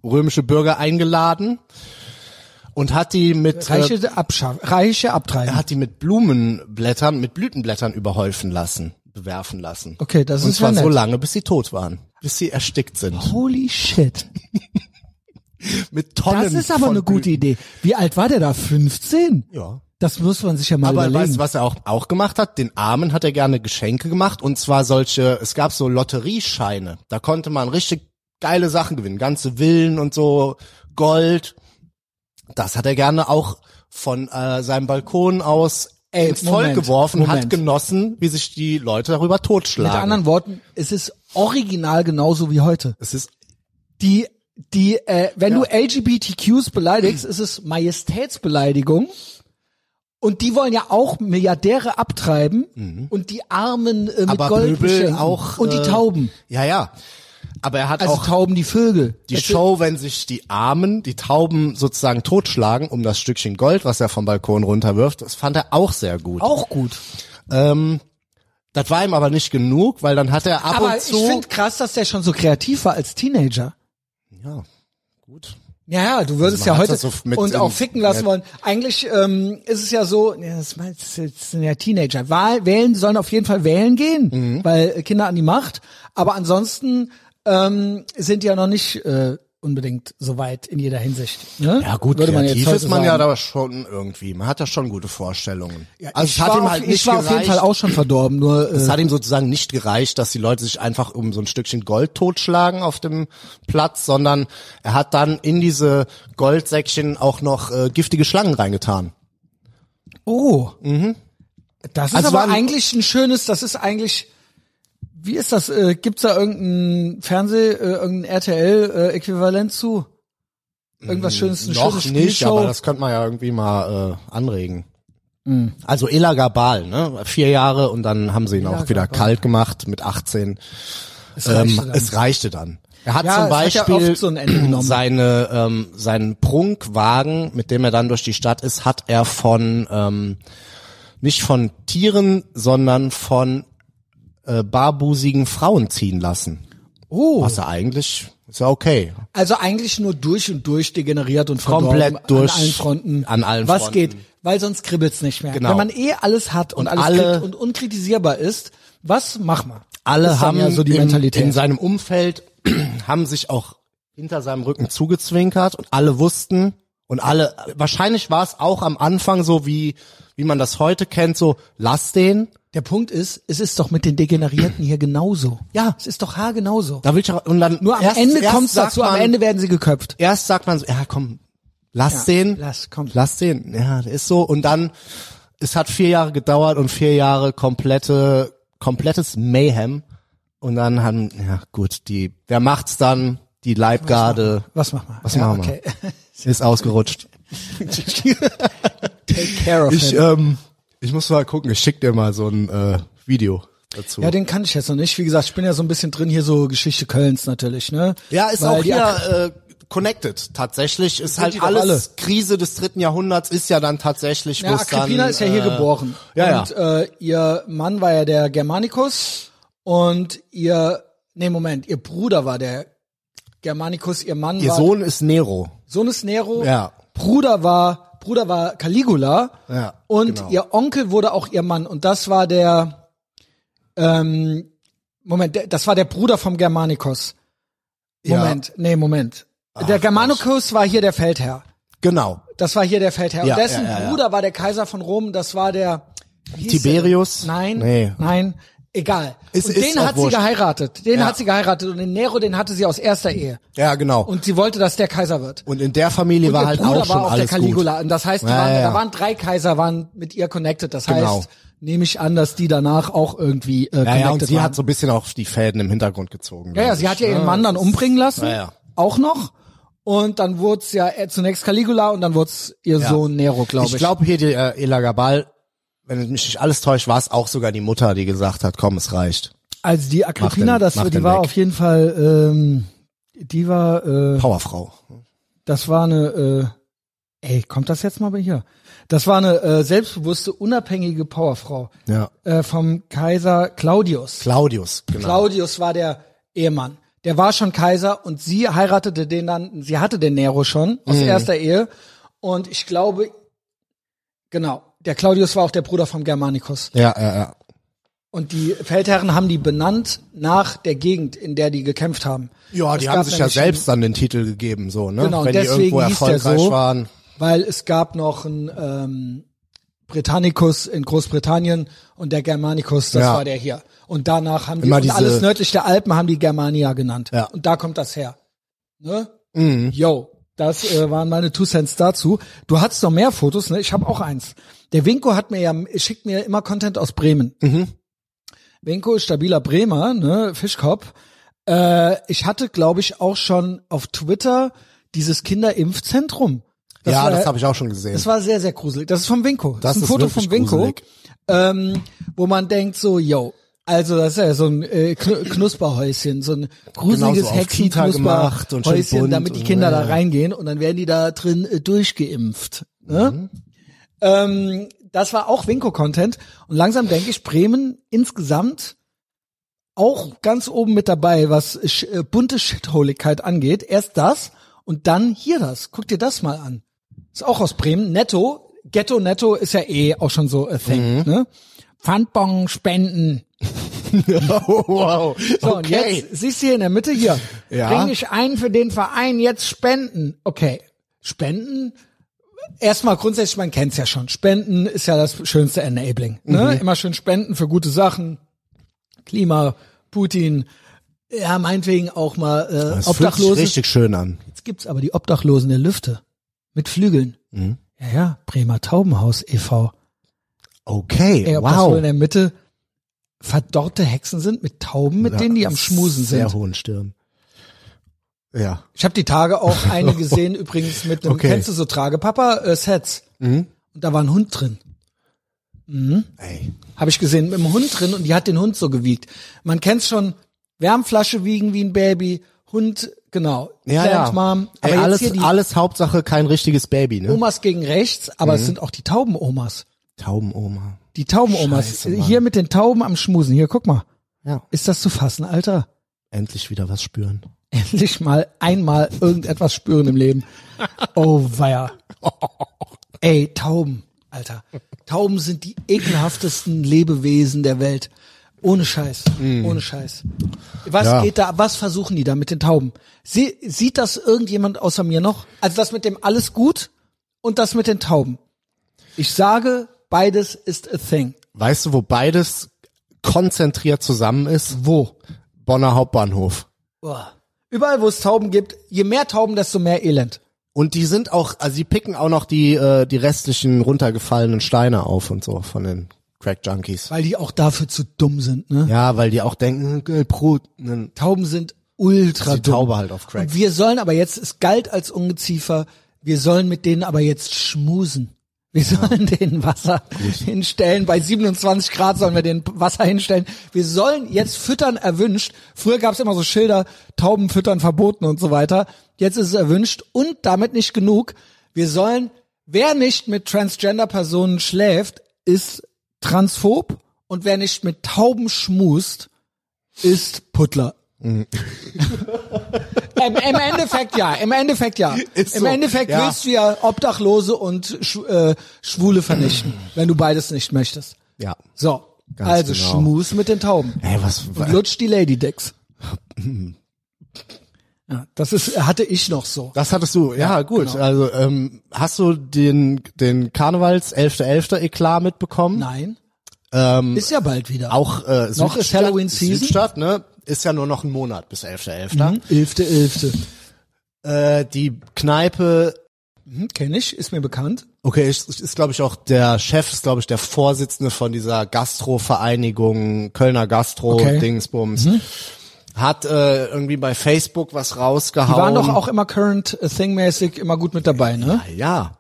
B: römische Bürger eingeladen und hat die mit äh,
A: Reiche abschaffen, Reiche abtreiben.
B: er hat die mit Blumenblättern, mit Blütenblättern überhäufen lassen, bewerfen lassen.
A: Okay, das
B: und
A: ist
B: zwar
A: ja nett. Oh,
B: so lange, bis sie tot waren, bis sie erstickt sind.
A: Holy shit.
B: mit Tonnen.
A: Das ist aber
B: von
A: eine gute
B: Blüten.
A: Idee. Wie alt war der da? 15?
B: Ja.
A: Das muss man sich ja mal
B: Aber weißt
A: überlegen.
B: du, was er auch, auch gemacht hat? Den Armen hat er gerne Geschenke gemacht und zwar solche, es gab so Lotteriescheine. Da konnte man richtig geile Sachen gewinnen. Ganze Villen und so, Gold. Das hat er gerne auch von äh, seinem Balkon aus
A: Ey,
B: ins Volk
A: Moment,
B: geworfen,
A: Moment.
B: hat genossen, wie sich die Leute darüber
A: Mit
B: totschlagen.
A: anderen Worten, es ist original genauso wie heute.
B: es ist
A: Die, die, äh, wenn du LGBTQs beleidigst, ist es Majestätsbeleidigung. Und die wollen ja auch Milliardäre abtreiben und die Armen äh, mit
B: Mhm. aber
A: Gold
B: Pöbel
A: beschenken.
B: auch
A: und die
B: äh,
A: Tauben.
B: Ja, ja. Aber er hat
A: Also
B: auch
A: Tauben, die Vögel.
B: die
A: Es-
B: Show, wenn sich die Armen, die Tauben sozusagen totschlagen, um das Stückchen Gold, was er vom Balkon runterwirft, das fand er auch sehr gut.
A: auch gut.
B: Das war ihm aber nicht genug, weil dann hat er ab
A: Aber
B: und
A: ich
B: zu.
A: finde krass, dass der schon so kreativ war als Teenager.
B: ja, gut.
A: Ja, ja, du würdest
B: Also man
A: ja
B: hat
A: heute
B: das so mit
A: und
B: im-
A: auch ficken lassen
B: ja.
A: wollen. Eigentlich ähm, ist es ja so, ja, das, meinst, das sind- das sind ja Teenager. Wahl, wählen sollen auf jeden Fall wählen gehen,
B: Mhm.
A: weil äh, Kinder an die Macht. Aber ansonsten ähm, sind die ja noch nicht äh, unbedingt so weit in jeder Hinsicht. Ne?
B: Ja gut,
A: Würde man jetzt
B: kreativ
A: heute
B: ist man
A: sagen.
B: ja da schon irgendwie. Man hat da schon gute Vorstellungen.
A: Ja,
B: also
A: ich
B: es hat
A: war,
B: ihm
A: auf-
B: halt
A: ich
B: nicht
A: war
B: gereicht.
A: auf jeden Fall auch schon verdorben, nur
B: es
A: äh,
B: hat ihm sozusagen nicht gereicht, dass die Leute sich einfach um so ein Stückchen Gold totschlagen auf dem Platz, sondern er hat dann in diese Goldsäckchen auch noch äh, giftige Schlangen reingetan.
A: oh. Das ist
B: Mhm. Also
A: aber
B: war ein-
A: eigentlich ein schönes, das ist eigentlich wie ist das äh, gibt's da irgendein Fernseh äh, irgendein RTL äh, Äquivalent zu? Irgendwas schönes, eine
B: Mm, noch
A: schöne
B: nicht,
A: Spielshow?
B: aber das könnte man ja irgendwie mal äh, anregen.
A: Hm.
B: Also Ela Gabal, ne? Vier Jahre und dann haben sie ihn auch wieder kalt gemacht mit 18.
A: Es reichte
B: Ähm,
A: dann.
B: es reichte dann. Er hat
A: Ja,
B: zum
A: es hat ja
B: Beispiel
A: oft so ein Ende genommen.
B: seine ähm, seinen Prunkwagen, mit dem er dann durch die Stadt ist, hat er von ähm, nicht von Tieren, sondern von äh, barbusigen Frauen ziehen lassen.
A: oh.
B: Was er eigentlich ist ja okay.
A: Also eigentlich nur durch und durch degeneriert und verdorben
B: Komplett durch,
A: an allen Fronten.
B: an allen
A: Was
B: Fronten.
A: geht, weil sonst kribbelt's nicht mehr.
B: Genau.
A: Wenn man eh alles hat und,
B: Und
A: alles
B: alle-
A: kriegt und unkritisierbar ist, was mach man?
B: alle
A: ist dann
B: haben
A: ja so die
B: in,
A: Mentalität.
B: in seinem Umfeld haben sich auch hinter seinem Rücken zugezwinkert und alle wussten und alle wahrscheinlich war es auch am Anfang so wie wie man das heute kennt so lass den
A: Der Punkt ist, es ist doch mit den Degenerierten hier genauso.
B: Ja.
A: es ist doch haar genauso.
B: da will ich auch- und dann
A: Nur am
B: erst,
A: Ende
B: erst
A: kommt's
B: sagt
A: dazu,
B: man,
A: am Ende werden sie geköpft.
B: erst sagt man so ja komm lass
A: Ja,
B: den
A: Lass, komm.
B: lass den ja der ist so und dann es hat vier Jahre gedauert und vier Jahre komplette komplettes Mayhem und dann haben ja gut die wer macht's dann die Leibgarde
A: Was mach mal?
B: Was machen wir? Ist ausgerutscht.
A: Take care of
B: Ich,
A: him.
B: ähm, ich muss mal gucken, ich schick dir mal so ein äh, Video dazu.
A: Ja, den kann ich jetzt noch nicht. Wie gesagt, ich bin ja so ein bisschen drin hier so Geschichte Kölns natürlich, ne?
B: Ja, ist
A: Weil
B: auch
A: die
B: hier äh, connected. Tatsächlich ist
A: die
B: halt
A: doch
B: alles
A: alle.
B: Krise des dritten Jahrhunderts ist ja dann tatsächlich
A: Ja,
B: wo's
A: Agrippina
B: dann,
A: ist ja hier
B: äh,
A: geboren.
B: Ja,
A: und
B: ja.
A: Äh, ihr Mann war ja der Germanicus und ihr, nee, Moment, ihr Bruder war der Germanicus, ihr Mann
B: Ihr
A: war
B: Sohn ist Nero.
A: Sohn ist Nero,
B: Ja.
A: Bruder war Bruder war Caligula
B: Ja,
A: und
B: genau.
A: ihr Onkel wurde auch ihr Mann und das war der ähm, Moment, der- das war der Bruder vom Germanicus.
B: Ja.
A: Moment, nee, Moment. der Germanicus war hier der Feldherr.
B: Genau.
A: Das war hier der Feldherr.
B: Ja,
A: und dessen
B: ja, ja, ja.
A: Bruder war der Kaiser von Rom, das war der wie hieß
B: Tiberius?
A: der? Nein,
B: Nee.
A: nein, egal.
B: Ist-
A: und
B: ist
A: den
B: auch
A: hat sie
B: wurscht.
A: geheiratet. Den
B: Ja.
A: hat sie geheiratet und den Nero, den hatte sie aus erster Ehe.
B: Ja, genau. Und,
A: Und sie wollte, dass der Kaiser wird.
B: in der Familie war
A: ihr
B: halt
A: Äh, Bruder
B: auch schon
A: war auch der
B: alles
A: Caligula. Und das heißt, die
B: Ja,
A: waren,
B: ja, ja.
A: da waren drei Kaiser waren mit ihr connected. Das
B: Genau.
A: heißt, nehme ich an, dass die danach auch irgendwie äh,
B: gut. Ja,
A: connected
B: ja, und sie
A: waren.
B: hat so ein bisschen auch die Fäden im Hintergrund gezogen.
A: Ja, ja,
B: glaub
A: sie
B: ich.
A: hat ja ihren Mann dann umbringen lassen.
B: Ja, ja.
A: Auch noch. Und dann wurde es ja äh, zunächst Caligula und dann wurde es ihr Sohn Nero, glaube ich.
B: Ich glaube hier die äh, Ela Gabal, wenn mich nicht alles täuscht, war es auch sogar die Mutter, die gesagt hat, komm, es reicht.
A: also die Agrippina,
B: Mach den-
A: das,
B: mach
A: die
B: den
A: war
B: weg.
A: auf jeden Fall, ähm, die war, äh,
B: Powerfrau.
A: das war eine, äh, ey, kommt das jetzt mal bei hier? Das war eine äh, selbstbewusste, unabhängige Powerfrau
B: Ja.
A: äh, vom Kaiser Claudius.
B: Claudius, genau.
A: Claudius war der Ehemann. Der war schon Kaiser und sie heiratete den dann, sie hatte den Nero schon aus erster Ehe. Und ich glaube, genau, der Claudius war auch der Bruder vom Germanicus.
B: ja, ja, ja.
A: Und die Feldherren haben die benannt nach der Gegend, in der die gekämpft haben.
B: Ja,
A: Es
B: die haben
A: gab
B: sich ja
A: nämlich einen-
B: selbst dann den Titel gegeben, so, ne?
A: Genau, und
B: wenn die
A: deswegen
B: irgendwo
A: hieß der
B: erfolgreich
A: so.
B: waren.
A: weil es gab noch einen ähm, Britannicus in Großbritannien und der Germanicus, das
B: Ja.
A: war der hier. Und danach haben
B: Immer
A: die und
B: diese-
A: alles nördlich der Alpen haben die Germania genannt.
B: Ja. Mhm.
A: Und da kommt das her. Ne? Yo, das äh, waren meine Two Cents dazu. Du hattest noch mehr Fotos, ne? Ich habe auch eins. Der Winko hat mir ja schickt mir immer Content aus Bremen.
B: Mhm.
A: Winko ist stabiler Bremer, ne? Fischkopf. Äh, ich hatte, glaube ich, auch schon auf Twitter dieses Kinderimpfzentrum.
B: ja,
A: war-
B: das habe ich auch schon gesehen.
A: das war sehr, sehr gruselig. Das ist vom Winko. Das,
B: Das
A: ist ein
B: ist
A: Foto
B: wirklich
A: vom Winko,
B: gruselig.
A: ähm, wo man denkt so, yo, also das ist ja so ein äh, Knu- Knusperhäuschen, so ein
B: Genau
A: gruseliges
B: so auf Kita gemacht und schön
A: Hexenknusperhäuschen,
B: bunt
A: damit die
B: und,
A: Kinder da
B: ja.
A: reingehen und dann werden die da drin äh, durchgeimpft.
B: Mhm.
A: Ne? Ähm, das war auch Winko-Content und langsam denke ich, Bremen insgesamt auch ganz oben mit dabei, was sch äh, bunte Shitholigkeit angeht. Erst das und dann hier das. Guck dir das mal an. Ist auch aus Bremen. Netto, Ghetto Netto ist ja eh auch schon so a thing,
B: Mhm.
A: ne? Pfandbon spenden.
B: wow.
A: So, und
B: okay.
A: jetzt siehst du hier in der Mitte hier.
B: Ja.
A: bring dich ein für den Verein, jetzt spenden. Okay, spenden? Erstmal grundsätzlich, man kennt's ja schon. Spenden ist ja das schönste Enabling. Ne?
B: Mhm.
A: Immer schön spenden für gute Sachen. Klima, Putin, ja, meinetwegen auch mal
B: Das
A: äh,
B: fühlt sich
A: Obdachlose.
B: richtig schön an.
A: Jetzt gibt's aber die Obdachlosen der Lüfte mit Flügeln.
B: Mhm.
A: Ja, ja, Bremer Taubenhaus e.V.
B: Okay,
A: Ey, ob das wohl in
B: wow.
A: der Mitte verdorrte Hexen sind mit Tauben, mit denen die am Schmusen
B: sehr
A: sind.
B: Sehr hohen Stirn. Ja.
A: Ich habe die Tage auch eine gesehen, übrigens mit einem,
B: Okay. Mhm.
A: kennst du so Tragepapa-Sets? Und da war ein Hund drin.
B: Ey.
A: Habe ich gesehen, mit dem Hund drin und die hat den Hund so gewiegt. Man kennt schon, Wärmflasche wiegen wie ein Baby, Hund, genau,
B: Ja,
A: Plant
B: ja.
A: Mom. Aber
B: Ey,
A: jetzt
B: alles,
A: hier die
B: alles Hauptsache kein richtiges Baby, ne?
A: Omas gegen rechts, aber
B: Mhm.
A: es sind auch die Taubenomas.
B: Taubenoma.
A: Die Taubenomas.
B: Scheiße, Mann.
A: Hier mit den Tauben am Schmusen. Hier, guck mal.
B: Ja.
A: Ist das zu fassen, Alter?
B: Endlich wieder was spüren.
A: endlich mal einmal irgendetwas spüren im Leben. Oh weia. Ey, Tauben, Alter. Tauben sind die ekelhaftesten Lebewesen der Welt. Ohne Scheiß, ohne Scheiß. Was
B: Mhm. Ja.
A: geht da, was versuchen die da mit den Tauben? Sie, sieht das irgendjemand außer mir noch? Also das mit dem alles gut und das mit den Tauben. Ich sage, beides ist a thing.
B: Weißt du, wo beides konzentriert zusammen ist?
A: Wo?
B: Bonner Hauptbahnhof.
A: Boah. Überall, wo es Tauben gibt, je mehr Tauben, desto mehr Elend.
B: Und die sind auch, also die picken auch noch die, äh, die restlichen runtergefallenen Steine auf und so von den Crack Junkies.
A: Weil die auch dafür zu dumm sind, ne?
B: Ja, weil die auch denken, äh, Brut, ne,
A: Tauben sind ultra
B: die
A: dumm.
B: Taube halt auf Crack.
A: Und wir sollen aber jetzt, es galt als Ungeziefer, wir sollen mit denen aber jetzt schmusen. Wir sollen denen Wasser hinstellen. Bei 27 Grad sollen wir denen Wasser hinstellen. Wir sollen jetzt füttern erwünscht. Früher gab es immer so Schilder, Tauben füttern verboten und so weiter. Jetzt ist es erwünscht und damit nicht genug. Wir sollen, wer nicht mit Transgender-Personen schläft, ist transphob und wer nicht mit Tauben schmust, ist Puttler. Im, Im Endeffekt ja, im Endeffekt ja.
B: Ist
A: Im
B: so,
A: Endeffekt
B: ja.
A: willst du ja Obdachlose und Schw äh, Schwule vernichten, wenn du beides nicht möchtest.
B: Ja.
A: So,
B: Ganz
A: also
B: genau.
A: schmus mit den Tauben.
B: Ey, was,
A: Und lutsch die Ladydicks. Ja, das ist, hatte ich noch so.
B: das hattest du, ja, gut.
A: genau.
B: Also, ähm, hast du den, den Karnevals 11.11. Eklat mitbekommen?
A: Nein.
B: Ähm,
A: ist ja bald wieder.
B: Auch, äh,
A: Noch ist Halloween Season.
B: Südstadt, ne? Ist ja nur noch ein Monat bis 11.11.
A: Mhm. Elfte, Elfte.
B: Äh, die Kneipe
A: Mhm, Kenne ich, ist mir bekannt.
B: Okay, ist, ist glaube ich auch der Chef, ist glaube ich der Vorsitzende von dieser Gastro-Vereinigung Kölner Gastro
A: Okay. Mhm.
B: Dingsbums. Hat äh, irgendwie bei Facebook was
A: Die
B: rausgehauen. Ah,
A: waren doch auch immer current äh, thing-mäßig immer gut mit dabei, ne?
B: ja,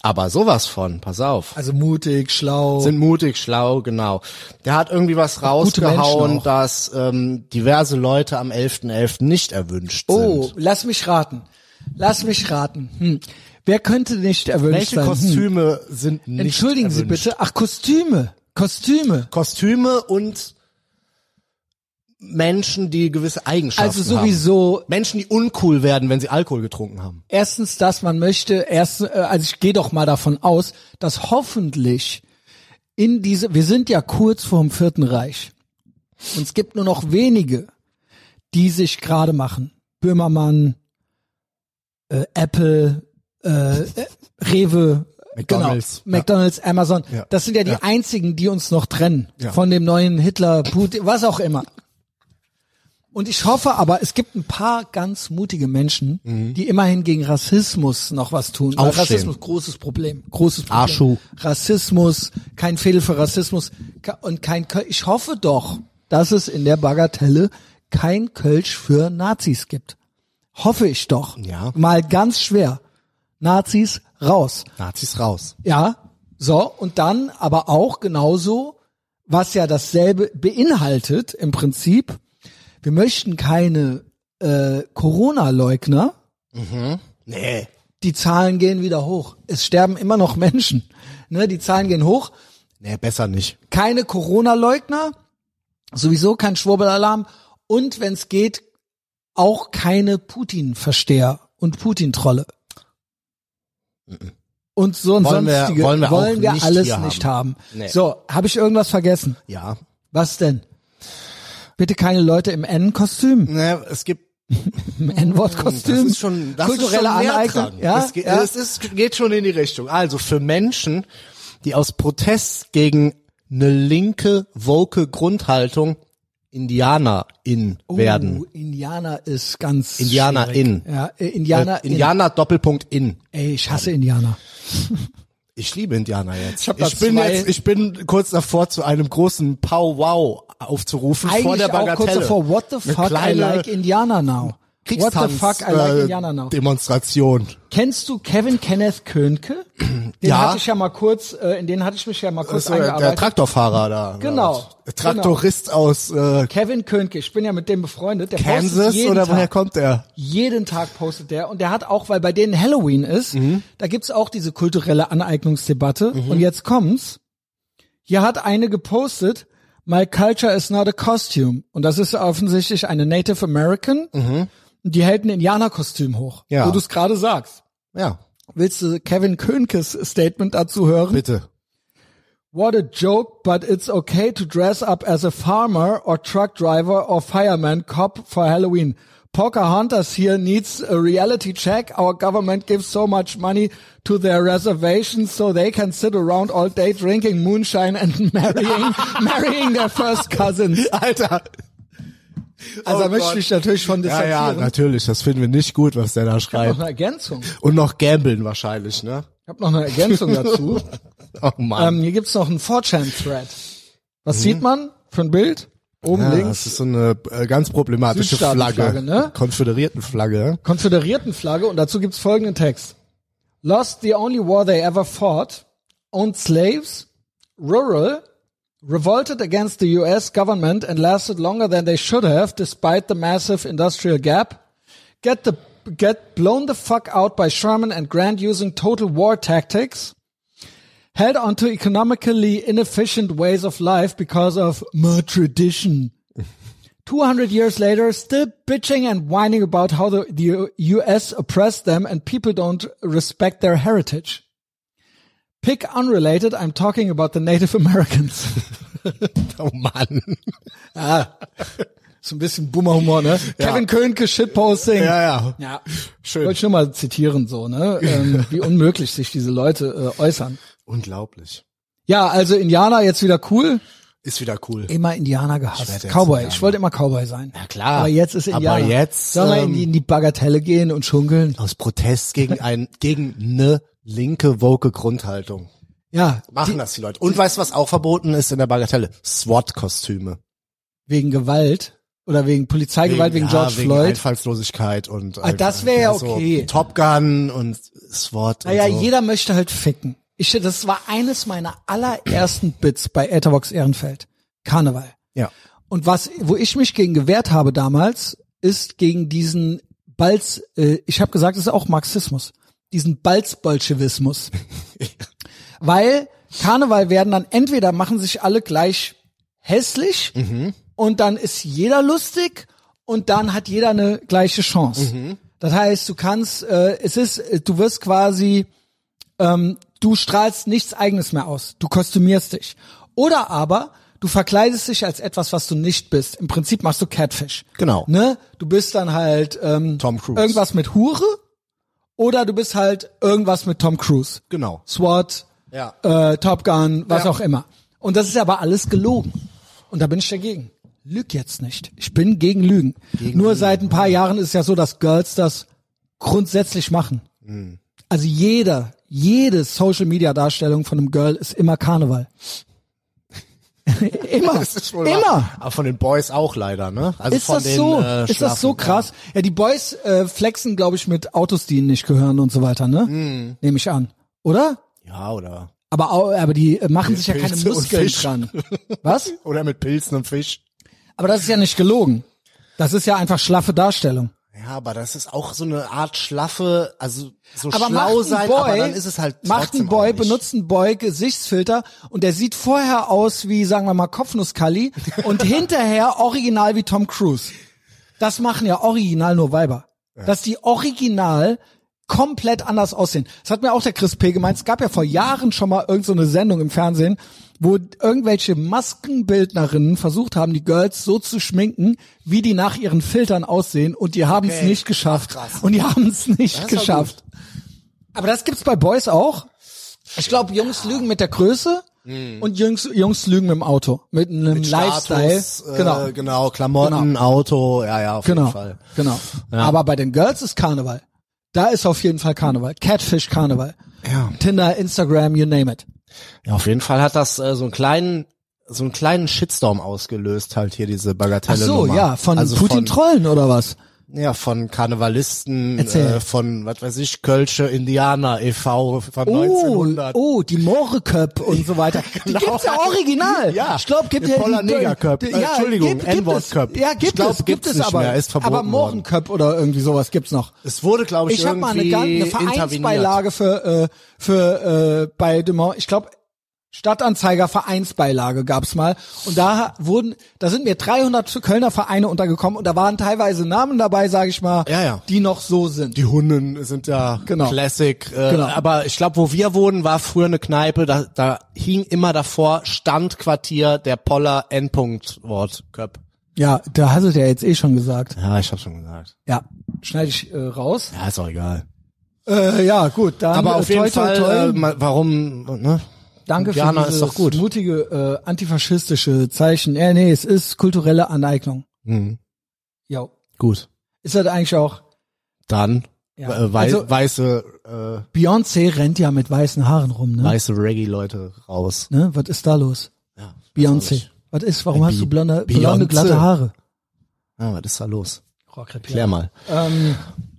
B: aber sowas von, pass auf.
A: Also mutig, schlau.
B: sind mutig, schlau, genau. Der hat irgendwie was
A: Gute Menschen
B: rausgehauen,
A: auch.
B: dass ähm, diverse Leute am 11.11. nicht erwünscht
A: Oh,
B: sind.
A: lass mich raten. Lass mich raten. Hm. Wer könnte nicht erwünscht
B: Welche
A: sein? Hm.
B: Kostüme sind nicht
A: Entschuldigen Sie
B: erwünscht?
A: bitte. Ach, Kostüme. Kostüme.
B: Kostüme und Menschen, die gewisse Eigenschaften
A: Also sowieso,
B: haben. Menschen, die uncool werden, wenn sie Alkohol getrunken haben.
A: erstens, dass man möchte, erst, äh, also ich gehe doch mal davon aus, dass hoffentlich in diese, wir sind ja kurz vorm Vierten Reich. Und es gibt nur noch wenige, die sich gerade machen. Böhmermann, äh, Apple, äh, äh, Rewe,
B: McDonald's.
A: genau, McDonald's, Amazon.
B: Ja.
A: Das sind ja die
B: Ja.
A: einzigen, die uns noch trennen
B: Ja.
A: von dem neuen Hitler, Putin, was auch immer. Und ich hoffe aber, es gibt ein paar ganz mutige Menschen, die immerhin gegen Rassismus noch was tun. Weil
B: Mhm. Aufstehen.
A: Rassismus, großes Problem. Großes Problem.
B: Arschu.
A: Rassismus, kein Fehler für Rassismus ke- und kein Köl Ich hoffe doch, dass es in der Bagatelle kein Kölsch für Nazis gibt. Hoffe ich doch.
B: Ja.
A: Mal ganz schwer. Nazis raus.
B: Nazis raus.
A: Ja, so, und dann aber auch genauso, was ja dasselbe beinhaltet im Prinzip, wir möchten keine äh, Corona-Leugner,
B: Nee.
A: die Zahlen gehen wieder hoch. Es sterben immer noch Menschen. Ne, die Zahlen gehen hoch.
B: Nee, besser nicht.
A: Keine Corona-Leugner, sowieso kein Schwurbelalarm und wenn es geht, auch keine Putin-Versteher und Putin-Trolle. Und so und
B: Mhm. Wollen wir-
A: sonstige
B: wollen wir auch nicht
A: alles
B: hier
A: nicht haben.
B: Nee.
A: So, habe ich irgendwas vergessen?
B: Ja.
A: Was denn? Bitte keine Leute im N-Kostüm.
B: Nee, es gibt
A: N-Wort-Kostüm.
B: Mhm. Das ist schon, das
A: kulturelle
B: ist schon mehr
A: Aneignung.
B: dran.
A: Ja,
B: das geht,
A: ja.
B: das ist, geht schon in die Richtung. Also für Menschen, die aus Protest gegen eine linke, woke Grundhaltung Indianerin werden.
A: Oh, Indianer ist ganz.
B: Indianerin.
A: schwierig. Ja, äh, Indianer.
B: Äh, Indianer Doppelpunkt in.
A: Ey, ich hasse Indianer.
B: Ich liebe Indianer jetzt.
A: Ich hab da
B: bin
A: zwei-
B: jetzt, ich bin kurz davor zu einem großen Pow Wow aufzurufen
A: Eigentlich
B: vor der
A: auch
B: Bagatelle.
A: kurz davor, what the
B: Eine
A: fuck I
B: kleine
A: like Indianer now. What the
B: Kriegstanz,
A: fuck I like
B: äh,
A: Indianer now.
B: Demonstration.
A: Kennst du Kevin Kenneth Könke? Den
B: Ja.
A: hatte ich ja mal kurz, äh, in den hatte ich mich ja mal kurz
B: So, äh, der- der
A: eingearbeitet.
B: Traktorfahrer da.
A: Genau,
B: oder was? Traktorist aus äh,
A: Kevin Könke, ich bin ja mit dem befreundet. Der postet
B: Kansas
A: jeden
B: oder
A: Tag.
B: woher kommt der?
A: Jeden Tag postet der und der hat auch, weil bei denen Halloween ist, da gibt's auch diese kulturelle Aneignungsdebatte. Und jetzt kommt's. Hier hat eine gepostet, My culture is not a costume. Und das ist offensichtlich eine Native American. Und die hält ein Indianerkostüm hoch,
B: Ja.
A: wo du es gerade sagst.
B: Ja,
A: Willst du Kevin Könkes Statement dazu hören?
B: bitte.
A: What a joke, but it's okay to dress up as a farmer or truck driver or fireman cop for Halloween. Pocahontas here needs a reality check. Our government gives so much money to their reservations so they can sit around all day drinking moonshine and marrying, marrying their first cousins.
B: Alter.
A: Also da
B: Oh
A: möchte
B: Gott.
A: ich mich natürlich von
B: Ja, ja,
A: distanzieren.
B: natürlich. Das finden wir nicht gut, was der da
A: ich habe noch
B: schreibt.
A: eine Ergänzung. Ich
B: Und noch gambeln wahrscheinlich, ne?
A: habe noch eine Ergänzung dazu.
B: Oh Mann.
A: Ähm, hier gibt's noch einen 4chan-Thread. Was sieht man für ein Bild? Oben
B: Mhm. ja,
A: links.
B: das ist so eine äh, ganz problematische
A: Südstaatenflagge,
B: Flagge.
A: ne?
B: Konföderiertenflagge.
A: Konföderiertenflagge und dazu gibt's folgenden Text. Lost the only war they ever fought, owned slaves, rural, revolted against the US government and lasted longer than they should have despite the massive industrial gap. Get the get blown the fuck out by Sherman and Grant using total war tactics. Held on to economically inefficient ways of life because of my tradition. 200 years later, still bitching and whining about how the, the U- US oppressed them and people don't respect their heritage. Pick unrelated, I'm talking about the Native Americans.
B: Oh Mann.
A: so ein bisschen Boomer-Humor, ne? Kevin Könke, Shitposting.
B: Ja, ja.
A: ja.
B: Schön.
A: Wollte ich nur mal zitieren, so, ne? Ähm, wie unmöglich sich diese Leute äh, äußern.
B: Unglaublich.
A: Ja, also Indianer jetzt wieder cool.
B: Ist wieder cool.
A: Immer Indianer
B: Ich
A: gehasst.
B: werd jetzt
A: Cowboy.
B: Indianer.
A: Ich wollte immer Cowboy sein. Ja
B: klar.
A: Aber jetzt ist Indianer.
B: Aber jetzt,
A: Sollen wir in
B: ähm,
A: die, in die Bagatelle gehen und schunkeln?
B: Aus Protest gegen ein, gegen eine linke, woke Grundhaltung.
A: Ja,
B: Machen das die Leute. Und weißt du, was auch verboten ist in der Bagatelle? SWAT-Kostüme.
A: wegen Gewalt oder wegen Polizeigewalt wegen,
B: ja,
A: George Floyd.
B: Einfallslosigkeit und
A: Ah, das wär ja okay.
B: So Top Gun und SWAT
A: Naja,
B: und so.
A: jeder möchte halt ficken. Ich, das war eines meiner allerersten Bits bei Etherbox Ehrenfeld. Karneval.
B: ja.
A: Und was, wo ich mich gegen gewehrt habe damals, ist gegen diesen Balz, äh, ich habe gesagt, das ist auch Marxismus, diesen Balzbolschewismus. Weil Karneval werden dann entweder machen sich alle gleich hässlich und dann ist jeder lustig und dann hat jeder eine gleiche Chance. Das heißt, du kannst, äh, es ist, äh, du wirst quasi ähm, du strahlst nichts eigenes mehr aus. Du kostümierst dich. Oder aber du verkleidest dich als etwas, was du nicht bist. Im Prinzip machst du Catfish.
B: Genau.
A: Ne? Du bist dann halt ähm,
B: Tom Cruise.
A: irgendwas mit Hure oder du bist halt irgendwas mit Tom Cruise.
B: Genau.
A: SWAT,
B: Ja.
A: äh, Top Gun, was
B: Ja.
A: auch immer. Und das ist aber alles gelogen. Und da bin ich dagegen. Lüg jetzt nicht. Ich bin gegen Lügen. Nur seit ein paar Jahren ist es ja so, dass Girls das grundsätzlich machen.
B: Mhm.
A: Also jeder, jede Social Media Darstellung von einem Girl ist immer Karneval. immer.
B: Das ist wohl
A: immer.
B: wahr. Aber von den Boys auch leider, ne? Also
A: Ist
B: von
A: das
B: den,
A: so?
B: Äh,
A: ist das so
B: schlaffen-
A: krass? Ja, die Boys äh, flexen, glaube ich, mit Autos, die ihnen nicht gehören und so weiter, ne?
B: Mhm.
A: Nehme ich an. Oder?
B: Ja, oder?
A: Aber, au- aber die äh, machen sich ja keine
B: Pilze und
A: Muskeln
B: Fisch.
A: dran. Was?
B: Oder mit Pilzen und Fisch.
A: Aber das ist ja nicht gelogen. Das ist ja einfach schlaffe Darstellung.
B: Ja, aber das ist auch so eine Art schlaffe, also so
A: Aber macht
B: schlau
A: ein
B: sein,
A: Boy,
B: aber dann ist es halt
A: macht
B: trotzdem
A: ein Boy,
B: auch nicht.
A: benutzt ein Boy Gesichtsfilter und der sieht vorher aus wie, sagen wir mal, Kopfnusskalli und hinterher original wie Tom Cruise. Das machen ja original nur Weiber. Dass die original komplett anders aussehen. Das hat mir auch der Chris P. gemeint. Es gab ja vor Jahren schon mal irgendeine so eine Sendung im Fernsehen, wo irgendwelche Maskenbildnerinnen versucht haben, die Girls so zu schminken, wie die nach ihren Filtern aussehen und die haben es
B: Okay.
A: nicht geschafft.
B: Krass.
A: Und die haben es nicht
B: Das war
A: geschafft. Aber das gibt's bei Boys auch. Ich glaube, Jungs lügen mit der Größe
B: Hm.
A: und Jungs, Jungs lügen mit dem Auto, mit einem Lifestyle.
B: Status, äh,
A: genau.
B: genau. genau, Klamotten, Auto, ja, ja, auf
A: Genau,
B: jeden Fall.
A: genau. Aber bei den Girls ist Karneval. Da ist auf jeden Fall Karneval. Catfish Karneval.
B: Ja.
A: Tinder, Instagram, you name it.
B: ja, auf jeden Fall hat das äh, so einen kleinen so einen kleinen Shitstorm ausgelöst halt hier diese
A: Ach
B: Bagatelle
A: so,
B: Nummer.
A: ja, von
B: also
A: Putin
B: von,
A: trollen oder was?
B: ja von Karnevalisten
A: Erzähl.
B: äh, von was weiß ich Kölsche Indianer e.V. von 1900 Genau.
A: Oh, oh, die Mohreköp und so weiter. Die gibt's ja original.
B: Ja,
A: ich glaube, gibt
B: in
A: ja
B: voller
A: die-
B: Negerköp.
A: die-
B: Äh, Entschuldigung,
A: gibt- gibt
B: N-Wort
A: es.
B: Köp.
A: Ja, gibt
B: Ich glaub,
A: es, gibt
B: gibt's
A: es
B: nicht
A: aber.
B: mehr, ist verboten
A: aber
B: worden.
A: Mohrenköp oder irgendwie sowas gibt's noch.
B: Es wurde glaube ich,
A: Ich habe mal eine,
B: irgendwie
A: Gan- eine
B: interveniert.
A: Vereinsbeilage für äh, für äh, bei dem ich glaube Stadtanzeiger Vereinsbeilage gab's mal und da wurden da sind mir 300 Kölner Vereine untergekommen und da waren teilweise Namen dabei, sage ich mal,
B: Ja, ja.
A: die noch so sind.
B: Die Hunden sind ja
A: Genau.
B: Classic. Äh,
A: Genau.
B: Aber ich glaube, wo wir wohnen, war früher eine Kneipe, da, da hing immer davor Standquartier der Poller Endpunkt Wort Köp.
A: Ja, da hast du ja jetzt eh schon gesagt.
B: Ja, ich habe schon gesagt.
A: Ja, schneide ich äh, raus.
B: Ja, ist auch egal.
A: Äh, ja, gut, dann
B: Aber auf
A: äh, toi,
B: jeden
A: toi,
B: Fall,
A: toi.
B: Äh, ma- warum, ne?
A: Danke
B: Indianer
A: für
B: ist
A: dieses
B: doch gut.
A: mutige äh, antifaschistische Zeichen. Ja, nee, es ist kulturelle Aneignung.
B: Hm,
A: Jo.
B: gut.
A: Ist das eigentlich auch
B: Dann
A: Ja.
B: äh, wei
A: Also-
B: weiße,
A: Beyoncé rennt ja mit weißen Haaren rum,
B: äh,
A: ne?
B: weiße Reggae-Leute raus.
A: ne? Was ist da los?
B: Ja,
A: Beyoncé. Was ist? Warum
B: Bi-
A: hast du blonde, blonde
B: Äh, Beyoncé.
A: glatte Haare?
B: Ah, was ist da los? Klär
A: Ja.
B: mal.
A: Ähm,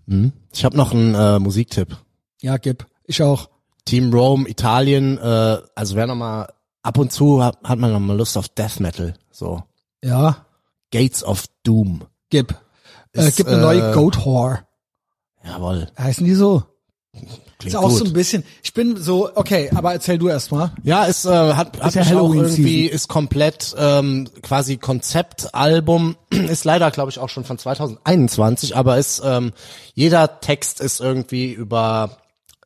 B: Hm? Ich habe noch einen äh, Musiktipp.
A: ja, gib. Ich auch.
B: Team Rome, Italien, äh, also wer noch mal ab und zu hat, hat man noch mal Lust auf Death Metal, so
A: Ja,
B: Gates of Doom.
A: gib. Äh,
B: Ist,
A: gib eine
B: äh,
A: neue Goat Whore.
B: Jawohl,
A: Heißen die so?
B: klingt
A: Ist auch
B: gut.
A: so ein bisschen. Ich bin so, okay, aber erzähl du erst mal.
B: ja, ist äh, hat, hat
A: ja
B: mich auch
A: Halloween
B: irgendwie ist komplett ähm, quasi Konzeptalbum ist leider glaube ich auch schon von 2021, aber ist ähm, jeder Text ist irgendwie über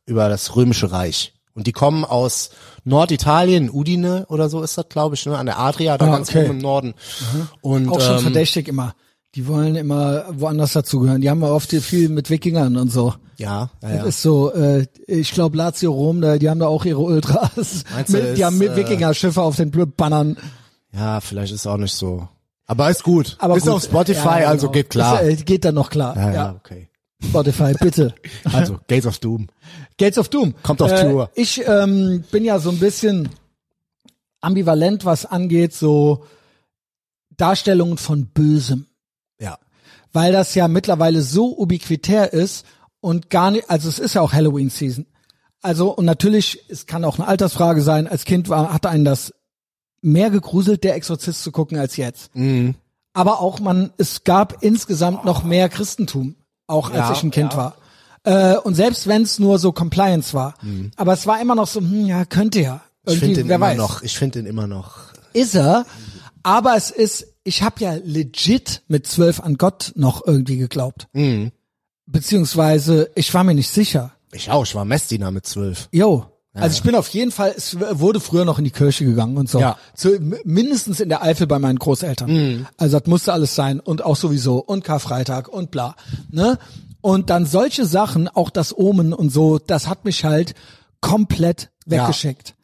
B: über das römische Reich und die kommen aus Norditalien, Udine oder so ist das glaube ich, ne, an der Adria, da
A: Ah,
B: ganz
A: okay. Mhm.
B: oben im Norden. Und
A: Auch schon
B: ähm,
A: verdächtig immer. Die wollen immer woanders dazugehören. Die haben ja oft viel mit Wikingern und so.
B: ja, ja, ja.
A: Das ist so, äh, ich glaube Lazio Rom, da, die haben da auch ihre Ultras.
B: Meinst du,
A: Mit, die
B: ist,
A: haben mit
B: äh,
A: Wikinger-Schiffe auf den Bl- Bannern.
B: Ja, vielleicht ist auch nicht so. Aber ist gut.
A: Aber
B: ist
A: gut,
B: auf Spotify,
A: ja,
B: also
A: genau.
B: geht klar.
A: Ist, äh, geht dann noch klar.
B: ja,
A: Ja,
B: ja, okay.
A: Spotify, bitte.
B: Also, Gates of Doom.
A: Gates of Doom.
B: Kommt auf
A: äh,
B: Tour.
A: Ich ähm, bin ja so ein bisschen ambivalent, was angeht, so Darstellungen von Bösem.
B: Ja.
A: weil das ja mittlerweile so ubiquitär ist und gar nicht, also es ist ja auch Halloween Season. Also und natürlich, es kann auch eine Altersfrage sein. Als Kind war, hat einen das mehr gegruselt, der Exorzist zu gucken als jetzt.
B: Mhm.
A: Aber auch man, es gab insgesamt noch mehr Christentum, auch als
B: Ja,
A: ich ein Kind
B: ja.
A: war. Äh, und selbst wenn es nur so Compliance war, aber es war immer noch so, hm, ja könnte ja.
B: Mhm. Ich
A: Irgendwie,
B: finde den
A: wer
B: immer
A: weiß
B: noch, ich finde den immer noch.
A: ist er, aber es ist, ich habe ja legit mit zwölf an Gott noch irgendwie geglaubt. Beziehungsweise, ich war mir nicht sicher.
B: Ich auch, ich war Messdiener mit zwölf.
A: Jo. Also ich bin auf jeden Fall, es w- wurde früher noch in die Kirche gegangen und so.
B: Ja. Mhm.
A: Zu, m- mindestens in der Eifel bei meinen Großeltern. Also das musste alles sein und auch sowieso und Karfreitag und bla. Ne? Und dann solche Sachen, auch das Omen und so, das hat mich halt komplett
B: Ja.
A: weggeschickt.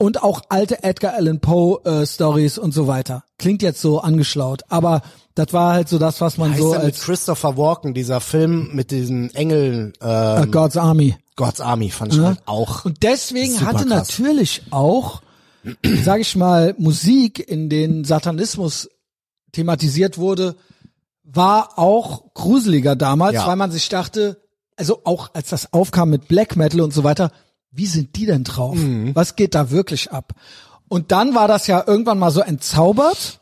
A: Und auch alte Edgar Allan Poe äh, Stories und so weiter. Klingt jetzt so angeschlaut, aber das war halt so das, was man
B: Heißt
A: so
B: der mit
A: als
B: Christopher Walken, dieser Film mit diesen Engeln, äh,
A: äh, God's Army
B: God's Army fand ich halt auch.
A: Und deswegen
B: Super
A: hatte
B: krass.
A: natürlich auch, sage ich mal, Musik, in den Satanismus thematisiert wurde, war auch gruseliger damals,
B: Ja.
A: weil man sich dachte, also auch als das aufkam mit Black Metal und so weiter, wie sind die denn drauf?
B: Mhm.
A: Was geht da wirklich ab? Und dann war das ja irgendwann mal so entzaubert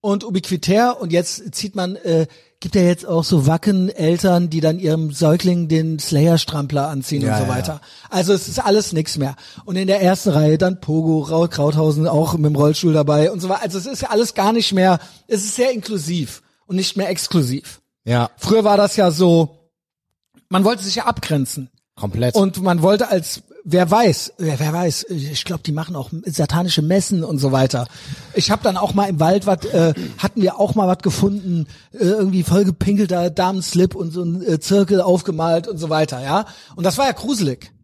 A: und ubiquitär und jetzt zieht man, äh, gibt ja jetzt auch so Wacken Eltern, die dann ihrem Säugling den Slayer-Strampler anziehen
B: Ja,
A: und so
B: ja,
A: weiter. Also es ist alles nix mehr. Und in der ersten Reihe dann Pogo, Rau- Krauthausen auch mit dem Rollstuhl dabei und so weiter. Also es ist ja alles gar nicht mehr, es ist sehr inklusiv und nicht mehr exklusiv.
B: ja,
A: Früher war das ja so, man wollte sich ja abgrenzen
B: komplett.
A: und man wollte als wer weiß, wer, wer weiß, ich glaube, die machen auch satanische Messen und so weiter. Ich habe dann auch mal im Wald was, äh, hatten wir auch mal was gefunden, äh, irgendwie vollgepinkelter Damenslip und so ein äh, Zirkel aufgemalt und so weiter, ja. Und das war ja gruselig.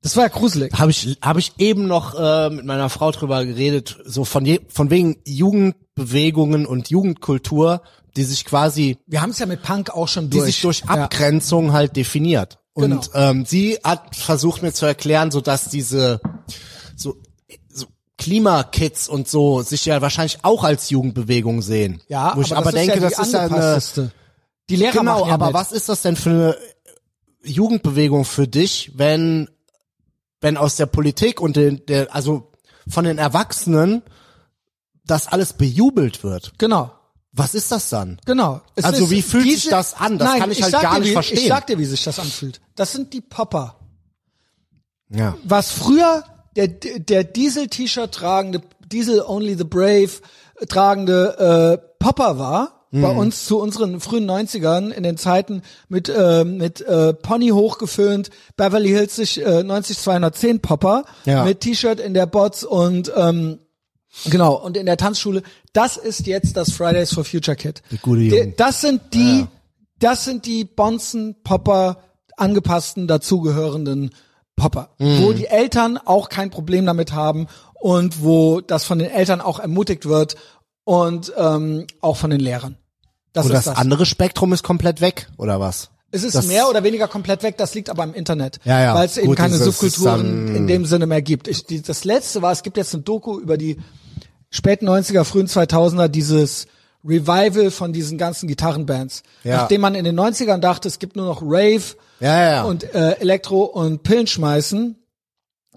A: Das war ja gruselig.
B: Habe ich, hab ich eben noch äh, mit meiner Frau drüber geredet, so von, je, von wegen Jugendbewegungen und Jugendkultur, die sich quasi,
A: Wir haben es ja mit Punk auch schon
B: die
A: durch.
B: sich durch
A: ja.
B: Abgrenzung halt definiert. Und
A: Genau.
B: ähm, sie hat versucht mir zu erklären, so dass diese so, so Klimakids und so sich ja wahrscheinlich auch als Jugendbewegung sehen.
A: Ja,
B: Wo ich
A: aber,
B: aber,
A: das
B: denke,
A: ist ja
B: das
A: die
B: ist ja eine
A: angepassteste. Die Lehrer
B: Genau,
A: machen ja
B: aber
A: mit.
B: was ist das denn für eine Jugendbewegung für dich, wenn, wenn aus der Politik und den, der, also von den Erwachsenen das alles bejubelt wird?
A: Genau,
B: Was ist das dann?
A: genau. Es
B: Also
A: ist
B: wie fühlt sich das an? Das
A: nein,
B: kann ich halt
A: sag
B: gar
A: dir,
B: nicht
A: wie, Ich
B: verstehen.
A: sag dir, wie sich das anfühlt. Das sind die Popper.
B: Ja.
A: was früher der, der Diesel-T-Shirt tragende, Diesel Only the Brave äh, tragende äh, Popper war, bei
B: Mhm.
A: uns zu unseren frühen 90ern in den Zeiten mit, äh, mit äh, Pony hochgeföhnt, Beverly Hills sich, äh, 90 210 Popper,
B: Ja.
A: mit T-Shirt in der Bots und ähm, genau, und in der Tanzschule. Das ist jetzt das Fridays for Future Kid.
B: Die gute
A: Der-
B: Jugend.
A: Das sind die, das sind die Bonzen Popper angepassten dazugehörenden Popper, wo die Eltern auch kein Problem damit haben und wo das von den Eltern auch ermutigt wird und ähm, auch von den Lehrern. Das
B: Und
A: ist
B: das,
A: das.
B: andere Spektrum ist komplett weg, oder was?
A: Es ist
B: das-
A: mehr oder weniger komplett weg, das liegt aber im Internet,
B: Ja, ja,
A: weil es eben
B: gut,
A: keine
B: das ist
A: Subkulturen
B: dann-
A: in dem Sinne mehr gibt. Ich, die, das letzte war, es gibt jetzt eine Doku über die späten 90er, frühen 2000er, dieses Revival von diesen ganzen Gitarrenbands.
B: Ja.
A: Nachdem man in den 90ern dachte, es gibt nur noch Rave
B: Ja, ja, ja.
A: und äh, Elektro und Pillen schmeißen.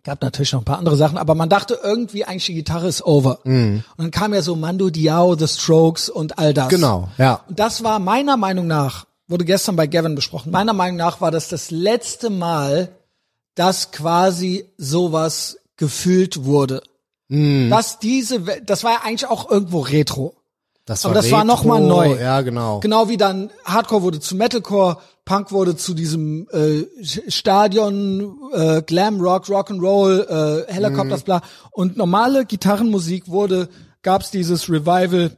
A: Gab natürlich noch ein paar andere Sachen, aber man dachte irgendwie eigentlich die Gitarre ist over.
B: Mhm.
A: Und dann kam ja so Mando Diao, The Strokes und all das.
B: Genau, ja.
A: Und das war meiner Meinung nach, wurde gestern bei Gavin besprochen, meiner Meinung nach war das das letzte Mal, dass quasi sowas gefühlt wurde. Dass diese, We- das war ja eigentlich auch irgendwo Retro.
B: Das
A: Aber das war
B: Retro,
A: noch mal neu.
B: Ja, genau.
A: Genau wie dann Hardcore wurde zu Metalcore, Punk wurde zu diesem äh, Stadion, äh, Glam Rock, Rock'n'Roll, äh,
B: Mhm.
A: Helicopters, bla. Und normale Gitarrenmusik wurde, gab's dieses Revival,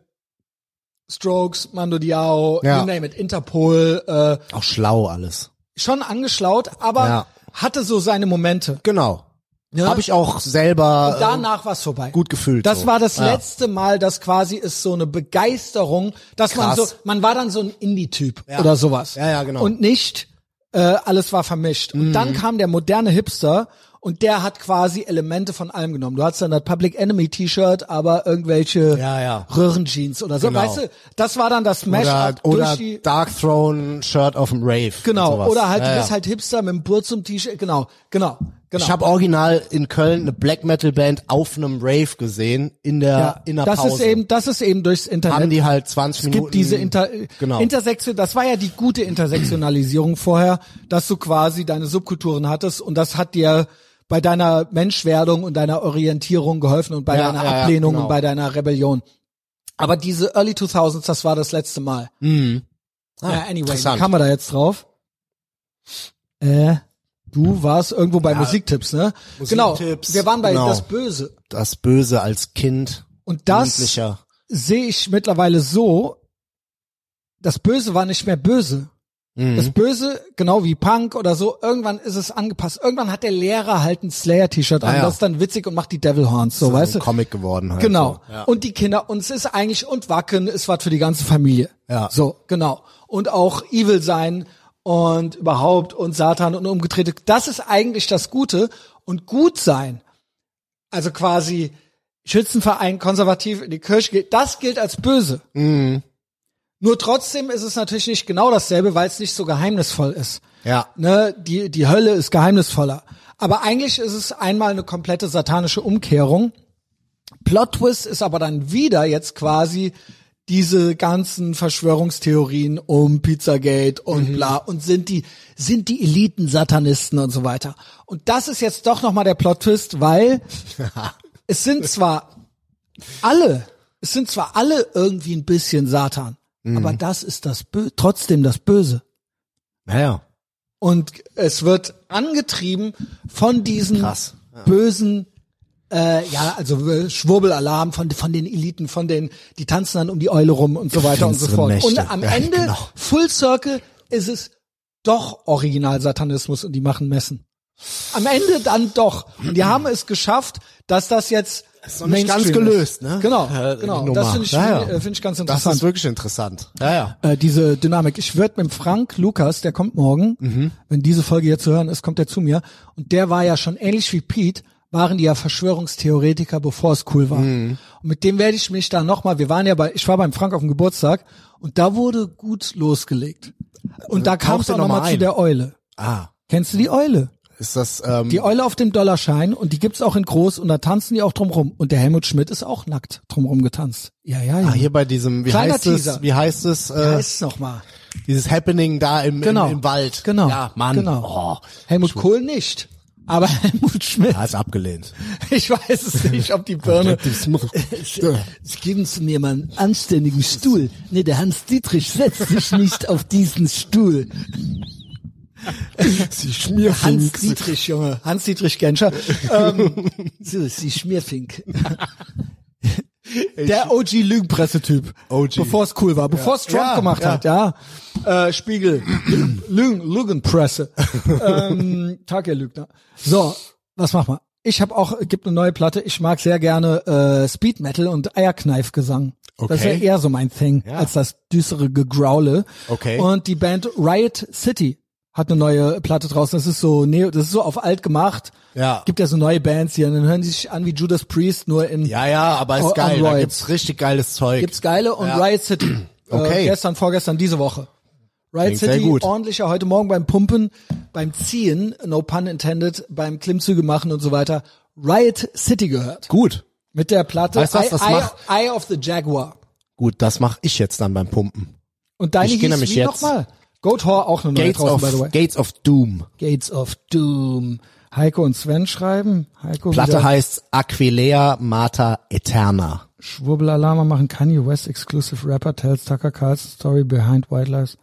A: Strokes, Mando Diao,
B: Ja.
A: you name it, Interpol, äh,
B: Auch schlau alles.
A: schon angeschlaut, aber
B: Ja.
A: hatte so seine Momente.
B: Genau.
A: Ja.
B: Habe ich auch selber äh,
A: Danach war's vorbei.
B: gut gefühlt.
A: Das
B: so.
A: war das
B: ja.
A: letzte Mal, dass quasi es so eine Begeisterung, dass man so,
B: Krass.
A: man war dann so ein Indie-Typ oder sowas.
B: Ja, ja, genau. Mhm.
A: Und nicht, äh, alles war vermischt. Und dann kam der moderne Hipster und der hat quasi Elemente von allem genommen. Du hattest dann das Public Enemy T-Shirt, aber irgendwelche
B: Ja, ja.
A: Röhrenjeans oder so.
B: Genau.
A: Weißt du, das war dann das
B: Oder,
A: Mash-up durch
B: oder
A: die...
B: Dark Throne Shirt auf dem Rave. und
A: Genau,
B: sowas.
A: oder halt,
B: ja,
A: du
B: ja.
A: bist halt Hipster mit dem Burzum-T-Shirt, genau, genau, genau.
B: Ich habe original in Köln eine Black Metal Band auf einem Rave gesehen in der
A: ja,
B: in der
A: das
B: Pause.
A: ist eben, das ist eben durchs Internet.
B: haben die halt 20
A: Es
B: Minuten.
A: gibt diese Inter
B: genau.
A: Intersektion, das war ja die gute Intersektionalisierung vorher, dass du quasi deine Subkulturen hattest und das hat dir bei deiner Menschwerdung und deiner Orientierung geholfen und bei
B: Ja,
A: deiner
B: ja, ja,
A: Ablehnung
B: genau.
A: und bei deiner Rebellion. Aber diese Early 2000s, das war das letzte Mal. Mhm. Ja, anyway, wie
B: interessant.
A: kam man da jetzt drauf? Äh, du warst irgendwo bei Musiktipps, ne?
B: Musiktipps,
A: genau, wir waren bei
B: genau.
A: Das Böse.
B: das Böse als Kind.
A: Und das
B: Jugendlicher.
A: sehe ich mittlerweile so, das Böse war nicht mehr böse.
B: Mhm.
A: Das Böse, genau wie Punk oder so, irgendwann ist es angepasst. Irgendwann hat der Lehrer halt ein Slayer-T-Shirt an,
B: Ah, ja.
A: das ist dann witzig und macht die Devil Horns, so, weißt
B: so
A: du?
B: ein Comic geworden halt.
A: Genau.
B: So. Ja.
A: Und die Kinder, und es ist eigentlich, und Wacken ist was für die ganze Familie.
B: Ja.
A: So, genau. Und auch Evil sein und überhaupt und Satan und umgedrehte. Das ist eigentlich das Gute. Und gut sein, also quasi Schützenverein, konservativ in die Kirche geht, das gilt als böse.
B: Mhm.
A: Nur trotzdem ist es natürlich nicht genau dasselbe, weil es nicht so geheimnisvoll ist
B: ja.
A: ne, die, die Hölle ist geheimnisvoller. Aber eigentlich ist es einmal eine komplette satanische Umkehrung. Plot Twist ist aber dann wieder jetzt quasi diese ganzen Verschwörungstheorien um Pizzagate und bla und sind die sind die Eliten Satanisten und so weiter. Und das ist jetzt doch noch mal der Plot Twist, weil es sind zwar alle, es sind zwar alle irgendwie ein bisschen Satan, aber das ist das Bö trotzdem das Böse.
B: Ja, ja.
A: Und es wird angetrieben von diesen
B: Krass,
A: bösen äh, ja, also äh, Schwurbelalarm von von den Eliten, von den die tanzen dann um die Eule rum und so weiter und so
B: Finstere
A: fort.
B: Mächte.
A: Und am
B: Ja,
A: Ende
B: genau.
A: Full Circle ist es doch Original Satanismus und die machen Messen. Am Ende dann doch. Und die haben es geschafft, dass das jetzt das
B: noch nicht ganz gelöst, ne?
A: Genau,
B: Äh, die
A: genau.
B: Nummer.
A: Das finde ich,
B: Ja, ja.
A: äh, finde ich ganz
B: Das
A: interessant
B: ist wirklich interessant. Ja, ja.
A: äh, diese Dynamik. Ich werde mit dem Frank Lukas, der kommt morgen,
B: Mhm.
A: wenn diese Folge jetzt zu hören ist, kommt er zu mir. Und der war ja schon ähnlich wie Pete, waren die ja Verschwörungstheoretiker, bevor es cool war.
B: Mhm.
A: Und mit dem werde ich mich da nochmal, wir waren ja bei, ich war beim Frank auf dem Geburtstag und da wurde gut losgelegt. Und da kam es
B: tauchte
A: auch
B: Also noch mal
A: nochmal zu
B: ein.
A: der Eule.
B: Ah,
A: Kennst du die Eule?
B: ist das, ähm,
A: Die Eule auf dem Dollarschein und die gibt's auch in groß und da tanzen die auch drum rum. Und der Helmut Schmidt ist auch nackt drum rum getanzt. Ja, ja, ja.
B: ah, hier bei diesem, wie
A: Kleiner
B: heißt
A: Teaser.
B: es, wie heißt es, äh,
A: da ist nochmal.
B: dieses Happening da im,
A: Genau.
B: im, im Wald.
A: Genau.
B: Ja, Mann.
A: Genau.
B: Oh,
A: Helmut Kohl nicht. Aber Helmut Schmidt,
B: er ist abgelehnt.
A: ich weiß es nicht, ob die Birne.
B: Ach,
A: Geben Sie mir mal einen anständigen Stuhl. Nee, der Hans Dietrich setzt sich nicht auf diesen Stuhl.
B: Sie schmierfunks.
A: Hans Dietrich, Junge. Hans Dietrich Genscher. Ähm, so, Sie Schmierfink. Der OG Lügenpressetyp.
B: OG.
A: Bevor es cool war, bevor es Trump
B: Ja,
A: gemacht
B: ja.
A: hat, ja. Äh, Spiegel. Lügen, Lügenpresse. ähm, Tag, ihr Lügner. So, was machen wir? Ich habe auch, gibt eine neue Platte. Ich mag sehr gerne äh, Speed Metal und Eierkneifgesang. Das ist ja
B: Okay.
A: eher so mein Thing
B: Ja.
A: als das düstere Gegraule.
B: Okay.
A: Und die Band Riot City hat eine neue Platte draußen. Das ist so neo, das ist so auf alt gemacht.
B: Ja.
A: Gibt ja so neue Bands hier. Und dann hören die sich an wie Judas Priest, nur in
B: Ja, ja, aber
A: Oh,
B: ist geil.
A: Android.
B: Da gibt's richtig geiles Zeug.
A: gibt's geile und
B: Ja.
A: Riot City. Äh,
B: Okay.
A: gestern, vorgestern, diese Woche. Riot
B: Klingt sehr
A: City,
B: gut.
A: ordentlicher heute Morgen beim Pumpen, beim Ziehen, no pun intended, beim Klimmzüge machen und so weiter. Riot City gehört.
B: Gut.
A: Mit der Platte
B: Weißt du, was das
A: Eye,
B: macht?
A: Eye, Eye of the Jaguar.
B: Gut, das mache ich jetzt dann beim Pumpen.
A: Und deine
B: Ich geh
A: hieß
B: nämlich
A: wie
B: jetzt.
A: nochmal? Goat Whore auch eine neue
B: Gates
A: draußen,
B: of,
A: by the way.
B: Gates of Doom.
A: Gates of Doom. Heiko und Sven schreiben. Heiko
B: Platte
A: wieder
B: heißt Aquilea Mater Eterna.
A: Schwurbelalarma machen Kanye West Exclusive Rapper tells Tucker Carlson Story behind White Lives.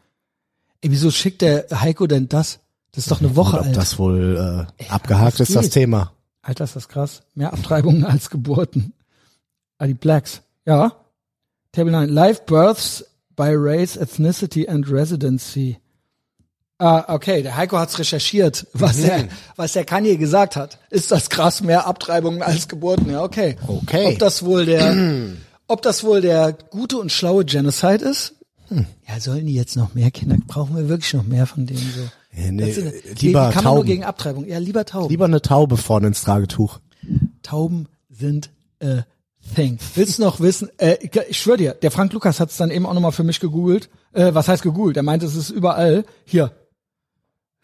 A: Ey, wieso schickt der Heiko denn das? Das ist doch eine Woche
B: Ob
A: alt.
B: das wohl äh, abgehakt
A: das
B: ist, das
A: geht.
B: Thema.
A: Alter, ist das krass. Mehr Abtreibungen als Geburten. Ah, die Blacks. Ja. Table 9. Live Births by Race, Ethnicity and Residency. Ah, okay, der Heiko hat's recherchiert, was er, was der Kanye gesagt hat. Ist das krass, mehr Abtreibungen als Geburten? Ja, okay.
B: Okay.
A: Ob das wohl der, ob das wohl der gute und schlaue Genocide ist?
B: Hm.
A: Ja, sollen die jetzt noch mehr Kinder? Brauchen wir wirklich noch mehr von denen so?
B: Ja, nee,
A: Das sind-
B: äh,
A: die, die
B: lieber
A: kann man nur
B: Tauben.
A: gegen Abtreibung. Ja, lieber Tauben.
B: Lieber eine Taube vorne ins Tragetuch.
A: Tauben sind äh, thing. Willst du noch wissen? Äh, ich- ich schwöre dir, der Frank Lukas hat es dann eben auch nochmal für mich gegoogelt. Äh, was heißt gegoogelt? Er meinte, es ist überall. Hier.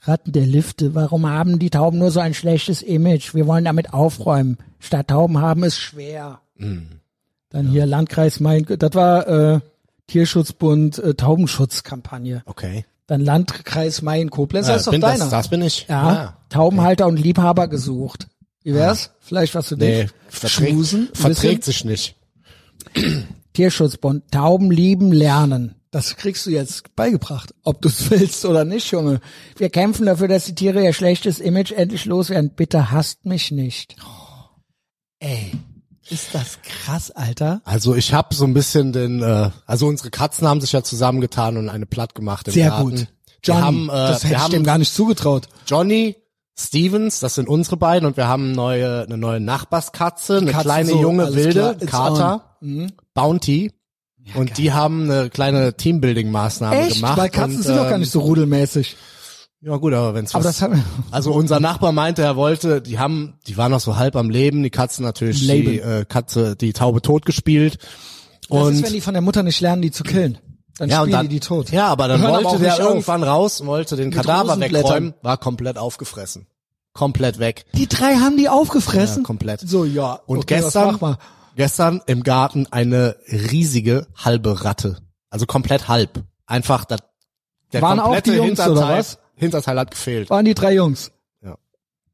A: Ratten der Lifte, warum haben die Tauben nur so ein schlechtes Image? Wir wollen damit aufräumen. Statt Tauben haben ist schwer. Dann hier Landkreis Main, das war äh, Tierschutzbund äh, Taubenschutzkampagne.
B: Okay.
A: Dann Landkreis Main Koblenz, das ist doch
B: bin
A: deiner.
B: Das, das bin ich. Ah.
A: Ja, Taubenhalter und Liebhaber gesucht. Wie wär's? Vielleicht was du
B: Nee,
A: dich
B: verträgt,
A: schmusen,
B: verträgt sich nicht.
A: Tierschutzbund, Tauben lieben lernen. Das kriegst du jetzt beigebracht, ob du es willst oder nicht, Junge. Wir kämpfen dafür, dass die Tiere ihr schlechtes Image endlich loswerden. Bitte hasst mich nicht.
B: Oh.
A: Ey, ist das krass, Alter.
B: Also ich habe so ein bisschen den, äh, also unsere Katzen haben sich ja zusammengetan und eine platt gemacht im
A: Sehr
B: Garten.
A: gut.
B: wir
A: Johnny,
B: haben, äh,
A: das hätte
B: wir
A: ich
B: haben
A: dem gar nicht zugetraut.
B: Johnny, Stevens, das sind unsere beiden und wir haben neue, eine neue Nachbarskatze, eine
A: Katzen
B: kleine
A: so,
B: junge
A: alles klar, it's
B: wilde
A: Mhm.
B: Kater, Bounty. und die haben eine kleine Teambuilding-Maßnahme
A: Echt?
B: gemacht.
A: Weil Katzen
B: und,
A: sind doch gar
B: ähm,
A: nicht so rudelmäßig.
B: Ja gut, aber wenn's
A: Aber
B: was,
A: das hat,
B: also unser Nachbar meinte, er wollte, die haben, die waren noch so halb am Leben, die Katzen natürlich, die äh, Katze, die Taube tot gespielt.
A: das
B: Und
A: ist, wenn die von der Mutter nicht lernen, die zu killen. Dann
B: ja,
A: spielen
B: und dann,
A: die die tot.
B: Ja, aber dann
A: Hören aber
B: wollte
A: auch
B: der
A: nicht auf.
B: irgendwann raus und wollte den Kadaver
A: Rosenblättern.
B: wegräumen, war komplett aufgefressen. Komplett weg.
A: Die drei haben die aufgefressen?
B: Ja, komplett.
A: So, ja.
B: Und
A: okay, Was
B: gestern,
A: mach mal.
B: gestern im Garten eine riesige halbe Ratte. Also komplett halb. Einfach da, der
A: Waren auch
B: komplette
A: die Jungs,
B: Hinterteil,
A: oder was?
B: Hinterteil hat gefehlt.
A: Waren die drei Jungs?
B: Ja.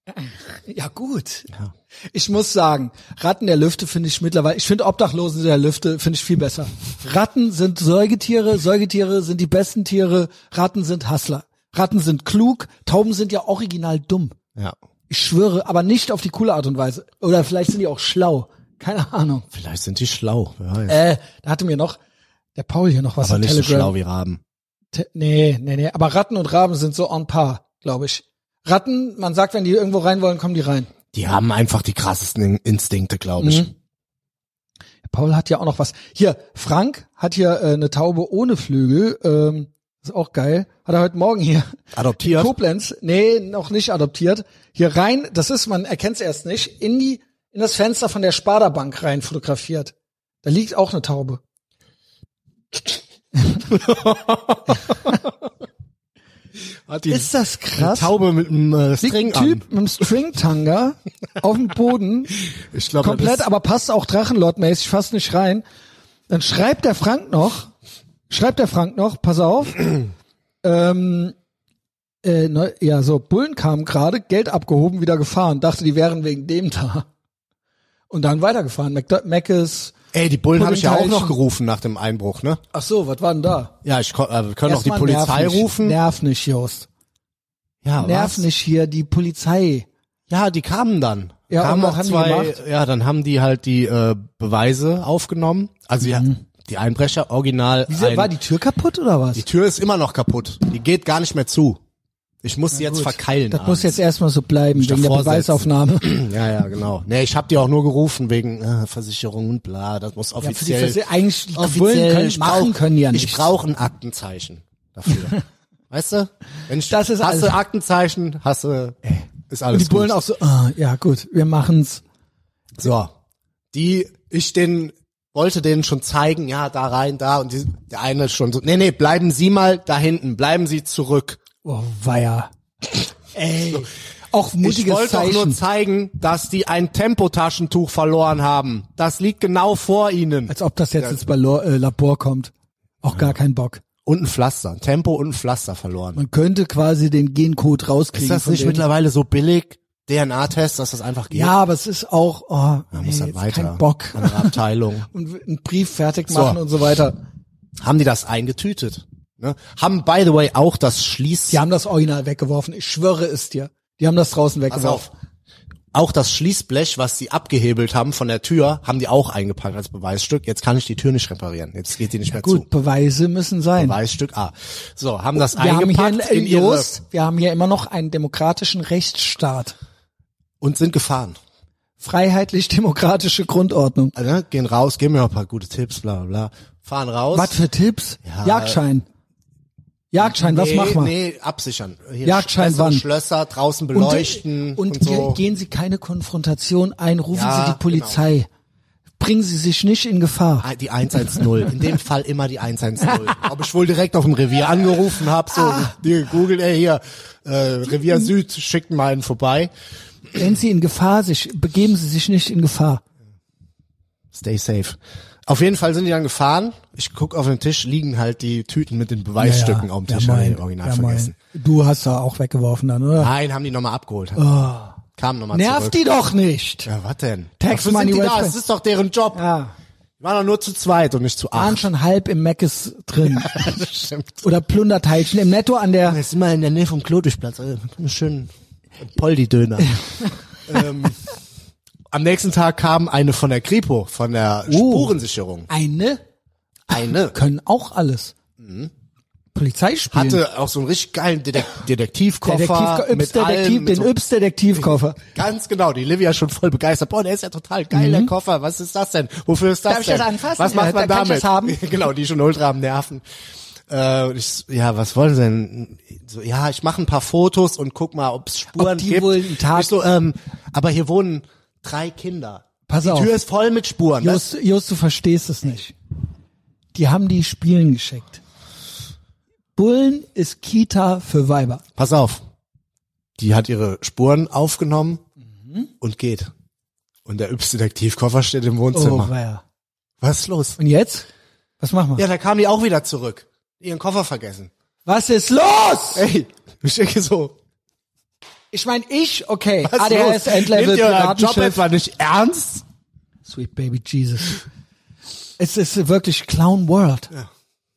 A: Ja, gut.
B: Ja.
A: Ich muss sagen, Ratten der Lüfte finde ich mittlerweile, ich finde Obdachlose der Lüfte finde ich viel besser. Ratten sind Säugetiere, Säugetiere sind die besten Tiere, Ratten sind Hassler. Ratten sind klug, Tauben sind ja original dumm.
B: Ja.
A: Ich schwöre, aber nicht auf die coole Art und Weise. Oder vielleicht sind die auch schlau. Keine Ahnung.
B: Vielleicht sind die schlau, wer weiß.
A: Äh, da hatte mir noch der Paul hier noch was
B: aber
A: auf
B: nicht so
A: Telegram.
B: schlau wie Raben.
A: Te nee, nee, nee. Aber Ratten und Raben sind so on par, glaube ich. Ratten, man sagt, wenn die irgendwo rein wollen, kommen die rein.
B: Die haben einfach die krassesten In- Instinkte, glaube ich.
A: Mhm. Paul hat ja auch noch was. Hier, Frank hat hier äh, eine Taube ohne Flügel. Ähm, ist auch geil. Hat er heute Morgen hier.
B: Adoptiert.
A: Koblenz, nee, noch nicht adoptiert. Hier rein, das ist, man erkennt es erst nicht, in die, in das Fenster von der Sparda Bank rein fotografiert. Da liegt auch eine Taube.
B: Hat die
A: Ist das
B: eine
A: krass?
B: Taube mit einem äh,
A: Liegt ein
B: String
A: Typ
B: an.
A: mit einem Stringtanga auf dem Boden
B: Ich glaube,
A: komplett, aber passt auch Drachenlord-mäßig fast nicht rein. Dann schreibt der Frank noch, schreibt der Frank noch, pass auf, ähm, äh, ne, ja, so, Bullen kamen gerade, Geld abgehoben, wieder gefahren, dachte, die wären wegen dem da. Und dann weitergefahren, Mac, Mac
B: Ey, die Bullen habe ich ja auch
A: Puddingteilchen.
B: noch gerufen nach dem Einbruch, ne?
A: ach so, was war denn da?
B: Ja, ich ko- äh, wir können auch die
A: Erstmal
B: Polizei
A: nerv nicht,
B: rufen.
A: Nerv nicht, Jost.
B: ja,
A: Nerv
B: was?
A: nicht hier, die Polizei.
B: Ja, die kamen dann.
A: Ja,
B: kamen
A: und was haben die gemacht?
B: ja, dann haben die halt die äh, Beweise aufgenommen. Also ja, die Einbrecher original.
A: Mhm. Wieso,
B: ein,
A: war die Tür kaputt oder was?
B: Die Tür ist immer noch kaputt. Die geht gar nicht mehr zu. Ich muss sie jetzt verkeilen.
A: das muss
B: abends.
A: jetzt erstmal so bleiben, wegen der
B: davor
A: Beweisaufnahme.
B: Ja, ja, genau. Nee, ich hab die auch nur gerufen wegen äh, Versicherung und bla. Das muss
A: Ja, für die
B: offiziell.
A: Verse eigentlich die Bullen
B: offiziell
A: können,
B: ich
A: machen
B: brauch-
A: können ja nicht.
B: Ich brauche ein Aktenzeichen dafür. weißt du? Wenn ich,
A: Das ist
B: hast
A: alles. Äh.
B: du Aktenzeichen, hast du, ist alles
A: die Bullen
B: gut.
A: auch so, ah, ja gut, wir machen's.
B: So. Die, ich den, wollte denen schon zeigen, ja, da rein, da, und die, der eine ist schon so, nee, nee, bleiben Sie mal da hinten, bleiben Sie zurück.
A: Oh, weia. Ey, auch
B: Ich
A: mutiges
B: wollte doch
A: Zeichen.
B: nur zeigen, dass die ein Tempotaschentuch verloren haben. Das liegt genau vor ihnen.
A: Als ob das jetzt ins Balor, äh, Labor kommt. Auch gar kein Bock.
B: Und ein Pflaster, ein Tempo und ein Pflaster verloren.
A: Man könnte quasi den Gencode rauskriegen.
B: Ist das
A: von
B: nicht
A: denen.
B: mittlerweile so billig, DNA-Test, dass das einfach geht?
A: Ja, aber es ist auch, oh,
B: Man
A: nee,
B: muss
A: ist
B: dann weiter.
A: kein Bock.
B: Andere Abteilung.
A: Und einen Brief fertig machen und so weiter.
B: haben die das eingetütet? Ne? Haben, by the way, auch das Schließ...
A: Die haben das Original weggeworfen. Ich schwöre es dir. Die haben das draußen
B: Pass
A: weggeworfen.
B: auf. Auch das Schließblech, was sie abgehebelt haben von der Tür, haben die auch eingepackt als Beweisstück. Jetzt kann ich die Tür nicht reparieren. Jetzt geht die nicht mehr
A: Gut,
B: zu.
A: Beweise müssen sein.
B: Beweisstück A. So, haben das
A: Wir haben,
B: eingepackt
A: hier in, in
B: in ihre
A: Jost, wir haben hier immer noch einen demokratischen Rechtsstaat.
B: und sind gefahren.
A: Freiheitlich-demokratische Grundordnung.
B: Also, ne? Gehen raus, geben mir ein paar gute Tipps, bla bla bla. Fahren raus.
A: Was für Tipps?
B: Ja.
A: Jagdschein. Jagdschein, was
B: nee,
A: machen wir?
B: Nee, absichern. Hier
A: Jagdschein
B: bessere
A: wann?
B: Schlösser, draußen
A: Und,
B: beleuchten und,
A: und,
B: so.
A: ge- gehen Sie keine Konfrontation ein, rufen
B: Ja, genau.
A: Sie die Polizei. Bringen Sie sich nicht in Gefahr.
B: Ah, Die 110. In dem Fall immer die 110. Ob ich wohl direkt auf dem Revier angerufen habe, so
A: Ah.
B: die gegoogelt, ey hier, äh, Revier Süd, schickt mal einen vorbei.
A: Wenn Sie in Gefahr sich, begeben Sie sich nicht in Gefahr.
B: Stay safe. Auf jeden Fall sind die dann gefahren. Ich guck auf den Tisch, liegen halt die Tüten mit den Beweisstücken auf dem Tisch. Ja,
A: mein,
B: Original
A: ja, mein.
B: vergessen.
A: Du hast da auch weggeworfen dann, oder?
B: Nein, haben die nochmal abgeholt. Kamen nochmal
A: Nerv
B: zurück.
A: Oh. die doch nicht!
B: Ja, was denn?
A: Tax
B: Dafür
A: money
B: sind die
A: well
B: da,
A: spent.
B: es ist doch deren Job.
A: Ja.
B: Die waren doch nur zu zweit und nicht zu
A: waren
B: acht.
A: schon halb im Meckes drin.
B: Das stimmt.
A: Oder Plunderteilchen im Netto an der.
B: Jetzt sind wir in der Nähe vom Klotischplatz. Also, einen schönen Poldi-Döner. ähm, am nächsten Tag kam eine von der Kripo, von der
A: Oh.
B: Spurensicherung.
A: Eine
B: Eine
A: können auch alles. Polizei spielen.
B: Mhm. hatte auch so einen richtig geilen Detek Detektivkoffer
A: Detektiv,
B: mit
A: Yps-Detektiv,
B: allem. Mit
A: den
B: so,
A: Yps-Detektivkoffer.
B: ganz genau, die Livia schon voll begeistert. Boah, der ist ja total geil, der Koffer. Was ist das denn? Wofür ist das
A: Mhm. Darf ich
B: denn?
A: das anfassen?
B: Was
A: Ja,
B: macht man
A: dann kann ich
B: damit?
A: das haben.
B: genau, die schon ultra am Nerven. Äh, und ich, so, ja, was wollen sie denn? So, ja, ich mache ein paar Fotos und guck mal, ob's Spuren
A: Ob die
B: gibt.
A: wohl einen Tag-
B: ich so, ähm, aber hier wohnen drei Kinder.
A: Pass
B: die
A: auf.
B: Tür ist voll mit Spuren. Das,
A: Just, Just, du verstehst es nicht. Die haben die Spielen geschickt. Bullen ist Kita für Weiber.
B: pass auf. Die hat ihre Spuren aufgenommen
A: Mhm.
B: und geht. Und der Yps-Detektivkoffer steht im
A: Oh,
B: Wohnzimmer.
A: weia.
B: was ist los?
A: Und jetzt? Was machen wir?
B: Ja, da kam die auch wieder zurück. Ihren Koffer vergessen.
A: Was ist los?
B: Ey, ich denke so.
A: Ich meine, ich, okay,
B: Was
A: ADHS,
B: ist los?
A: Endlevel,
B: Nehmt ihr euren Job
A: Piratenschiff.
B: etwa nicht ernst?
A: Sweet Baby Jesus. Es ist wirklich Clown World.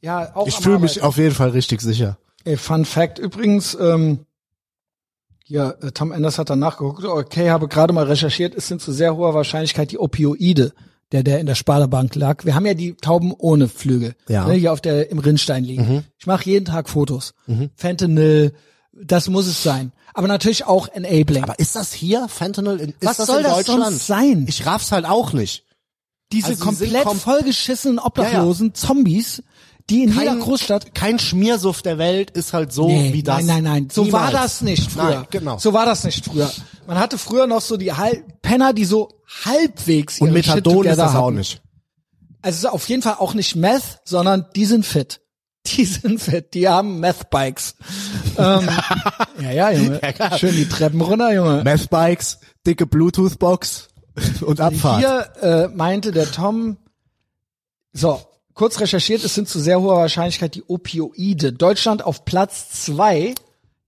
A: Ja, auch
B: Ich
A: am
B: fühle mich
A: Arbeiten.
B: auf jeden Fall richtig sicher.
A: Ey, Fun Fact übrigens, ähm, ja, äh, Tom Enders hat danach geguckt, okay, habe gerade mal recherchiert, es sind zu sehr hoher Wahrscheinlichkeit die Opioide, der der in der Sparda-Bank lag. Wir haben ja die Tauben ohne Flügel,
B: Ja.
A: ne, hier auf der im Rinnstein liegen. Ich mache jeden Tag Fotos. Fentanyl, das muss es sein. Aber natürlich auch Enabling.
B: Aber ist das hier Fentanyl? In, ist
A: Was
B: das
A: soll
B: in
A: das
B: Deutschland?
A: sonst sein?
B: Ich raff's halt auch nicht.
A: Diese
B: also sie
A: komplett
B: sind kom-
A: vollgeschissenen Obdachlosen, Zombies, die in jeder Großstadt
B: Kein Schmiersuff der Welt ist halt so
A: Nee,
B: wie das.
A: Nein, nein, nein. Oh, So
B: Niemals.
A: war das nicht früher.
B: Nein, genau.
A: So war das nicht früher. Man hatte früher noch so die Hal Penner, die so halbwegs ihre
B: Und
A: Shit
B: Methadon
A: together
B: ist das auch
A: hatten.
B: nicht.
A: Also es ist auf jeden Fall auch nicht Meth, sondern die sind fit. Die sind fit. Die haben Meth-Bikes. ähm, ja, ja, Junge. Schön die Treppen runter, Junge.
B: Methbikes, dicke Bluetooth-Box und Abfahrt.
A: Hier äh, meinte der Tom, so, kurz recherchiert, es sind zu sehr hoher Wahrscheinlichkeit die Opioide. Deutschland auf Platz zwei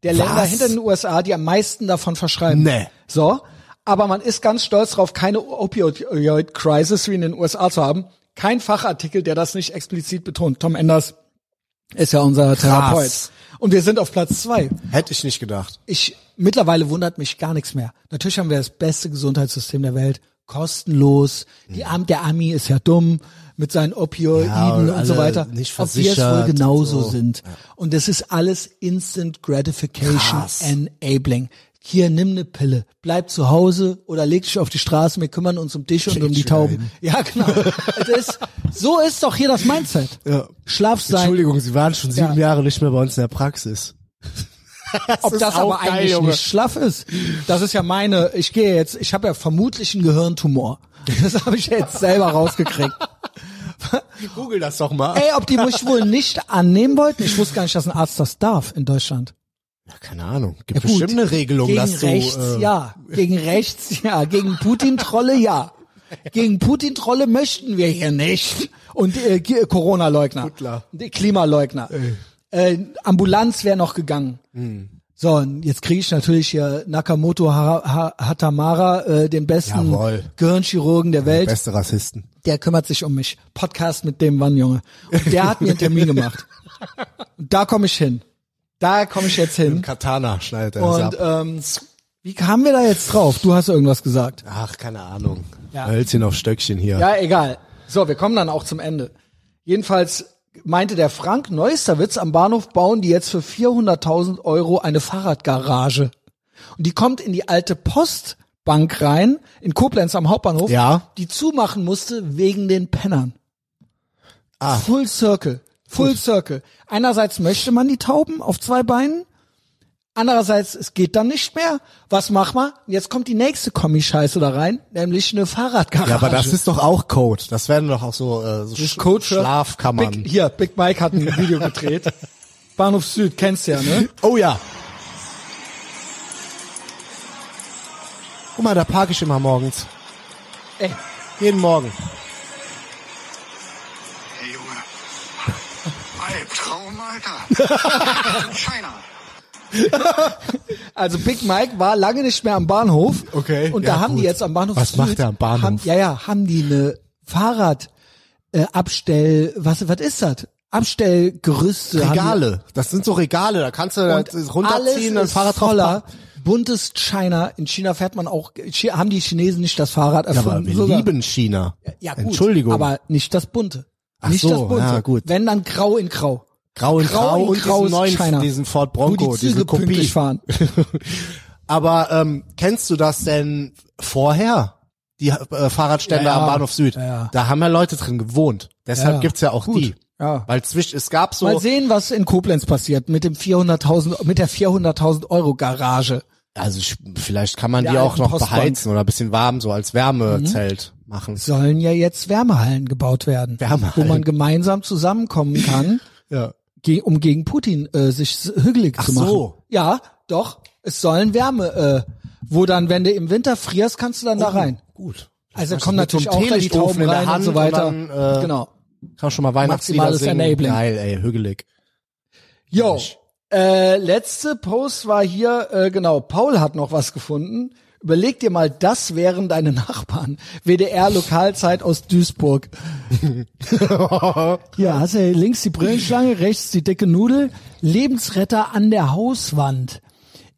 A: der Länder
B: Was?
A: hinter den USA, die am meisten davon verschreiben.
B: Nee.
A: So, aber man ist ganz stolz darauf, keine Opioid-Crisis wie in den USA zu haben. Kein Fachartikel, der das nicht explizit betont. Tom Enders ist ja unser Therapeut. Und wir sind auf Platz zwei
B: Hätte ich nicht gedacht.
A: ich mittlerweile wundert mich gar nichts mehr. Natürlich haben wir das beste Gesundheitssystem der Welt, kostenlos. Die Arm der Ami ist ja dumm mit seinen Opioiden
B: Mhm. Ja, und
A: und,
B: alle
A: so weiter.
B: nicht
A: Ob wir es wohl
B: versichert und
A: genauso
B: so.
A: sind. Und das ist alles Instant Gratification
B: Krass.
A: Enabling. Hier nimm ne Pille, bleib zu Hause oder leg dich auf die Straße. Wir kümmern uns um dich und um die
B: dich
A: Tauben. Ja, genau. Es ist, so ist doch hier das Mindset.
B: Ja.
A: Schlaf sein.
B: Entschuldigung, Sie waren schon sieben
A: Ja.
B: Jahre nicht mehr bei uns in der Praxis.
A: Ob das
B: ist auch
A: aber
B: geil,
A: eigentlich
B: Junge.
A: nicht schlaff ist. Das ist ja meine, ich gehe jetzt, ich habe ja vermutlich einen Gehirntumor. Das habe ich jetzt selber rausgekriegt.
B: Google das doch mal.
A: Ey, ob die mich wohl nicht annehmen wollten? Ich wusste gar nicht, dass ein Arzt das darf in Deutschland.
B: Ja, keine Ahnung. Gibt
A: Gut.
B: bestimmt eine Regelung,
A: Gegen
B: dass du...
A: rechts,
B: äh,
A: ja. Gegen rechts, ja. Gegen Putin-Trolle, ja. Gegen Putin-Trolle möchten wir hier nicht. Und äh, G- Corona-Leugner.
B: Putler.
A: Die Klimaleugner. Äh, Ambulanz wäre noch gegangen.
B: Hm.
A: So, und jetzt kriege ich natürlich hier Nakamoto ha ha Hatamara, äh, den besten
B: Jawohl.
A: Gehirnchirurgen der Welt
B: Beste Rassisten.
A: der kümmert sich um mich. Podcast mit dem Mann, Junge. Und der hat mir einen Termin gemacht. Und da komme ich hin. Da komme ich jetzt hin.
B: Katana schneidet er das ab.
A: Und ähm, wie kamen wir da jetzt drauf? Du hast irgendwas gesagt.
B: Ach, keine Ahnung.
A: Ja.
B: Hölzchen auf Stöckchen hier.
A: Ja, egal. So, wir kommen dann auch zum Ende. Jedenfalls meinte der Frank Neusterwitz, am Bahnhof bauen die jetzt für 400.000 Euro eine Fahrradgarage. Und die kommt in die alte Postbank rein, in Koblenz am Hauptbahnhof,
B: Ja.
A: die zumachen musste wegen den Pennern.
B: Ah.
A: Full Circle. Full Circle. Einerseits möchte man die Tauben auf zwei Beinen, andererseits es geht dann nicht mehr. Was machen wir? Jetzt kommt die nächste Kommi-Scheiße da rein, nämlich eine Fahrradgarage.
B: Ja, aber das ist doch auch Code. Das werden doch auch so, äh, so Sch
A: ist Code für
B: Schlafkammern.
A: Big, hier, Big Mike hat ein Video gedreht. Bahnhof Süd, kennst du ja, ne?
B: Oh ja. Guck mal, da parke ich immer morgens.
A: Ey,
B: Jeden Morgen.
C: Hey Junge. Albtraum, Alter. Scheiner.
A: also Big Mike war lange nicht mehr am Bahnhof.
B: Okay,
A: Und
B: ja,
A: da haben
B: gut.
A: die jetzt am Bahnhof
B: Was
A: Süd,
B: macht er am Bahnhof?
A: Haben, ja, ja, haben die eine Fahrrad äh, Abstell, was was ist das? Abstellgerüste haben die-
B: Regale. Das sind so Regale. Da kannst du
A: Und
B: das runterziehen,
A: alles
B: dann
A: ist
B: Fahrrad drauf.
A: voller
B: packen.
A: buntes China. In China fährt man auch Chi- haben die Chinesen nicht das Fahrrad
B: Ja,
A: erfunden.
B: aber wir
A: sogar.
B: lieben China.
A: ja, gut,
B: Entschuldigung.
A: aber nicht das bunte.
B: Ach
A: nicht
B: so,
A: das bunte.
B: ja, gut.
A: Wenn dann grau in grau.
B: grau in grau,
A: in
B: und
A: grau
B: diesen
A: ist
B: neuen,
A: China.
B: diesen Ford
A: Wo die
B: Bronco,
A: Züge
B: diese Kopie.
A: pünktlich fahren.
B: Aber ähm, kennst du das denn vorher? Die äh, Fahrradständer
A: Ja, ja.
B: am Bahnhof Süd.
A: Ja, ja.
B: Da haben ja Leute drin gewohnt. Deshalb
A: Ja, ja.
B: gibt's ja auch
A: Gut.
B: die.
A: Ja.
B: Weil zwischen es gab so
A: Mal sehen, was in Koblenz passiert mit dem 400.000 mit der 400.000 Euro Garage.
B: also ich, vielleicht kann man
A: Der
B: die auch
A: alten
B: noch
A: halt Postbank. Mhm.
B: beheizen oder ein bisschen warm so als Wärmezelt machen.
A: Sollen ja jetzt Wärmehallen gebaut werden,
B: Wärmehallen.
A: wo man gemeinsam zusammenkommen kann,
B: Ja.
A: ge um gegen Putin äh, sich s- hügelig zu
B: so.
A: machen. Ja, doch. Es sollen Wärme, äh, wo dann, wenn du im Winter frierst, kannst du dann da rein.
B: Gut.
A: Also
B: mach
A: kommen
B: das Oh.
A: natürlich
B: mit so
A: auch
B: einem
A: dann die
B: Teelichtofen
A: Tauben
B: in der
A: rein und so
B: Hand und
A: weiter.
B: dann, äh,
A: genau.
B: Kann schon mal Weihnachtslieder
A: Maximales
B: singen.
A: Enabling.
B: Geil, ey, hügelig.
A: Jo, äh, letzte Post war hier, äh, genau, Paul hat noch was gefunden. Überleg dir mal, das wären deine Nachbarn. WDR Lokalzeit aus Duisburg. Ja, hast du hier links die Brillenschlange, rechts die dicke Nudel. Lebensretter an der Hauswand.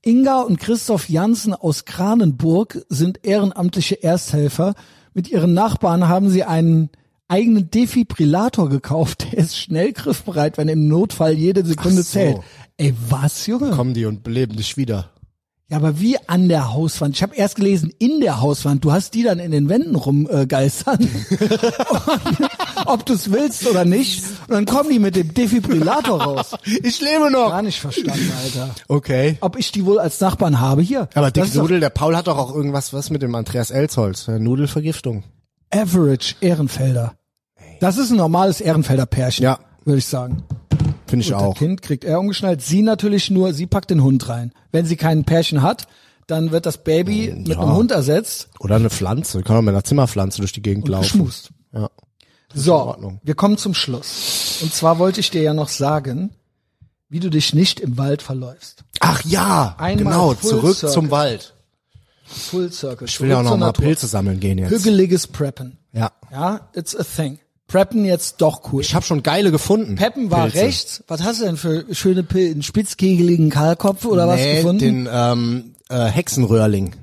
A: Inga und Christoph Jansen aus Kranenburg sind ehrenamtliche Ersthelfer. Mit ihren Nachbarn haben sie einen eigenen Defibrillator gekauft. Der ist schnell griffbereit, wenn im Notfall jede Sekunde
B: Ach so.
A: zählt. Ey, was, Junge?
B: Kommen die und leben dich wieder.
A: Ja, aber wie an der Hauswand? Ich habe erst gelesen, in der Hauswand. Du hast die dann in den Wänden rumgeistern. ob du es willst oder nicht. Und dann kommen die mit dem Defibrillator raus.
B: Ich lebe noch.
A: Gar nicht verstanden, Alter.
B: Okay.
A: Ob ich die wohl als Nachbarn habe hier?
B: Aber
A: das
B: Dick
A: ist doch
B: Nudel, der Paul hat doch auch irgendwas was mit dem Andreas Elsholz. Ja, Nudelvergiftung.
A: Average Ehrenfelder. Das ist ein normales Ehrenfelder Pärchen,
B: Ja.
A: würde ich sagen.
B: Finde ich
A: Das
B: auch.
A: Kind kriegt er umgeschnallt. Sie natürlich nur, sie packt den Hund rein. Wenn sie kein Pärchen hat, dann wird das Baby mit
B: ja.
A: einem Hund ersetzt.
B: Oder eine Pflanze. Kann man mit einer Zimmerpflanze durch die Gegend laufen.
A: Geschmust.
B: Ja. in
A: So,
B: Ordnung.
A: wir kommen zum Schluss. Und zwar wollte ich dir ja noch sagen, wie du dich nicht im Wald verläufst.
B: Ach ja,
A: Einmal
B: genau.
A: Full
B: Zurück
A: Circle.
B: zum Wald.
A: Full Circle.
B: Ich will ja auch noch mal Pilze sammeln gehen jetzt.
A: Hügeliges Preppen.
B: Ja.
A: Ja, it's a thing. Preppen jetzt doch cool.
B: Ich habe schon geile gefunden.
A: Peppen war
B: Pilze.
A: rechts. Was hast du denn für schöne Pilze? Einen spitzkegeligen Kahlkopf oder was
B: nee,
A: gefunden?
B: den ähm, äh, Hexenröhrling.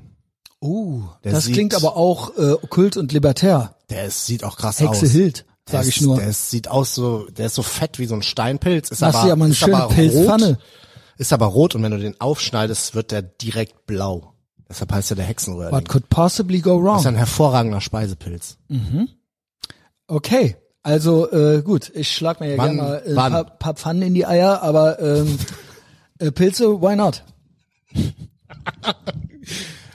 A: uh,
B: der
A: das
B: sieht-
A: klingt aber auch äh, okkult und libertär.
B: Der ist, sieht auch krass aus.
A: Hexe Hild,
B: Der
A: sage
B: ist-
A: ich nur.
B: Der ist, sieht aus so, der ist so fett wie so ein Steinpilz. Ist
A: Machst
B: aber,
A: du ja mal eine
B: ist
A: schöne
B: aber
A: Pilzpfanne.
B: Rot, ist aber rot und wenn du den aufschneidest, wird der direkt blau. Deshalb heißt er der Hexenröhrling.
A: What could possibly go
B: Das ist
A: wrong?
B: ein hervorragender Speisepilz.
A: Okay, also äh, gut, ich schlag mir ja
B: Wann-
A: gerne mal äh,
B: wann?
A: paar, paar Pfannen in die Eier, aber ähm, äh, Pilze, why not?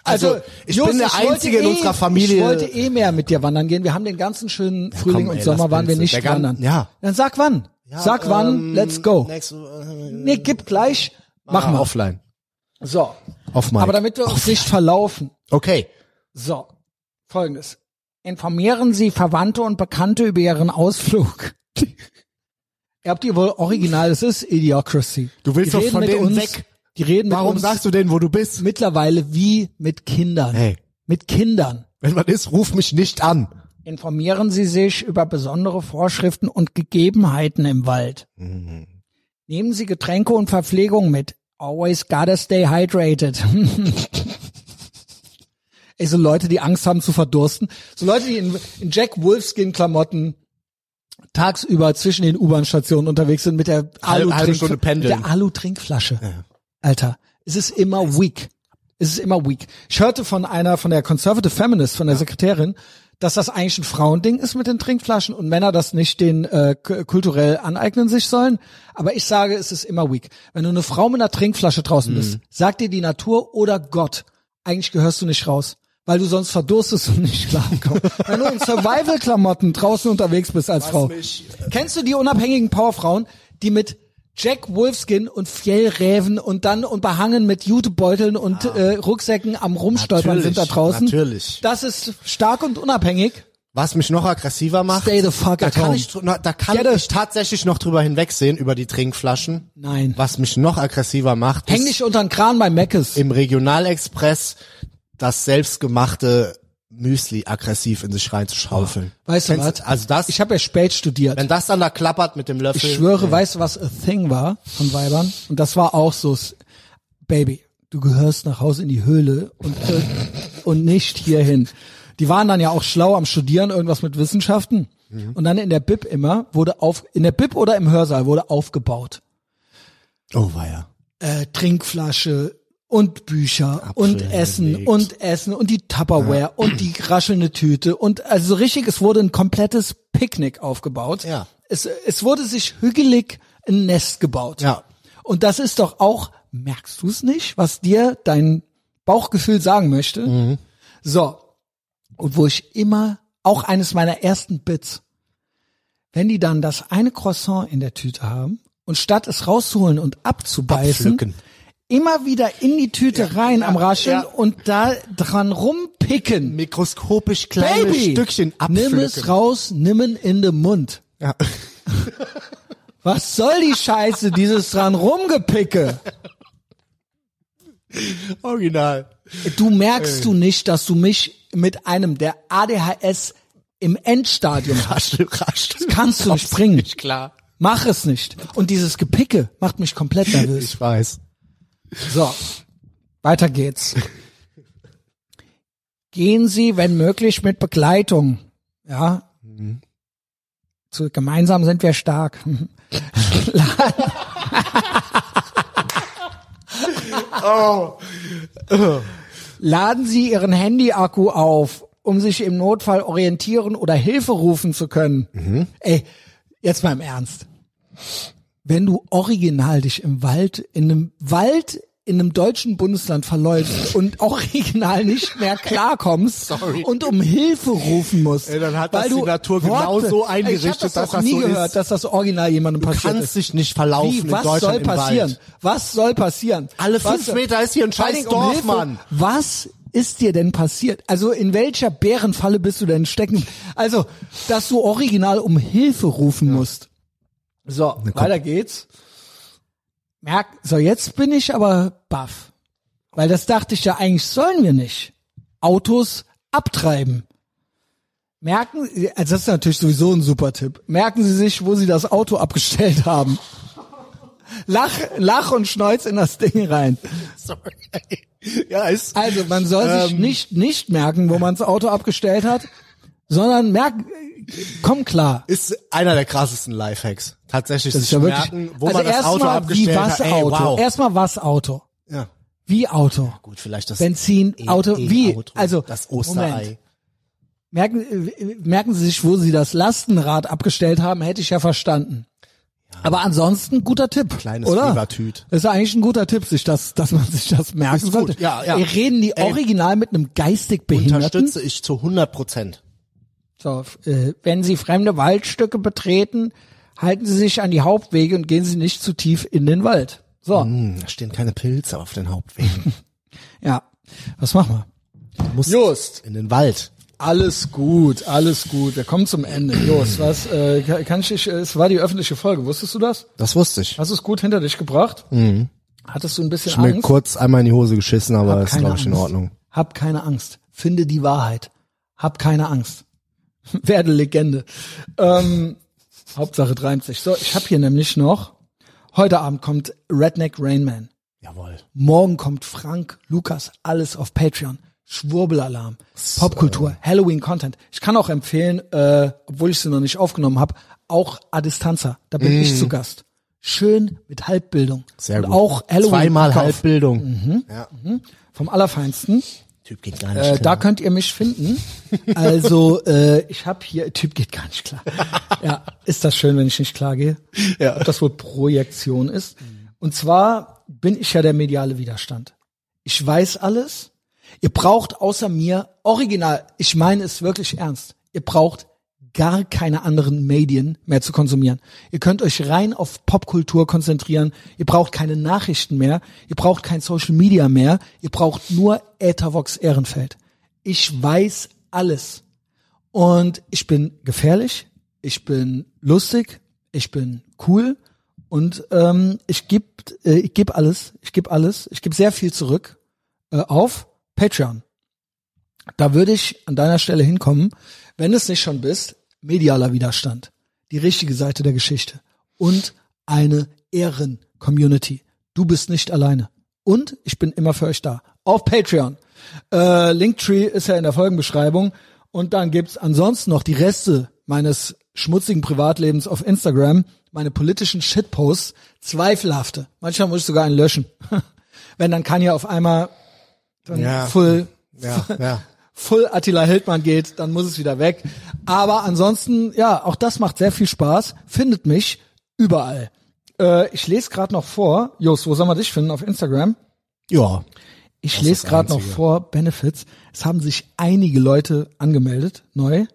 B: Also, ich bin der
A: ich wollte eh-
B: Einzige in unserer Familie-
A: Ich wollte eh mehr mit dir wandern gehen. Wir haben den ganzen schönen Frühling
B: komm,
A: und
B: ey,
A: Sommer
B: lass
A: waren wir
B: Pilze.
A: nicht
B: Der gan-
A: wandern.
B: ja.
A: Dann sag wann. sag
B: ähm,
A: wann, let's go.
B: Nächste,
A: Nee, gib gleich. Mach
B: ah,
A: mal.
B: äh, offline.
A: So.
B: Auf Mike.
A: Aber damit wir uns nicht verlaufen.
B: okay.
A: So. Folgendes. Informieren Sie Verwandte und Bekannte über Ihren Ausflug. Ihr habt ihr wohl original, das ist Idiocracy.
B: Du willst
A: die
B: doch
A: reden
B: von
A: mit
B: denen
A: uns,
B: weg.
A: Die reden
B: Warum
A: mit uns
B: sagst du denen, wo du bist?
A: mittlerweile wie mit Kindern.
B: Hey.
A: Mit Kindern.
B: Wenn man ist, ruf mich nicht an.
A: Informieren Sie sich über besondere Vorschriften und Gegebenheiten im Wald.
B: Mhm.
A: Nehmen Sie Getränke und Verpflegung mit. Always gotta stay hydrated. Ey, so Leute, die Angst haben zu verdursten. So Leute, die in, in Jack Wolfskin-Klamotten tagsüber zwischen den U-Bahn-Stationen unterwegs sind mit der
B: Halbe- halbe Stunde
A: Alu-Trinkfl- mit
B: pendeln.
A: der Alu-Trinkflasche. Alter, es ist immer weak. Es ist immer weak. Ich hörte von einer, von der Conservative Feminist, von der Sekretärin, dass das eigentlich ein Frauending ist mit den Trinkflaschen und Männer das nicht den äh, k- kulturell aneignen sich sollen. Aber ich sage, es ist immer weak. Wenn du eine Frau mit einer Trinkflasche draußen bist, sagt dir die Natur oder Gott, eigentlich gehörst du nicht raus. Weil du sonst verdurstest und nicht klarkommst. Wenn du in Survival-Klamotten draußen unterwegs bist als Frau. Kennst du die unabhängigen Powerfrauen, die mit Jack Wolfskin und Fjellräven und dann und behangen mit Jutebeuteln und äh, Rucksäcken am Rumstolpern
B: Ah. Natürlich,
A: sind da draußen?
B: natürlich.
A: Das ist stark und unabhängig.
B: Was mich noch aggressiver macht,
A: Stay the fuck
B: da
A: at
B: kann,
A: home.
B: ich, dr- na, da kann
A: Get it.
B: ich tatsächlich noch drüber hinwegsehen, über die Trinkflaschen.
A: Nein.
B: Was mich noch aggressiver macht,
A: Häng
B: ist
A: dich unter den Kran bei Meckes.
B: im Regionalexpress das selbstgemachte Müsli aggressiv in sich reinzuschaufeln.
A: Oh, Weißt du
B: Kennst
A: was?
B: Also das,
A: Ich habe ja spät studiert.
B: wenn das dann da klappert mit dem Löffel.
A: Ich schwöre, weißt du, was a thing war von Weibern? Und das war auch so, s- Baby, du gehörst nach Hause in die Höhle und, äh, und nicht hierhin. Die waren dann ja auch schlau am Studieren, irgendwas mit Wissenschaften. Und dann in der Bib immer wurde auf, in der Bib oder im Hörsaal wurde aufgebaut
B: Oh weia.
A: äh, Trinkflasche und Bücher und Essen
B: gelegt.
A: und Essen und die Tupperware und die raschelnde Tüte und also so richtig, es wurde ein komplettes Picknick aufgebaut.
B: Ja.
A: Es, es wurde sich hügelig ein Nest gebaut.
B: Ja.
A: Und das ist doch auch, merkst du es nicht, was dir dein Bauchgefühl sagen möchte?
B: Mhm.
A: So. Und wo ich immer, auch eines meiner ersten Bits, wenn die dann das eine Croissant in der Tüte haben und statt es rauszuholen und abzubeißen,
B: Abpflücken.
A: immer wieder in die Tüte rein am Rascheln
B: ja.
A: und da dran rumpicken.
B: Mikroskopisch kleine
A: Baby,
B: Stückchen
A: nimm
B: abpflücken.
A: es raus, nimmen in den Mund.
B: Ja.
A: Was soll die Scheiße, dieses dran rumgepicke?
B: Original.
A: Du merkst du nicht, dass du mich mit einem, der ADHS im Endstadium hat.
B: Rasch, rasch.
A: Kannst du nicht bringen.
B: Klar.
A: Mach es nicht. Und dieses Gepicke macht mich komplett nervös.
B: Ich weiß.
A: So, weiter geht's. Gehen Sie, wenn möglich, mit Begleitung. Ja. Zu, gemeinsam sind wir stark. Laden Sie Ihren Handy-Akku auf, um sich im Notfall orientieren oder Hilfe rufen zu können. Ey, jetzt mal im Ernst. Wenn du original dich im Wald, in einem Wald in einem deutschen Bundesland verläufst und original nicht mehr klarkommst und um Hilfe rufen musst.
B: Ey, dann hat das
A: weil
B: die
A: du
B: Natur genau
A: Worte- Ey,
B: so
A: ich hab
B: eingerichtet,
A: das
B: dass
A: doch
B: das
A: nie
B: so
A: gehört,
B: ist.
A: dass das original jemandem
B: Du
A: passiert
B: kannst
A: ist.
B: dich nicht verlaufen
A: Wie,
B: in
A: was
B: Deutschland
A: soll
B: im
A: passieren?
B: Wald.
A: Was soll passieren?
B: Alle
A: was
B: fünf Meter ist hier ein
A: Vor allen
B: scheiß
A: Dingen um
B: Dorf,
A: Hilfe.
B: Mann.
A: Was ist dir denn passiert? Also in welcher Bärenfalle bist du denn stecken? Also, dass du original um Hilfe rufen musst. So, weiter geht's. Merk, so jetzt bin ich aber baff. Weil das dachte ich ja, eigentlich sollen wir nicht. Autos abtreiben. Merken, also das ist natürlich sowieso ein super Tipp. Merken Sie sich, wo Sie das Auto abgestellt haben. Lach, lach und schneuz in das Ding rein.
B: Sorry. Ja, ist.
A: Also man soll sich nicht nicht merken, wo man das Auto abgestellt hat, sondern merken, komm klar.
B: ist einer der krassesten Lifehacks. Tatsächlich
A: Das ist
B: sich
A: ja wirklich.
B: merken, wo
A: also
B: man das Auto
A: erstmal, wie
B: abgestellt
A: was
B: hat. Ey,
A: Auto.
B: wow.
A: Erstmal was Auto.
B: ja.
A: Wie Auto.
B: Gut, vielleicht das E-
A: Benzin, Auto, wie?
B: E-Auto,
A: Also,
B: das Osterei.
A: Moment. Merken, äh, merken Sie sich, wo Sie das Lastenrad abgestellt haben, hätte ich ja verstanden. Aber ansonsten guter Tipp,
B: Kleines
A: oder?
B: Fiebertüt.
A: Ist ja eigentlich ein guter Tipp, sich das, dass man sich das merken
B: gut,
A: sollte.
B: ja, ja.
A: Wir Reden die
B: Ey.
A: original mit einem geistig Behinderten?
B: Unterstütze ich zu 100 Prozent.
A: So, äh, wenn Sie fremde Waldstücke betreten, halten Sie sich an die Hauptwege und gehen Sie nicht zu tief in den Wald. So,
B: Hm, da stehen keine Pilze auf den Hauptwegen.
A: ja. Was machen wir?
B: Du musst
A: Just.
B: in den Wald.
A: Alles gut, alles gut. Wir kommen zum Ende. Los, was, äh, ka- kann ich dich, äh, es war die öffentliche Folge, wusstest du das?
B: Das wusste ich.
A: Hast du es gut hinter dich gebracht? Hattest du ein bisschen
B: Ich hab mir
A: Angst?
B: kurz einmal in die Hose geschissen, aber
A: Hab
B: ist, glaube ich, in
A: Angst.
B: Ordnung.
A: Hab keine Angst. Finde die Wahrheit. Hab keine Angst. Werde Legende. Ähm, Hauptsache es reimt sich. So, ich habe hier nämlich noch, heute Abend kommt Redneck Rainman.
B: Jawohl.
A: Morgen kommt Frank, Lukas, alles auf Patreon. Schwurbelalarm, Popkultur, Halloween-Content. Ich kann auch empfehlen, äh, obwohl ich sie noch nicht aufgenommen habe, auch Adistanza. Da bin ich zu Gast. Schön mit Halbbildung.
B: Mm. Sehr
A: Und
B: gut.
A: Auch Halloween.
B: Zweimal
A: Verkauf
B: Halbbildung. Ja.
A: Vom Allerfeinsten.
B: Mhm. Typ geht gar nicht
A: Äh, da
B: klar.
A: könnt ihr mich finden. Also äh, ich habe hier, Typ geht gar nicht klar. Ja, ist das schön, wenn ich nicht klar gehe?
B: Ja.
A: Ob das wohl Projektion ist? Und zwar bin ich ja der mediale Widerstand. Ich weiß alles. Ihr braucht außer mir original, ich meine es wirklich ernst, ihr braucht gar keine anderen Medien mehr zu konsumieren. Ihr könnt euch rein auf Popkultur konzentrieren. Ihr braucht keine Nachrichten mehr. Ihr braucht kein Social Media mehr. Ihr braucht nur Ethervox Ehrenfeld. Ich weiß alles. Und ich bin gefährlich, ich bin lustig, ich bin cool und ähm, ich gebe äh, ich geb alles, ich gebe alles, ich gebe sehr viel zurück äh, auf Patreon. Da würde ich an deiner Stelle hinkommen, wenn es nicht schon bist, medialer Widerstand, die richtige Seite der Geschichte und eine Ehren-Community. Du bist nicht alleine. Und ich bin immer für euch da. Auf Patreon. Äh, Linktree ist ja in der Folgenbeschreibung. Und dann gibt's ansonsten noch die Reste meines schmutzigen Privatlebens auf Instagram, meine politischen Shitposts, zweifelhafte. Manchmal muss ich sogar einen löschen. Wenn, dann kann ja auf einmal dann
B: Ja.
A: full
B: Ja, ja.
A: Full Attila Hildmann geht, dann muss es wieder weg. Aber ansonsten, ja, auch das macht sehr viel Spaß. Findet mich überall. Äh, ich lese gerade noch vor, Jos, wo soll man dich finden? Auf Instagram?
B: Ja.
A: Ich
B: ist
A: lese
B: das
A: gerade noch
B: Einzige.
A: vor Benefits. Es haben sich einige Leute angemeldet, neu.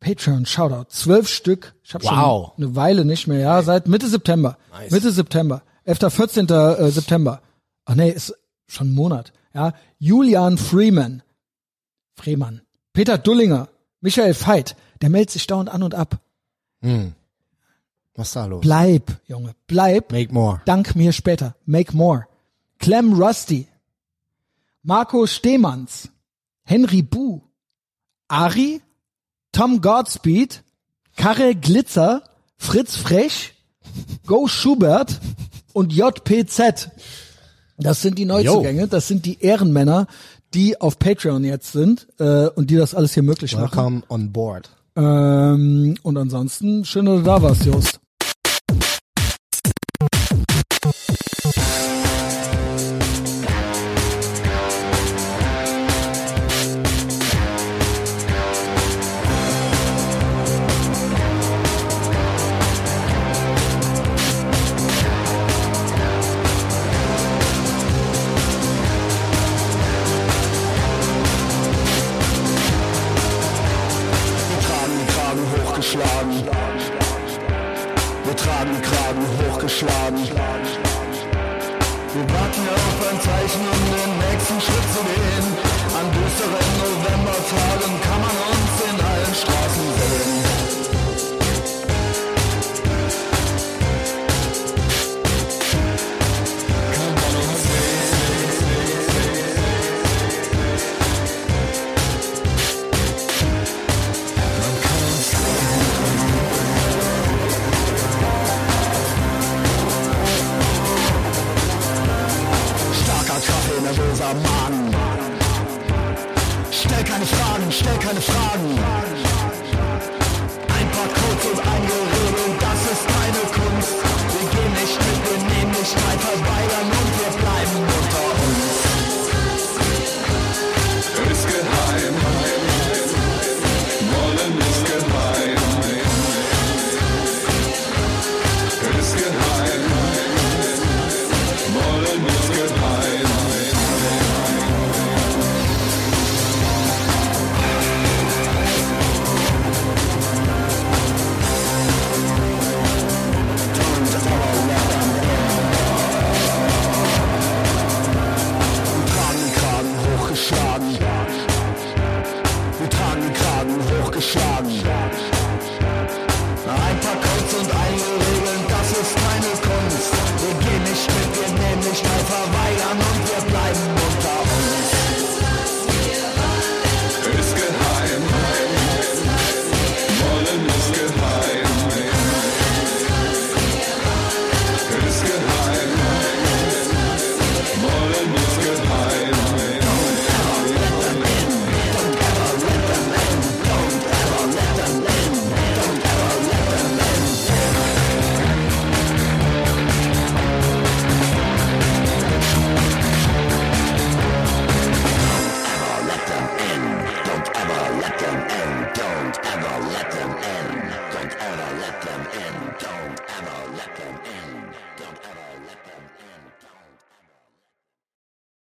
A: Patreon, Shoutout, zwölf Stück. Ich habe
B: Wow.
A: schon eine Weile nicht mehr, ja, seit Mitte September.
B: Nice.
A: Mitte September. 11. 14. äh, September. Ach nee, ist schon ein Monat. Ja, Julian Freeman. Freeman. Peter Dullinger. Michael Veit. Der meldet sich dauernd an und ab.
B: Was ist da los?
A: Bleib, Junge, bleib.
B: Make more.
A: Dank mir später. Make more. Clem Rusty. Marco Stehmanns, Henry Bu, Ari, Tom Godspeed, Karel Glitzer, Fritz Frech, Go Schubert und JPZ. Das sind die Neuzugänge, das sind die Ehrenmänner, die auf Patreon jetzt sind äh, und die das alles hier möglich machen.
B: Welcome on board.
A: Ähm, und ansonsten, schön, dass du da warst, Jost.
D: Wir tragen den Kragen hochgeschlagen. Wir tragen den Kragen hochgeschlagen. Wir warten auf ein Zeichen, um den nächsten Schritt zu gehen. An düsteren Novembertagen kann man uns in allen Straßen sehen. Kann man uns sehen. Starker Kaffee, nervöser Magen. Stell keine Fragen, stell keine Fragen. Ein paar Codes und ein Gerede, das ist keine Kunst. Wir gehen nicht mit, wir nehmen nicht weiter weigern und wir bleiben unter uns.
E: ist geheim. Wollen ist geheim. Ist geheim. Wollen ist geheim.
D: tragen den Kragen hochgeschlagen. Wir tragen den Kragen hochgeschlagen. Ein paar Codes und einige Regeln, das ist keine Kunst. Wir gehen nicht mit, wir nehmen nicht teil, verweigern und wir bleiben unter uns.
E: Ist geheim. Wollen ist geheim. Ist geheim. Wollen ist geheim.
D: Don't ever let them in, don't ever let them in, don't ever let them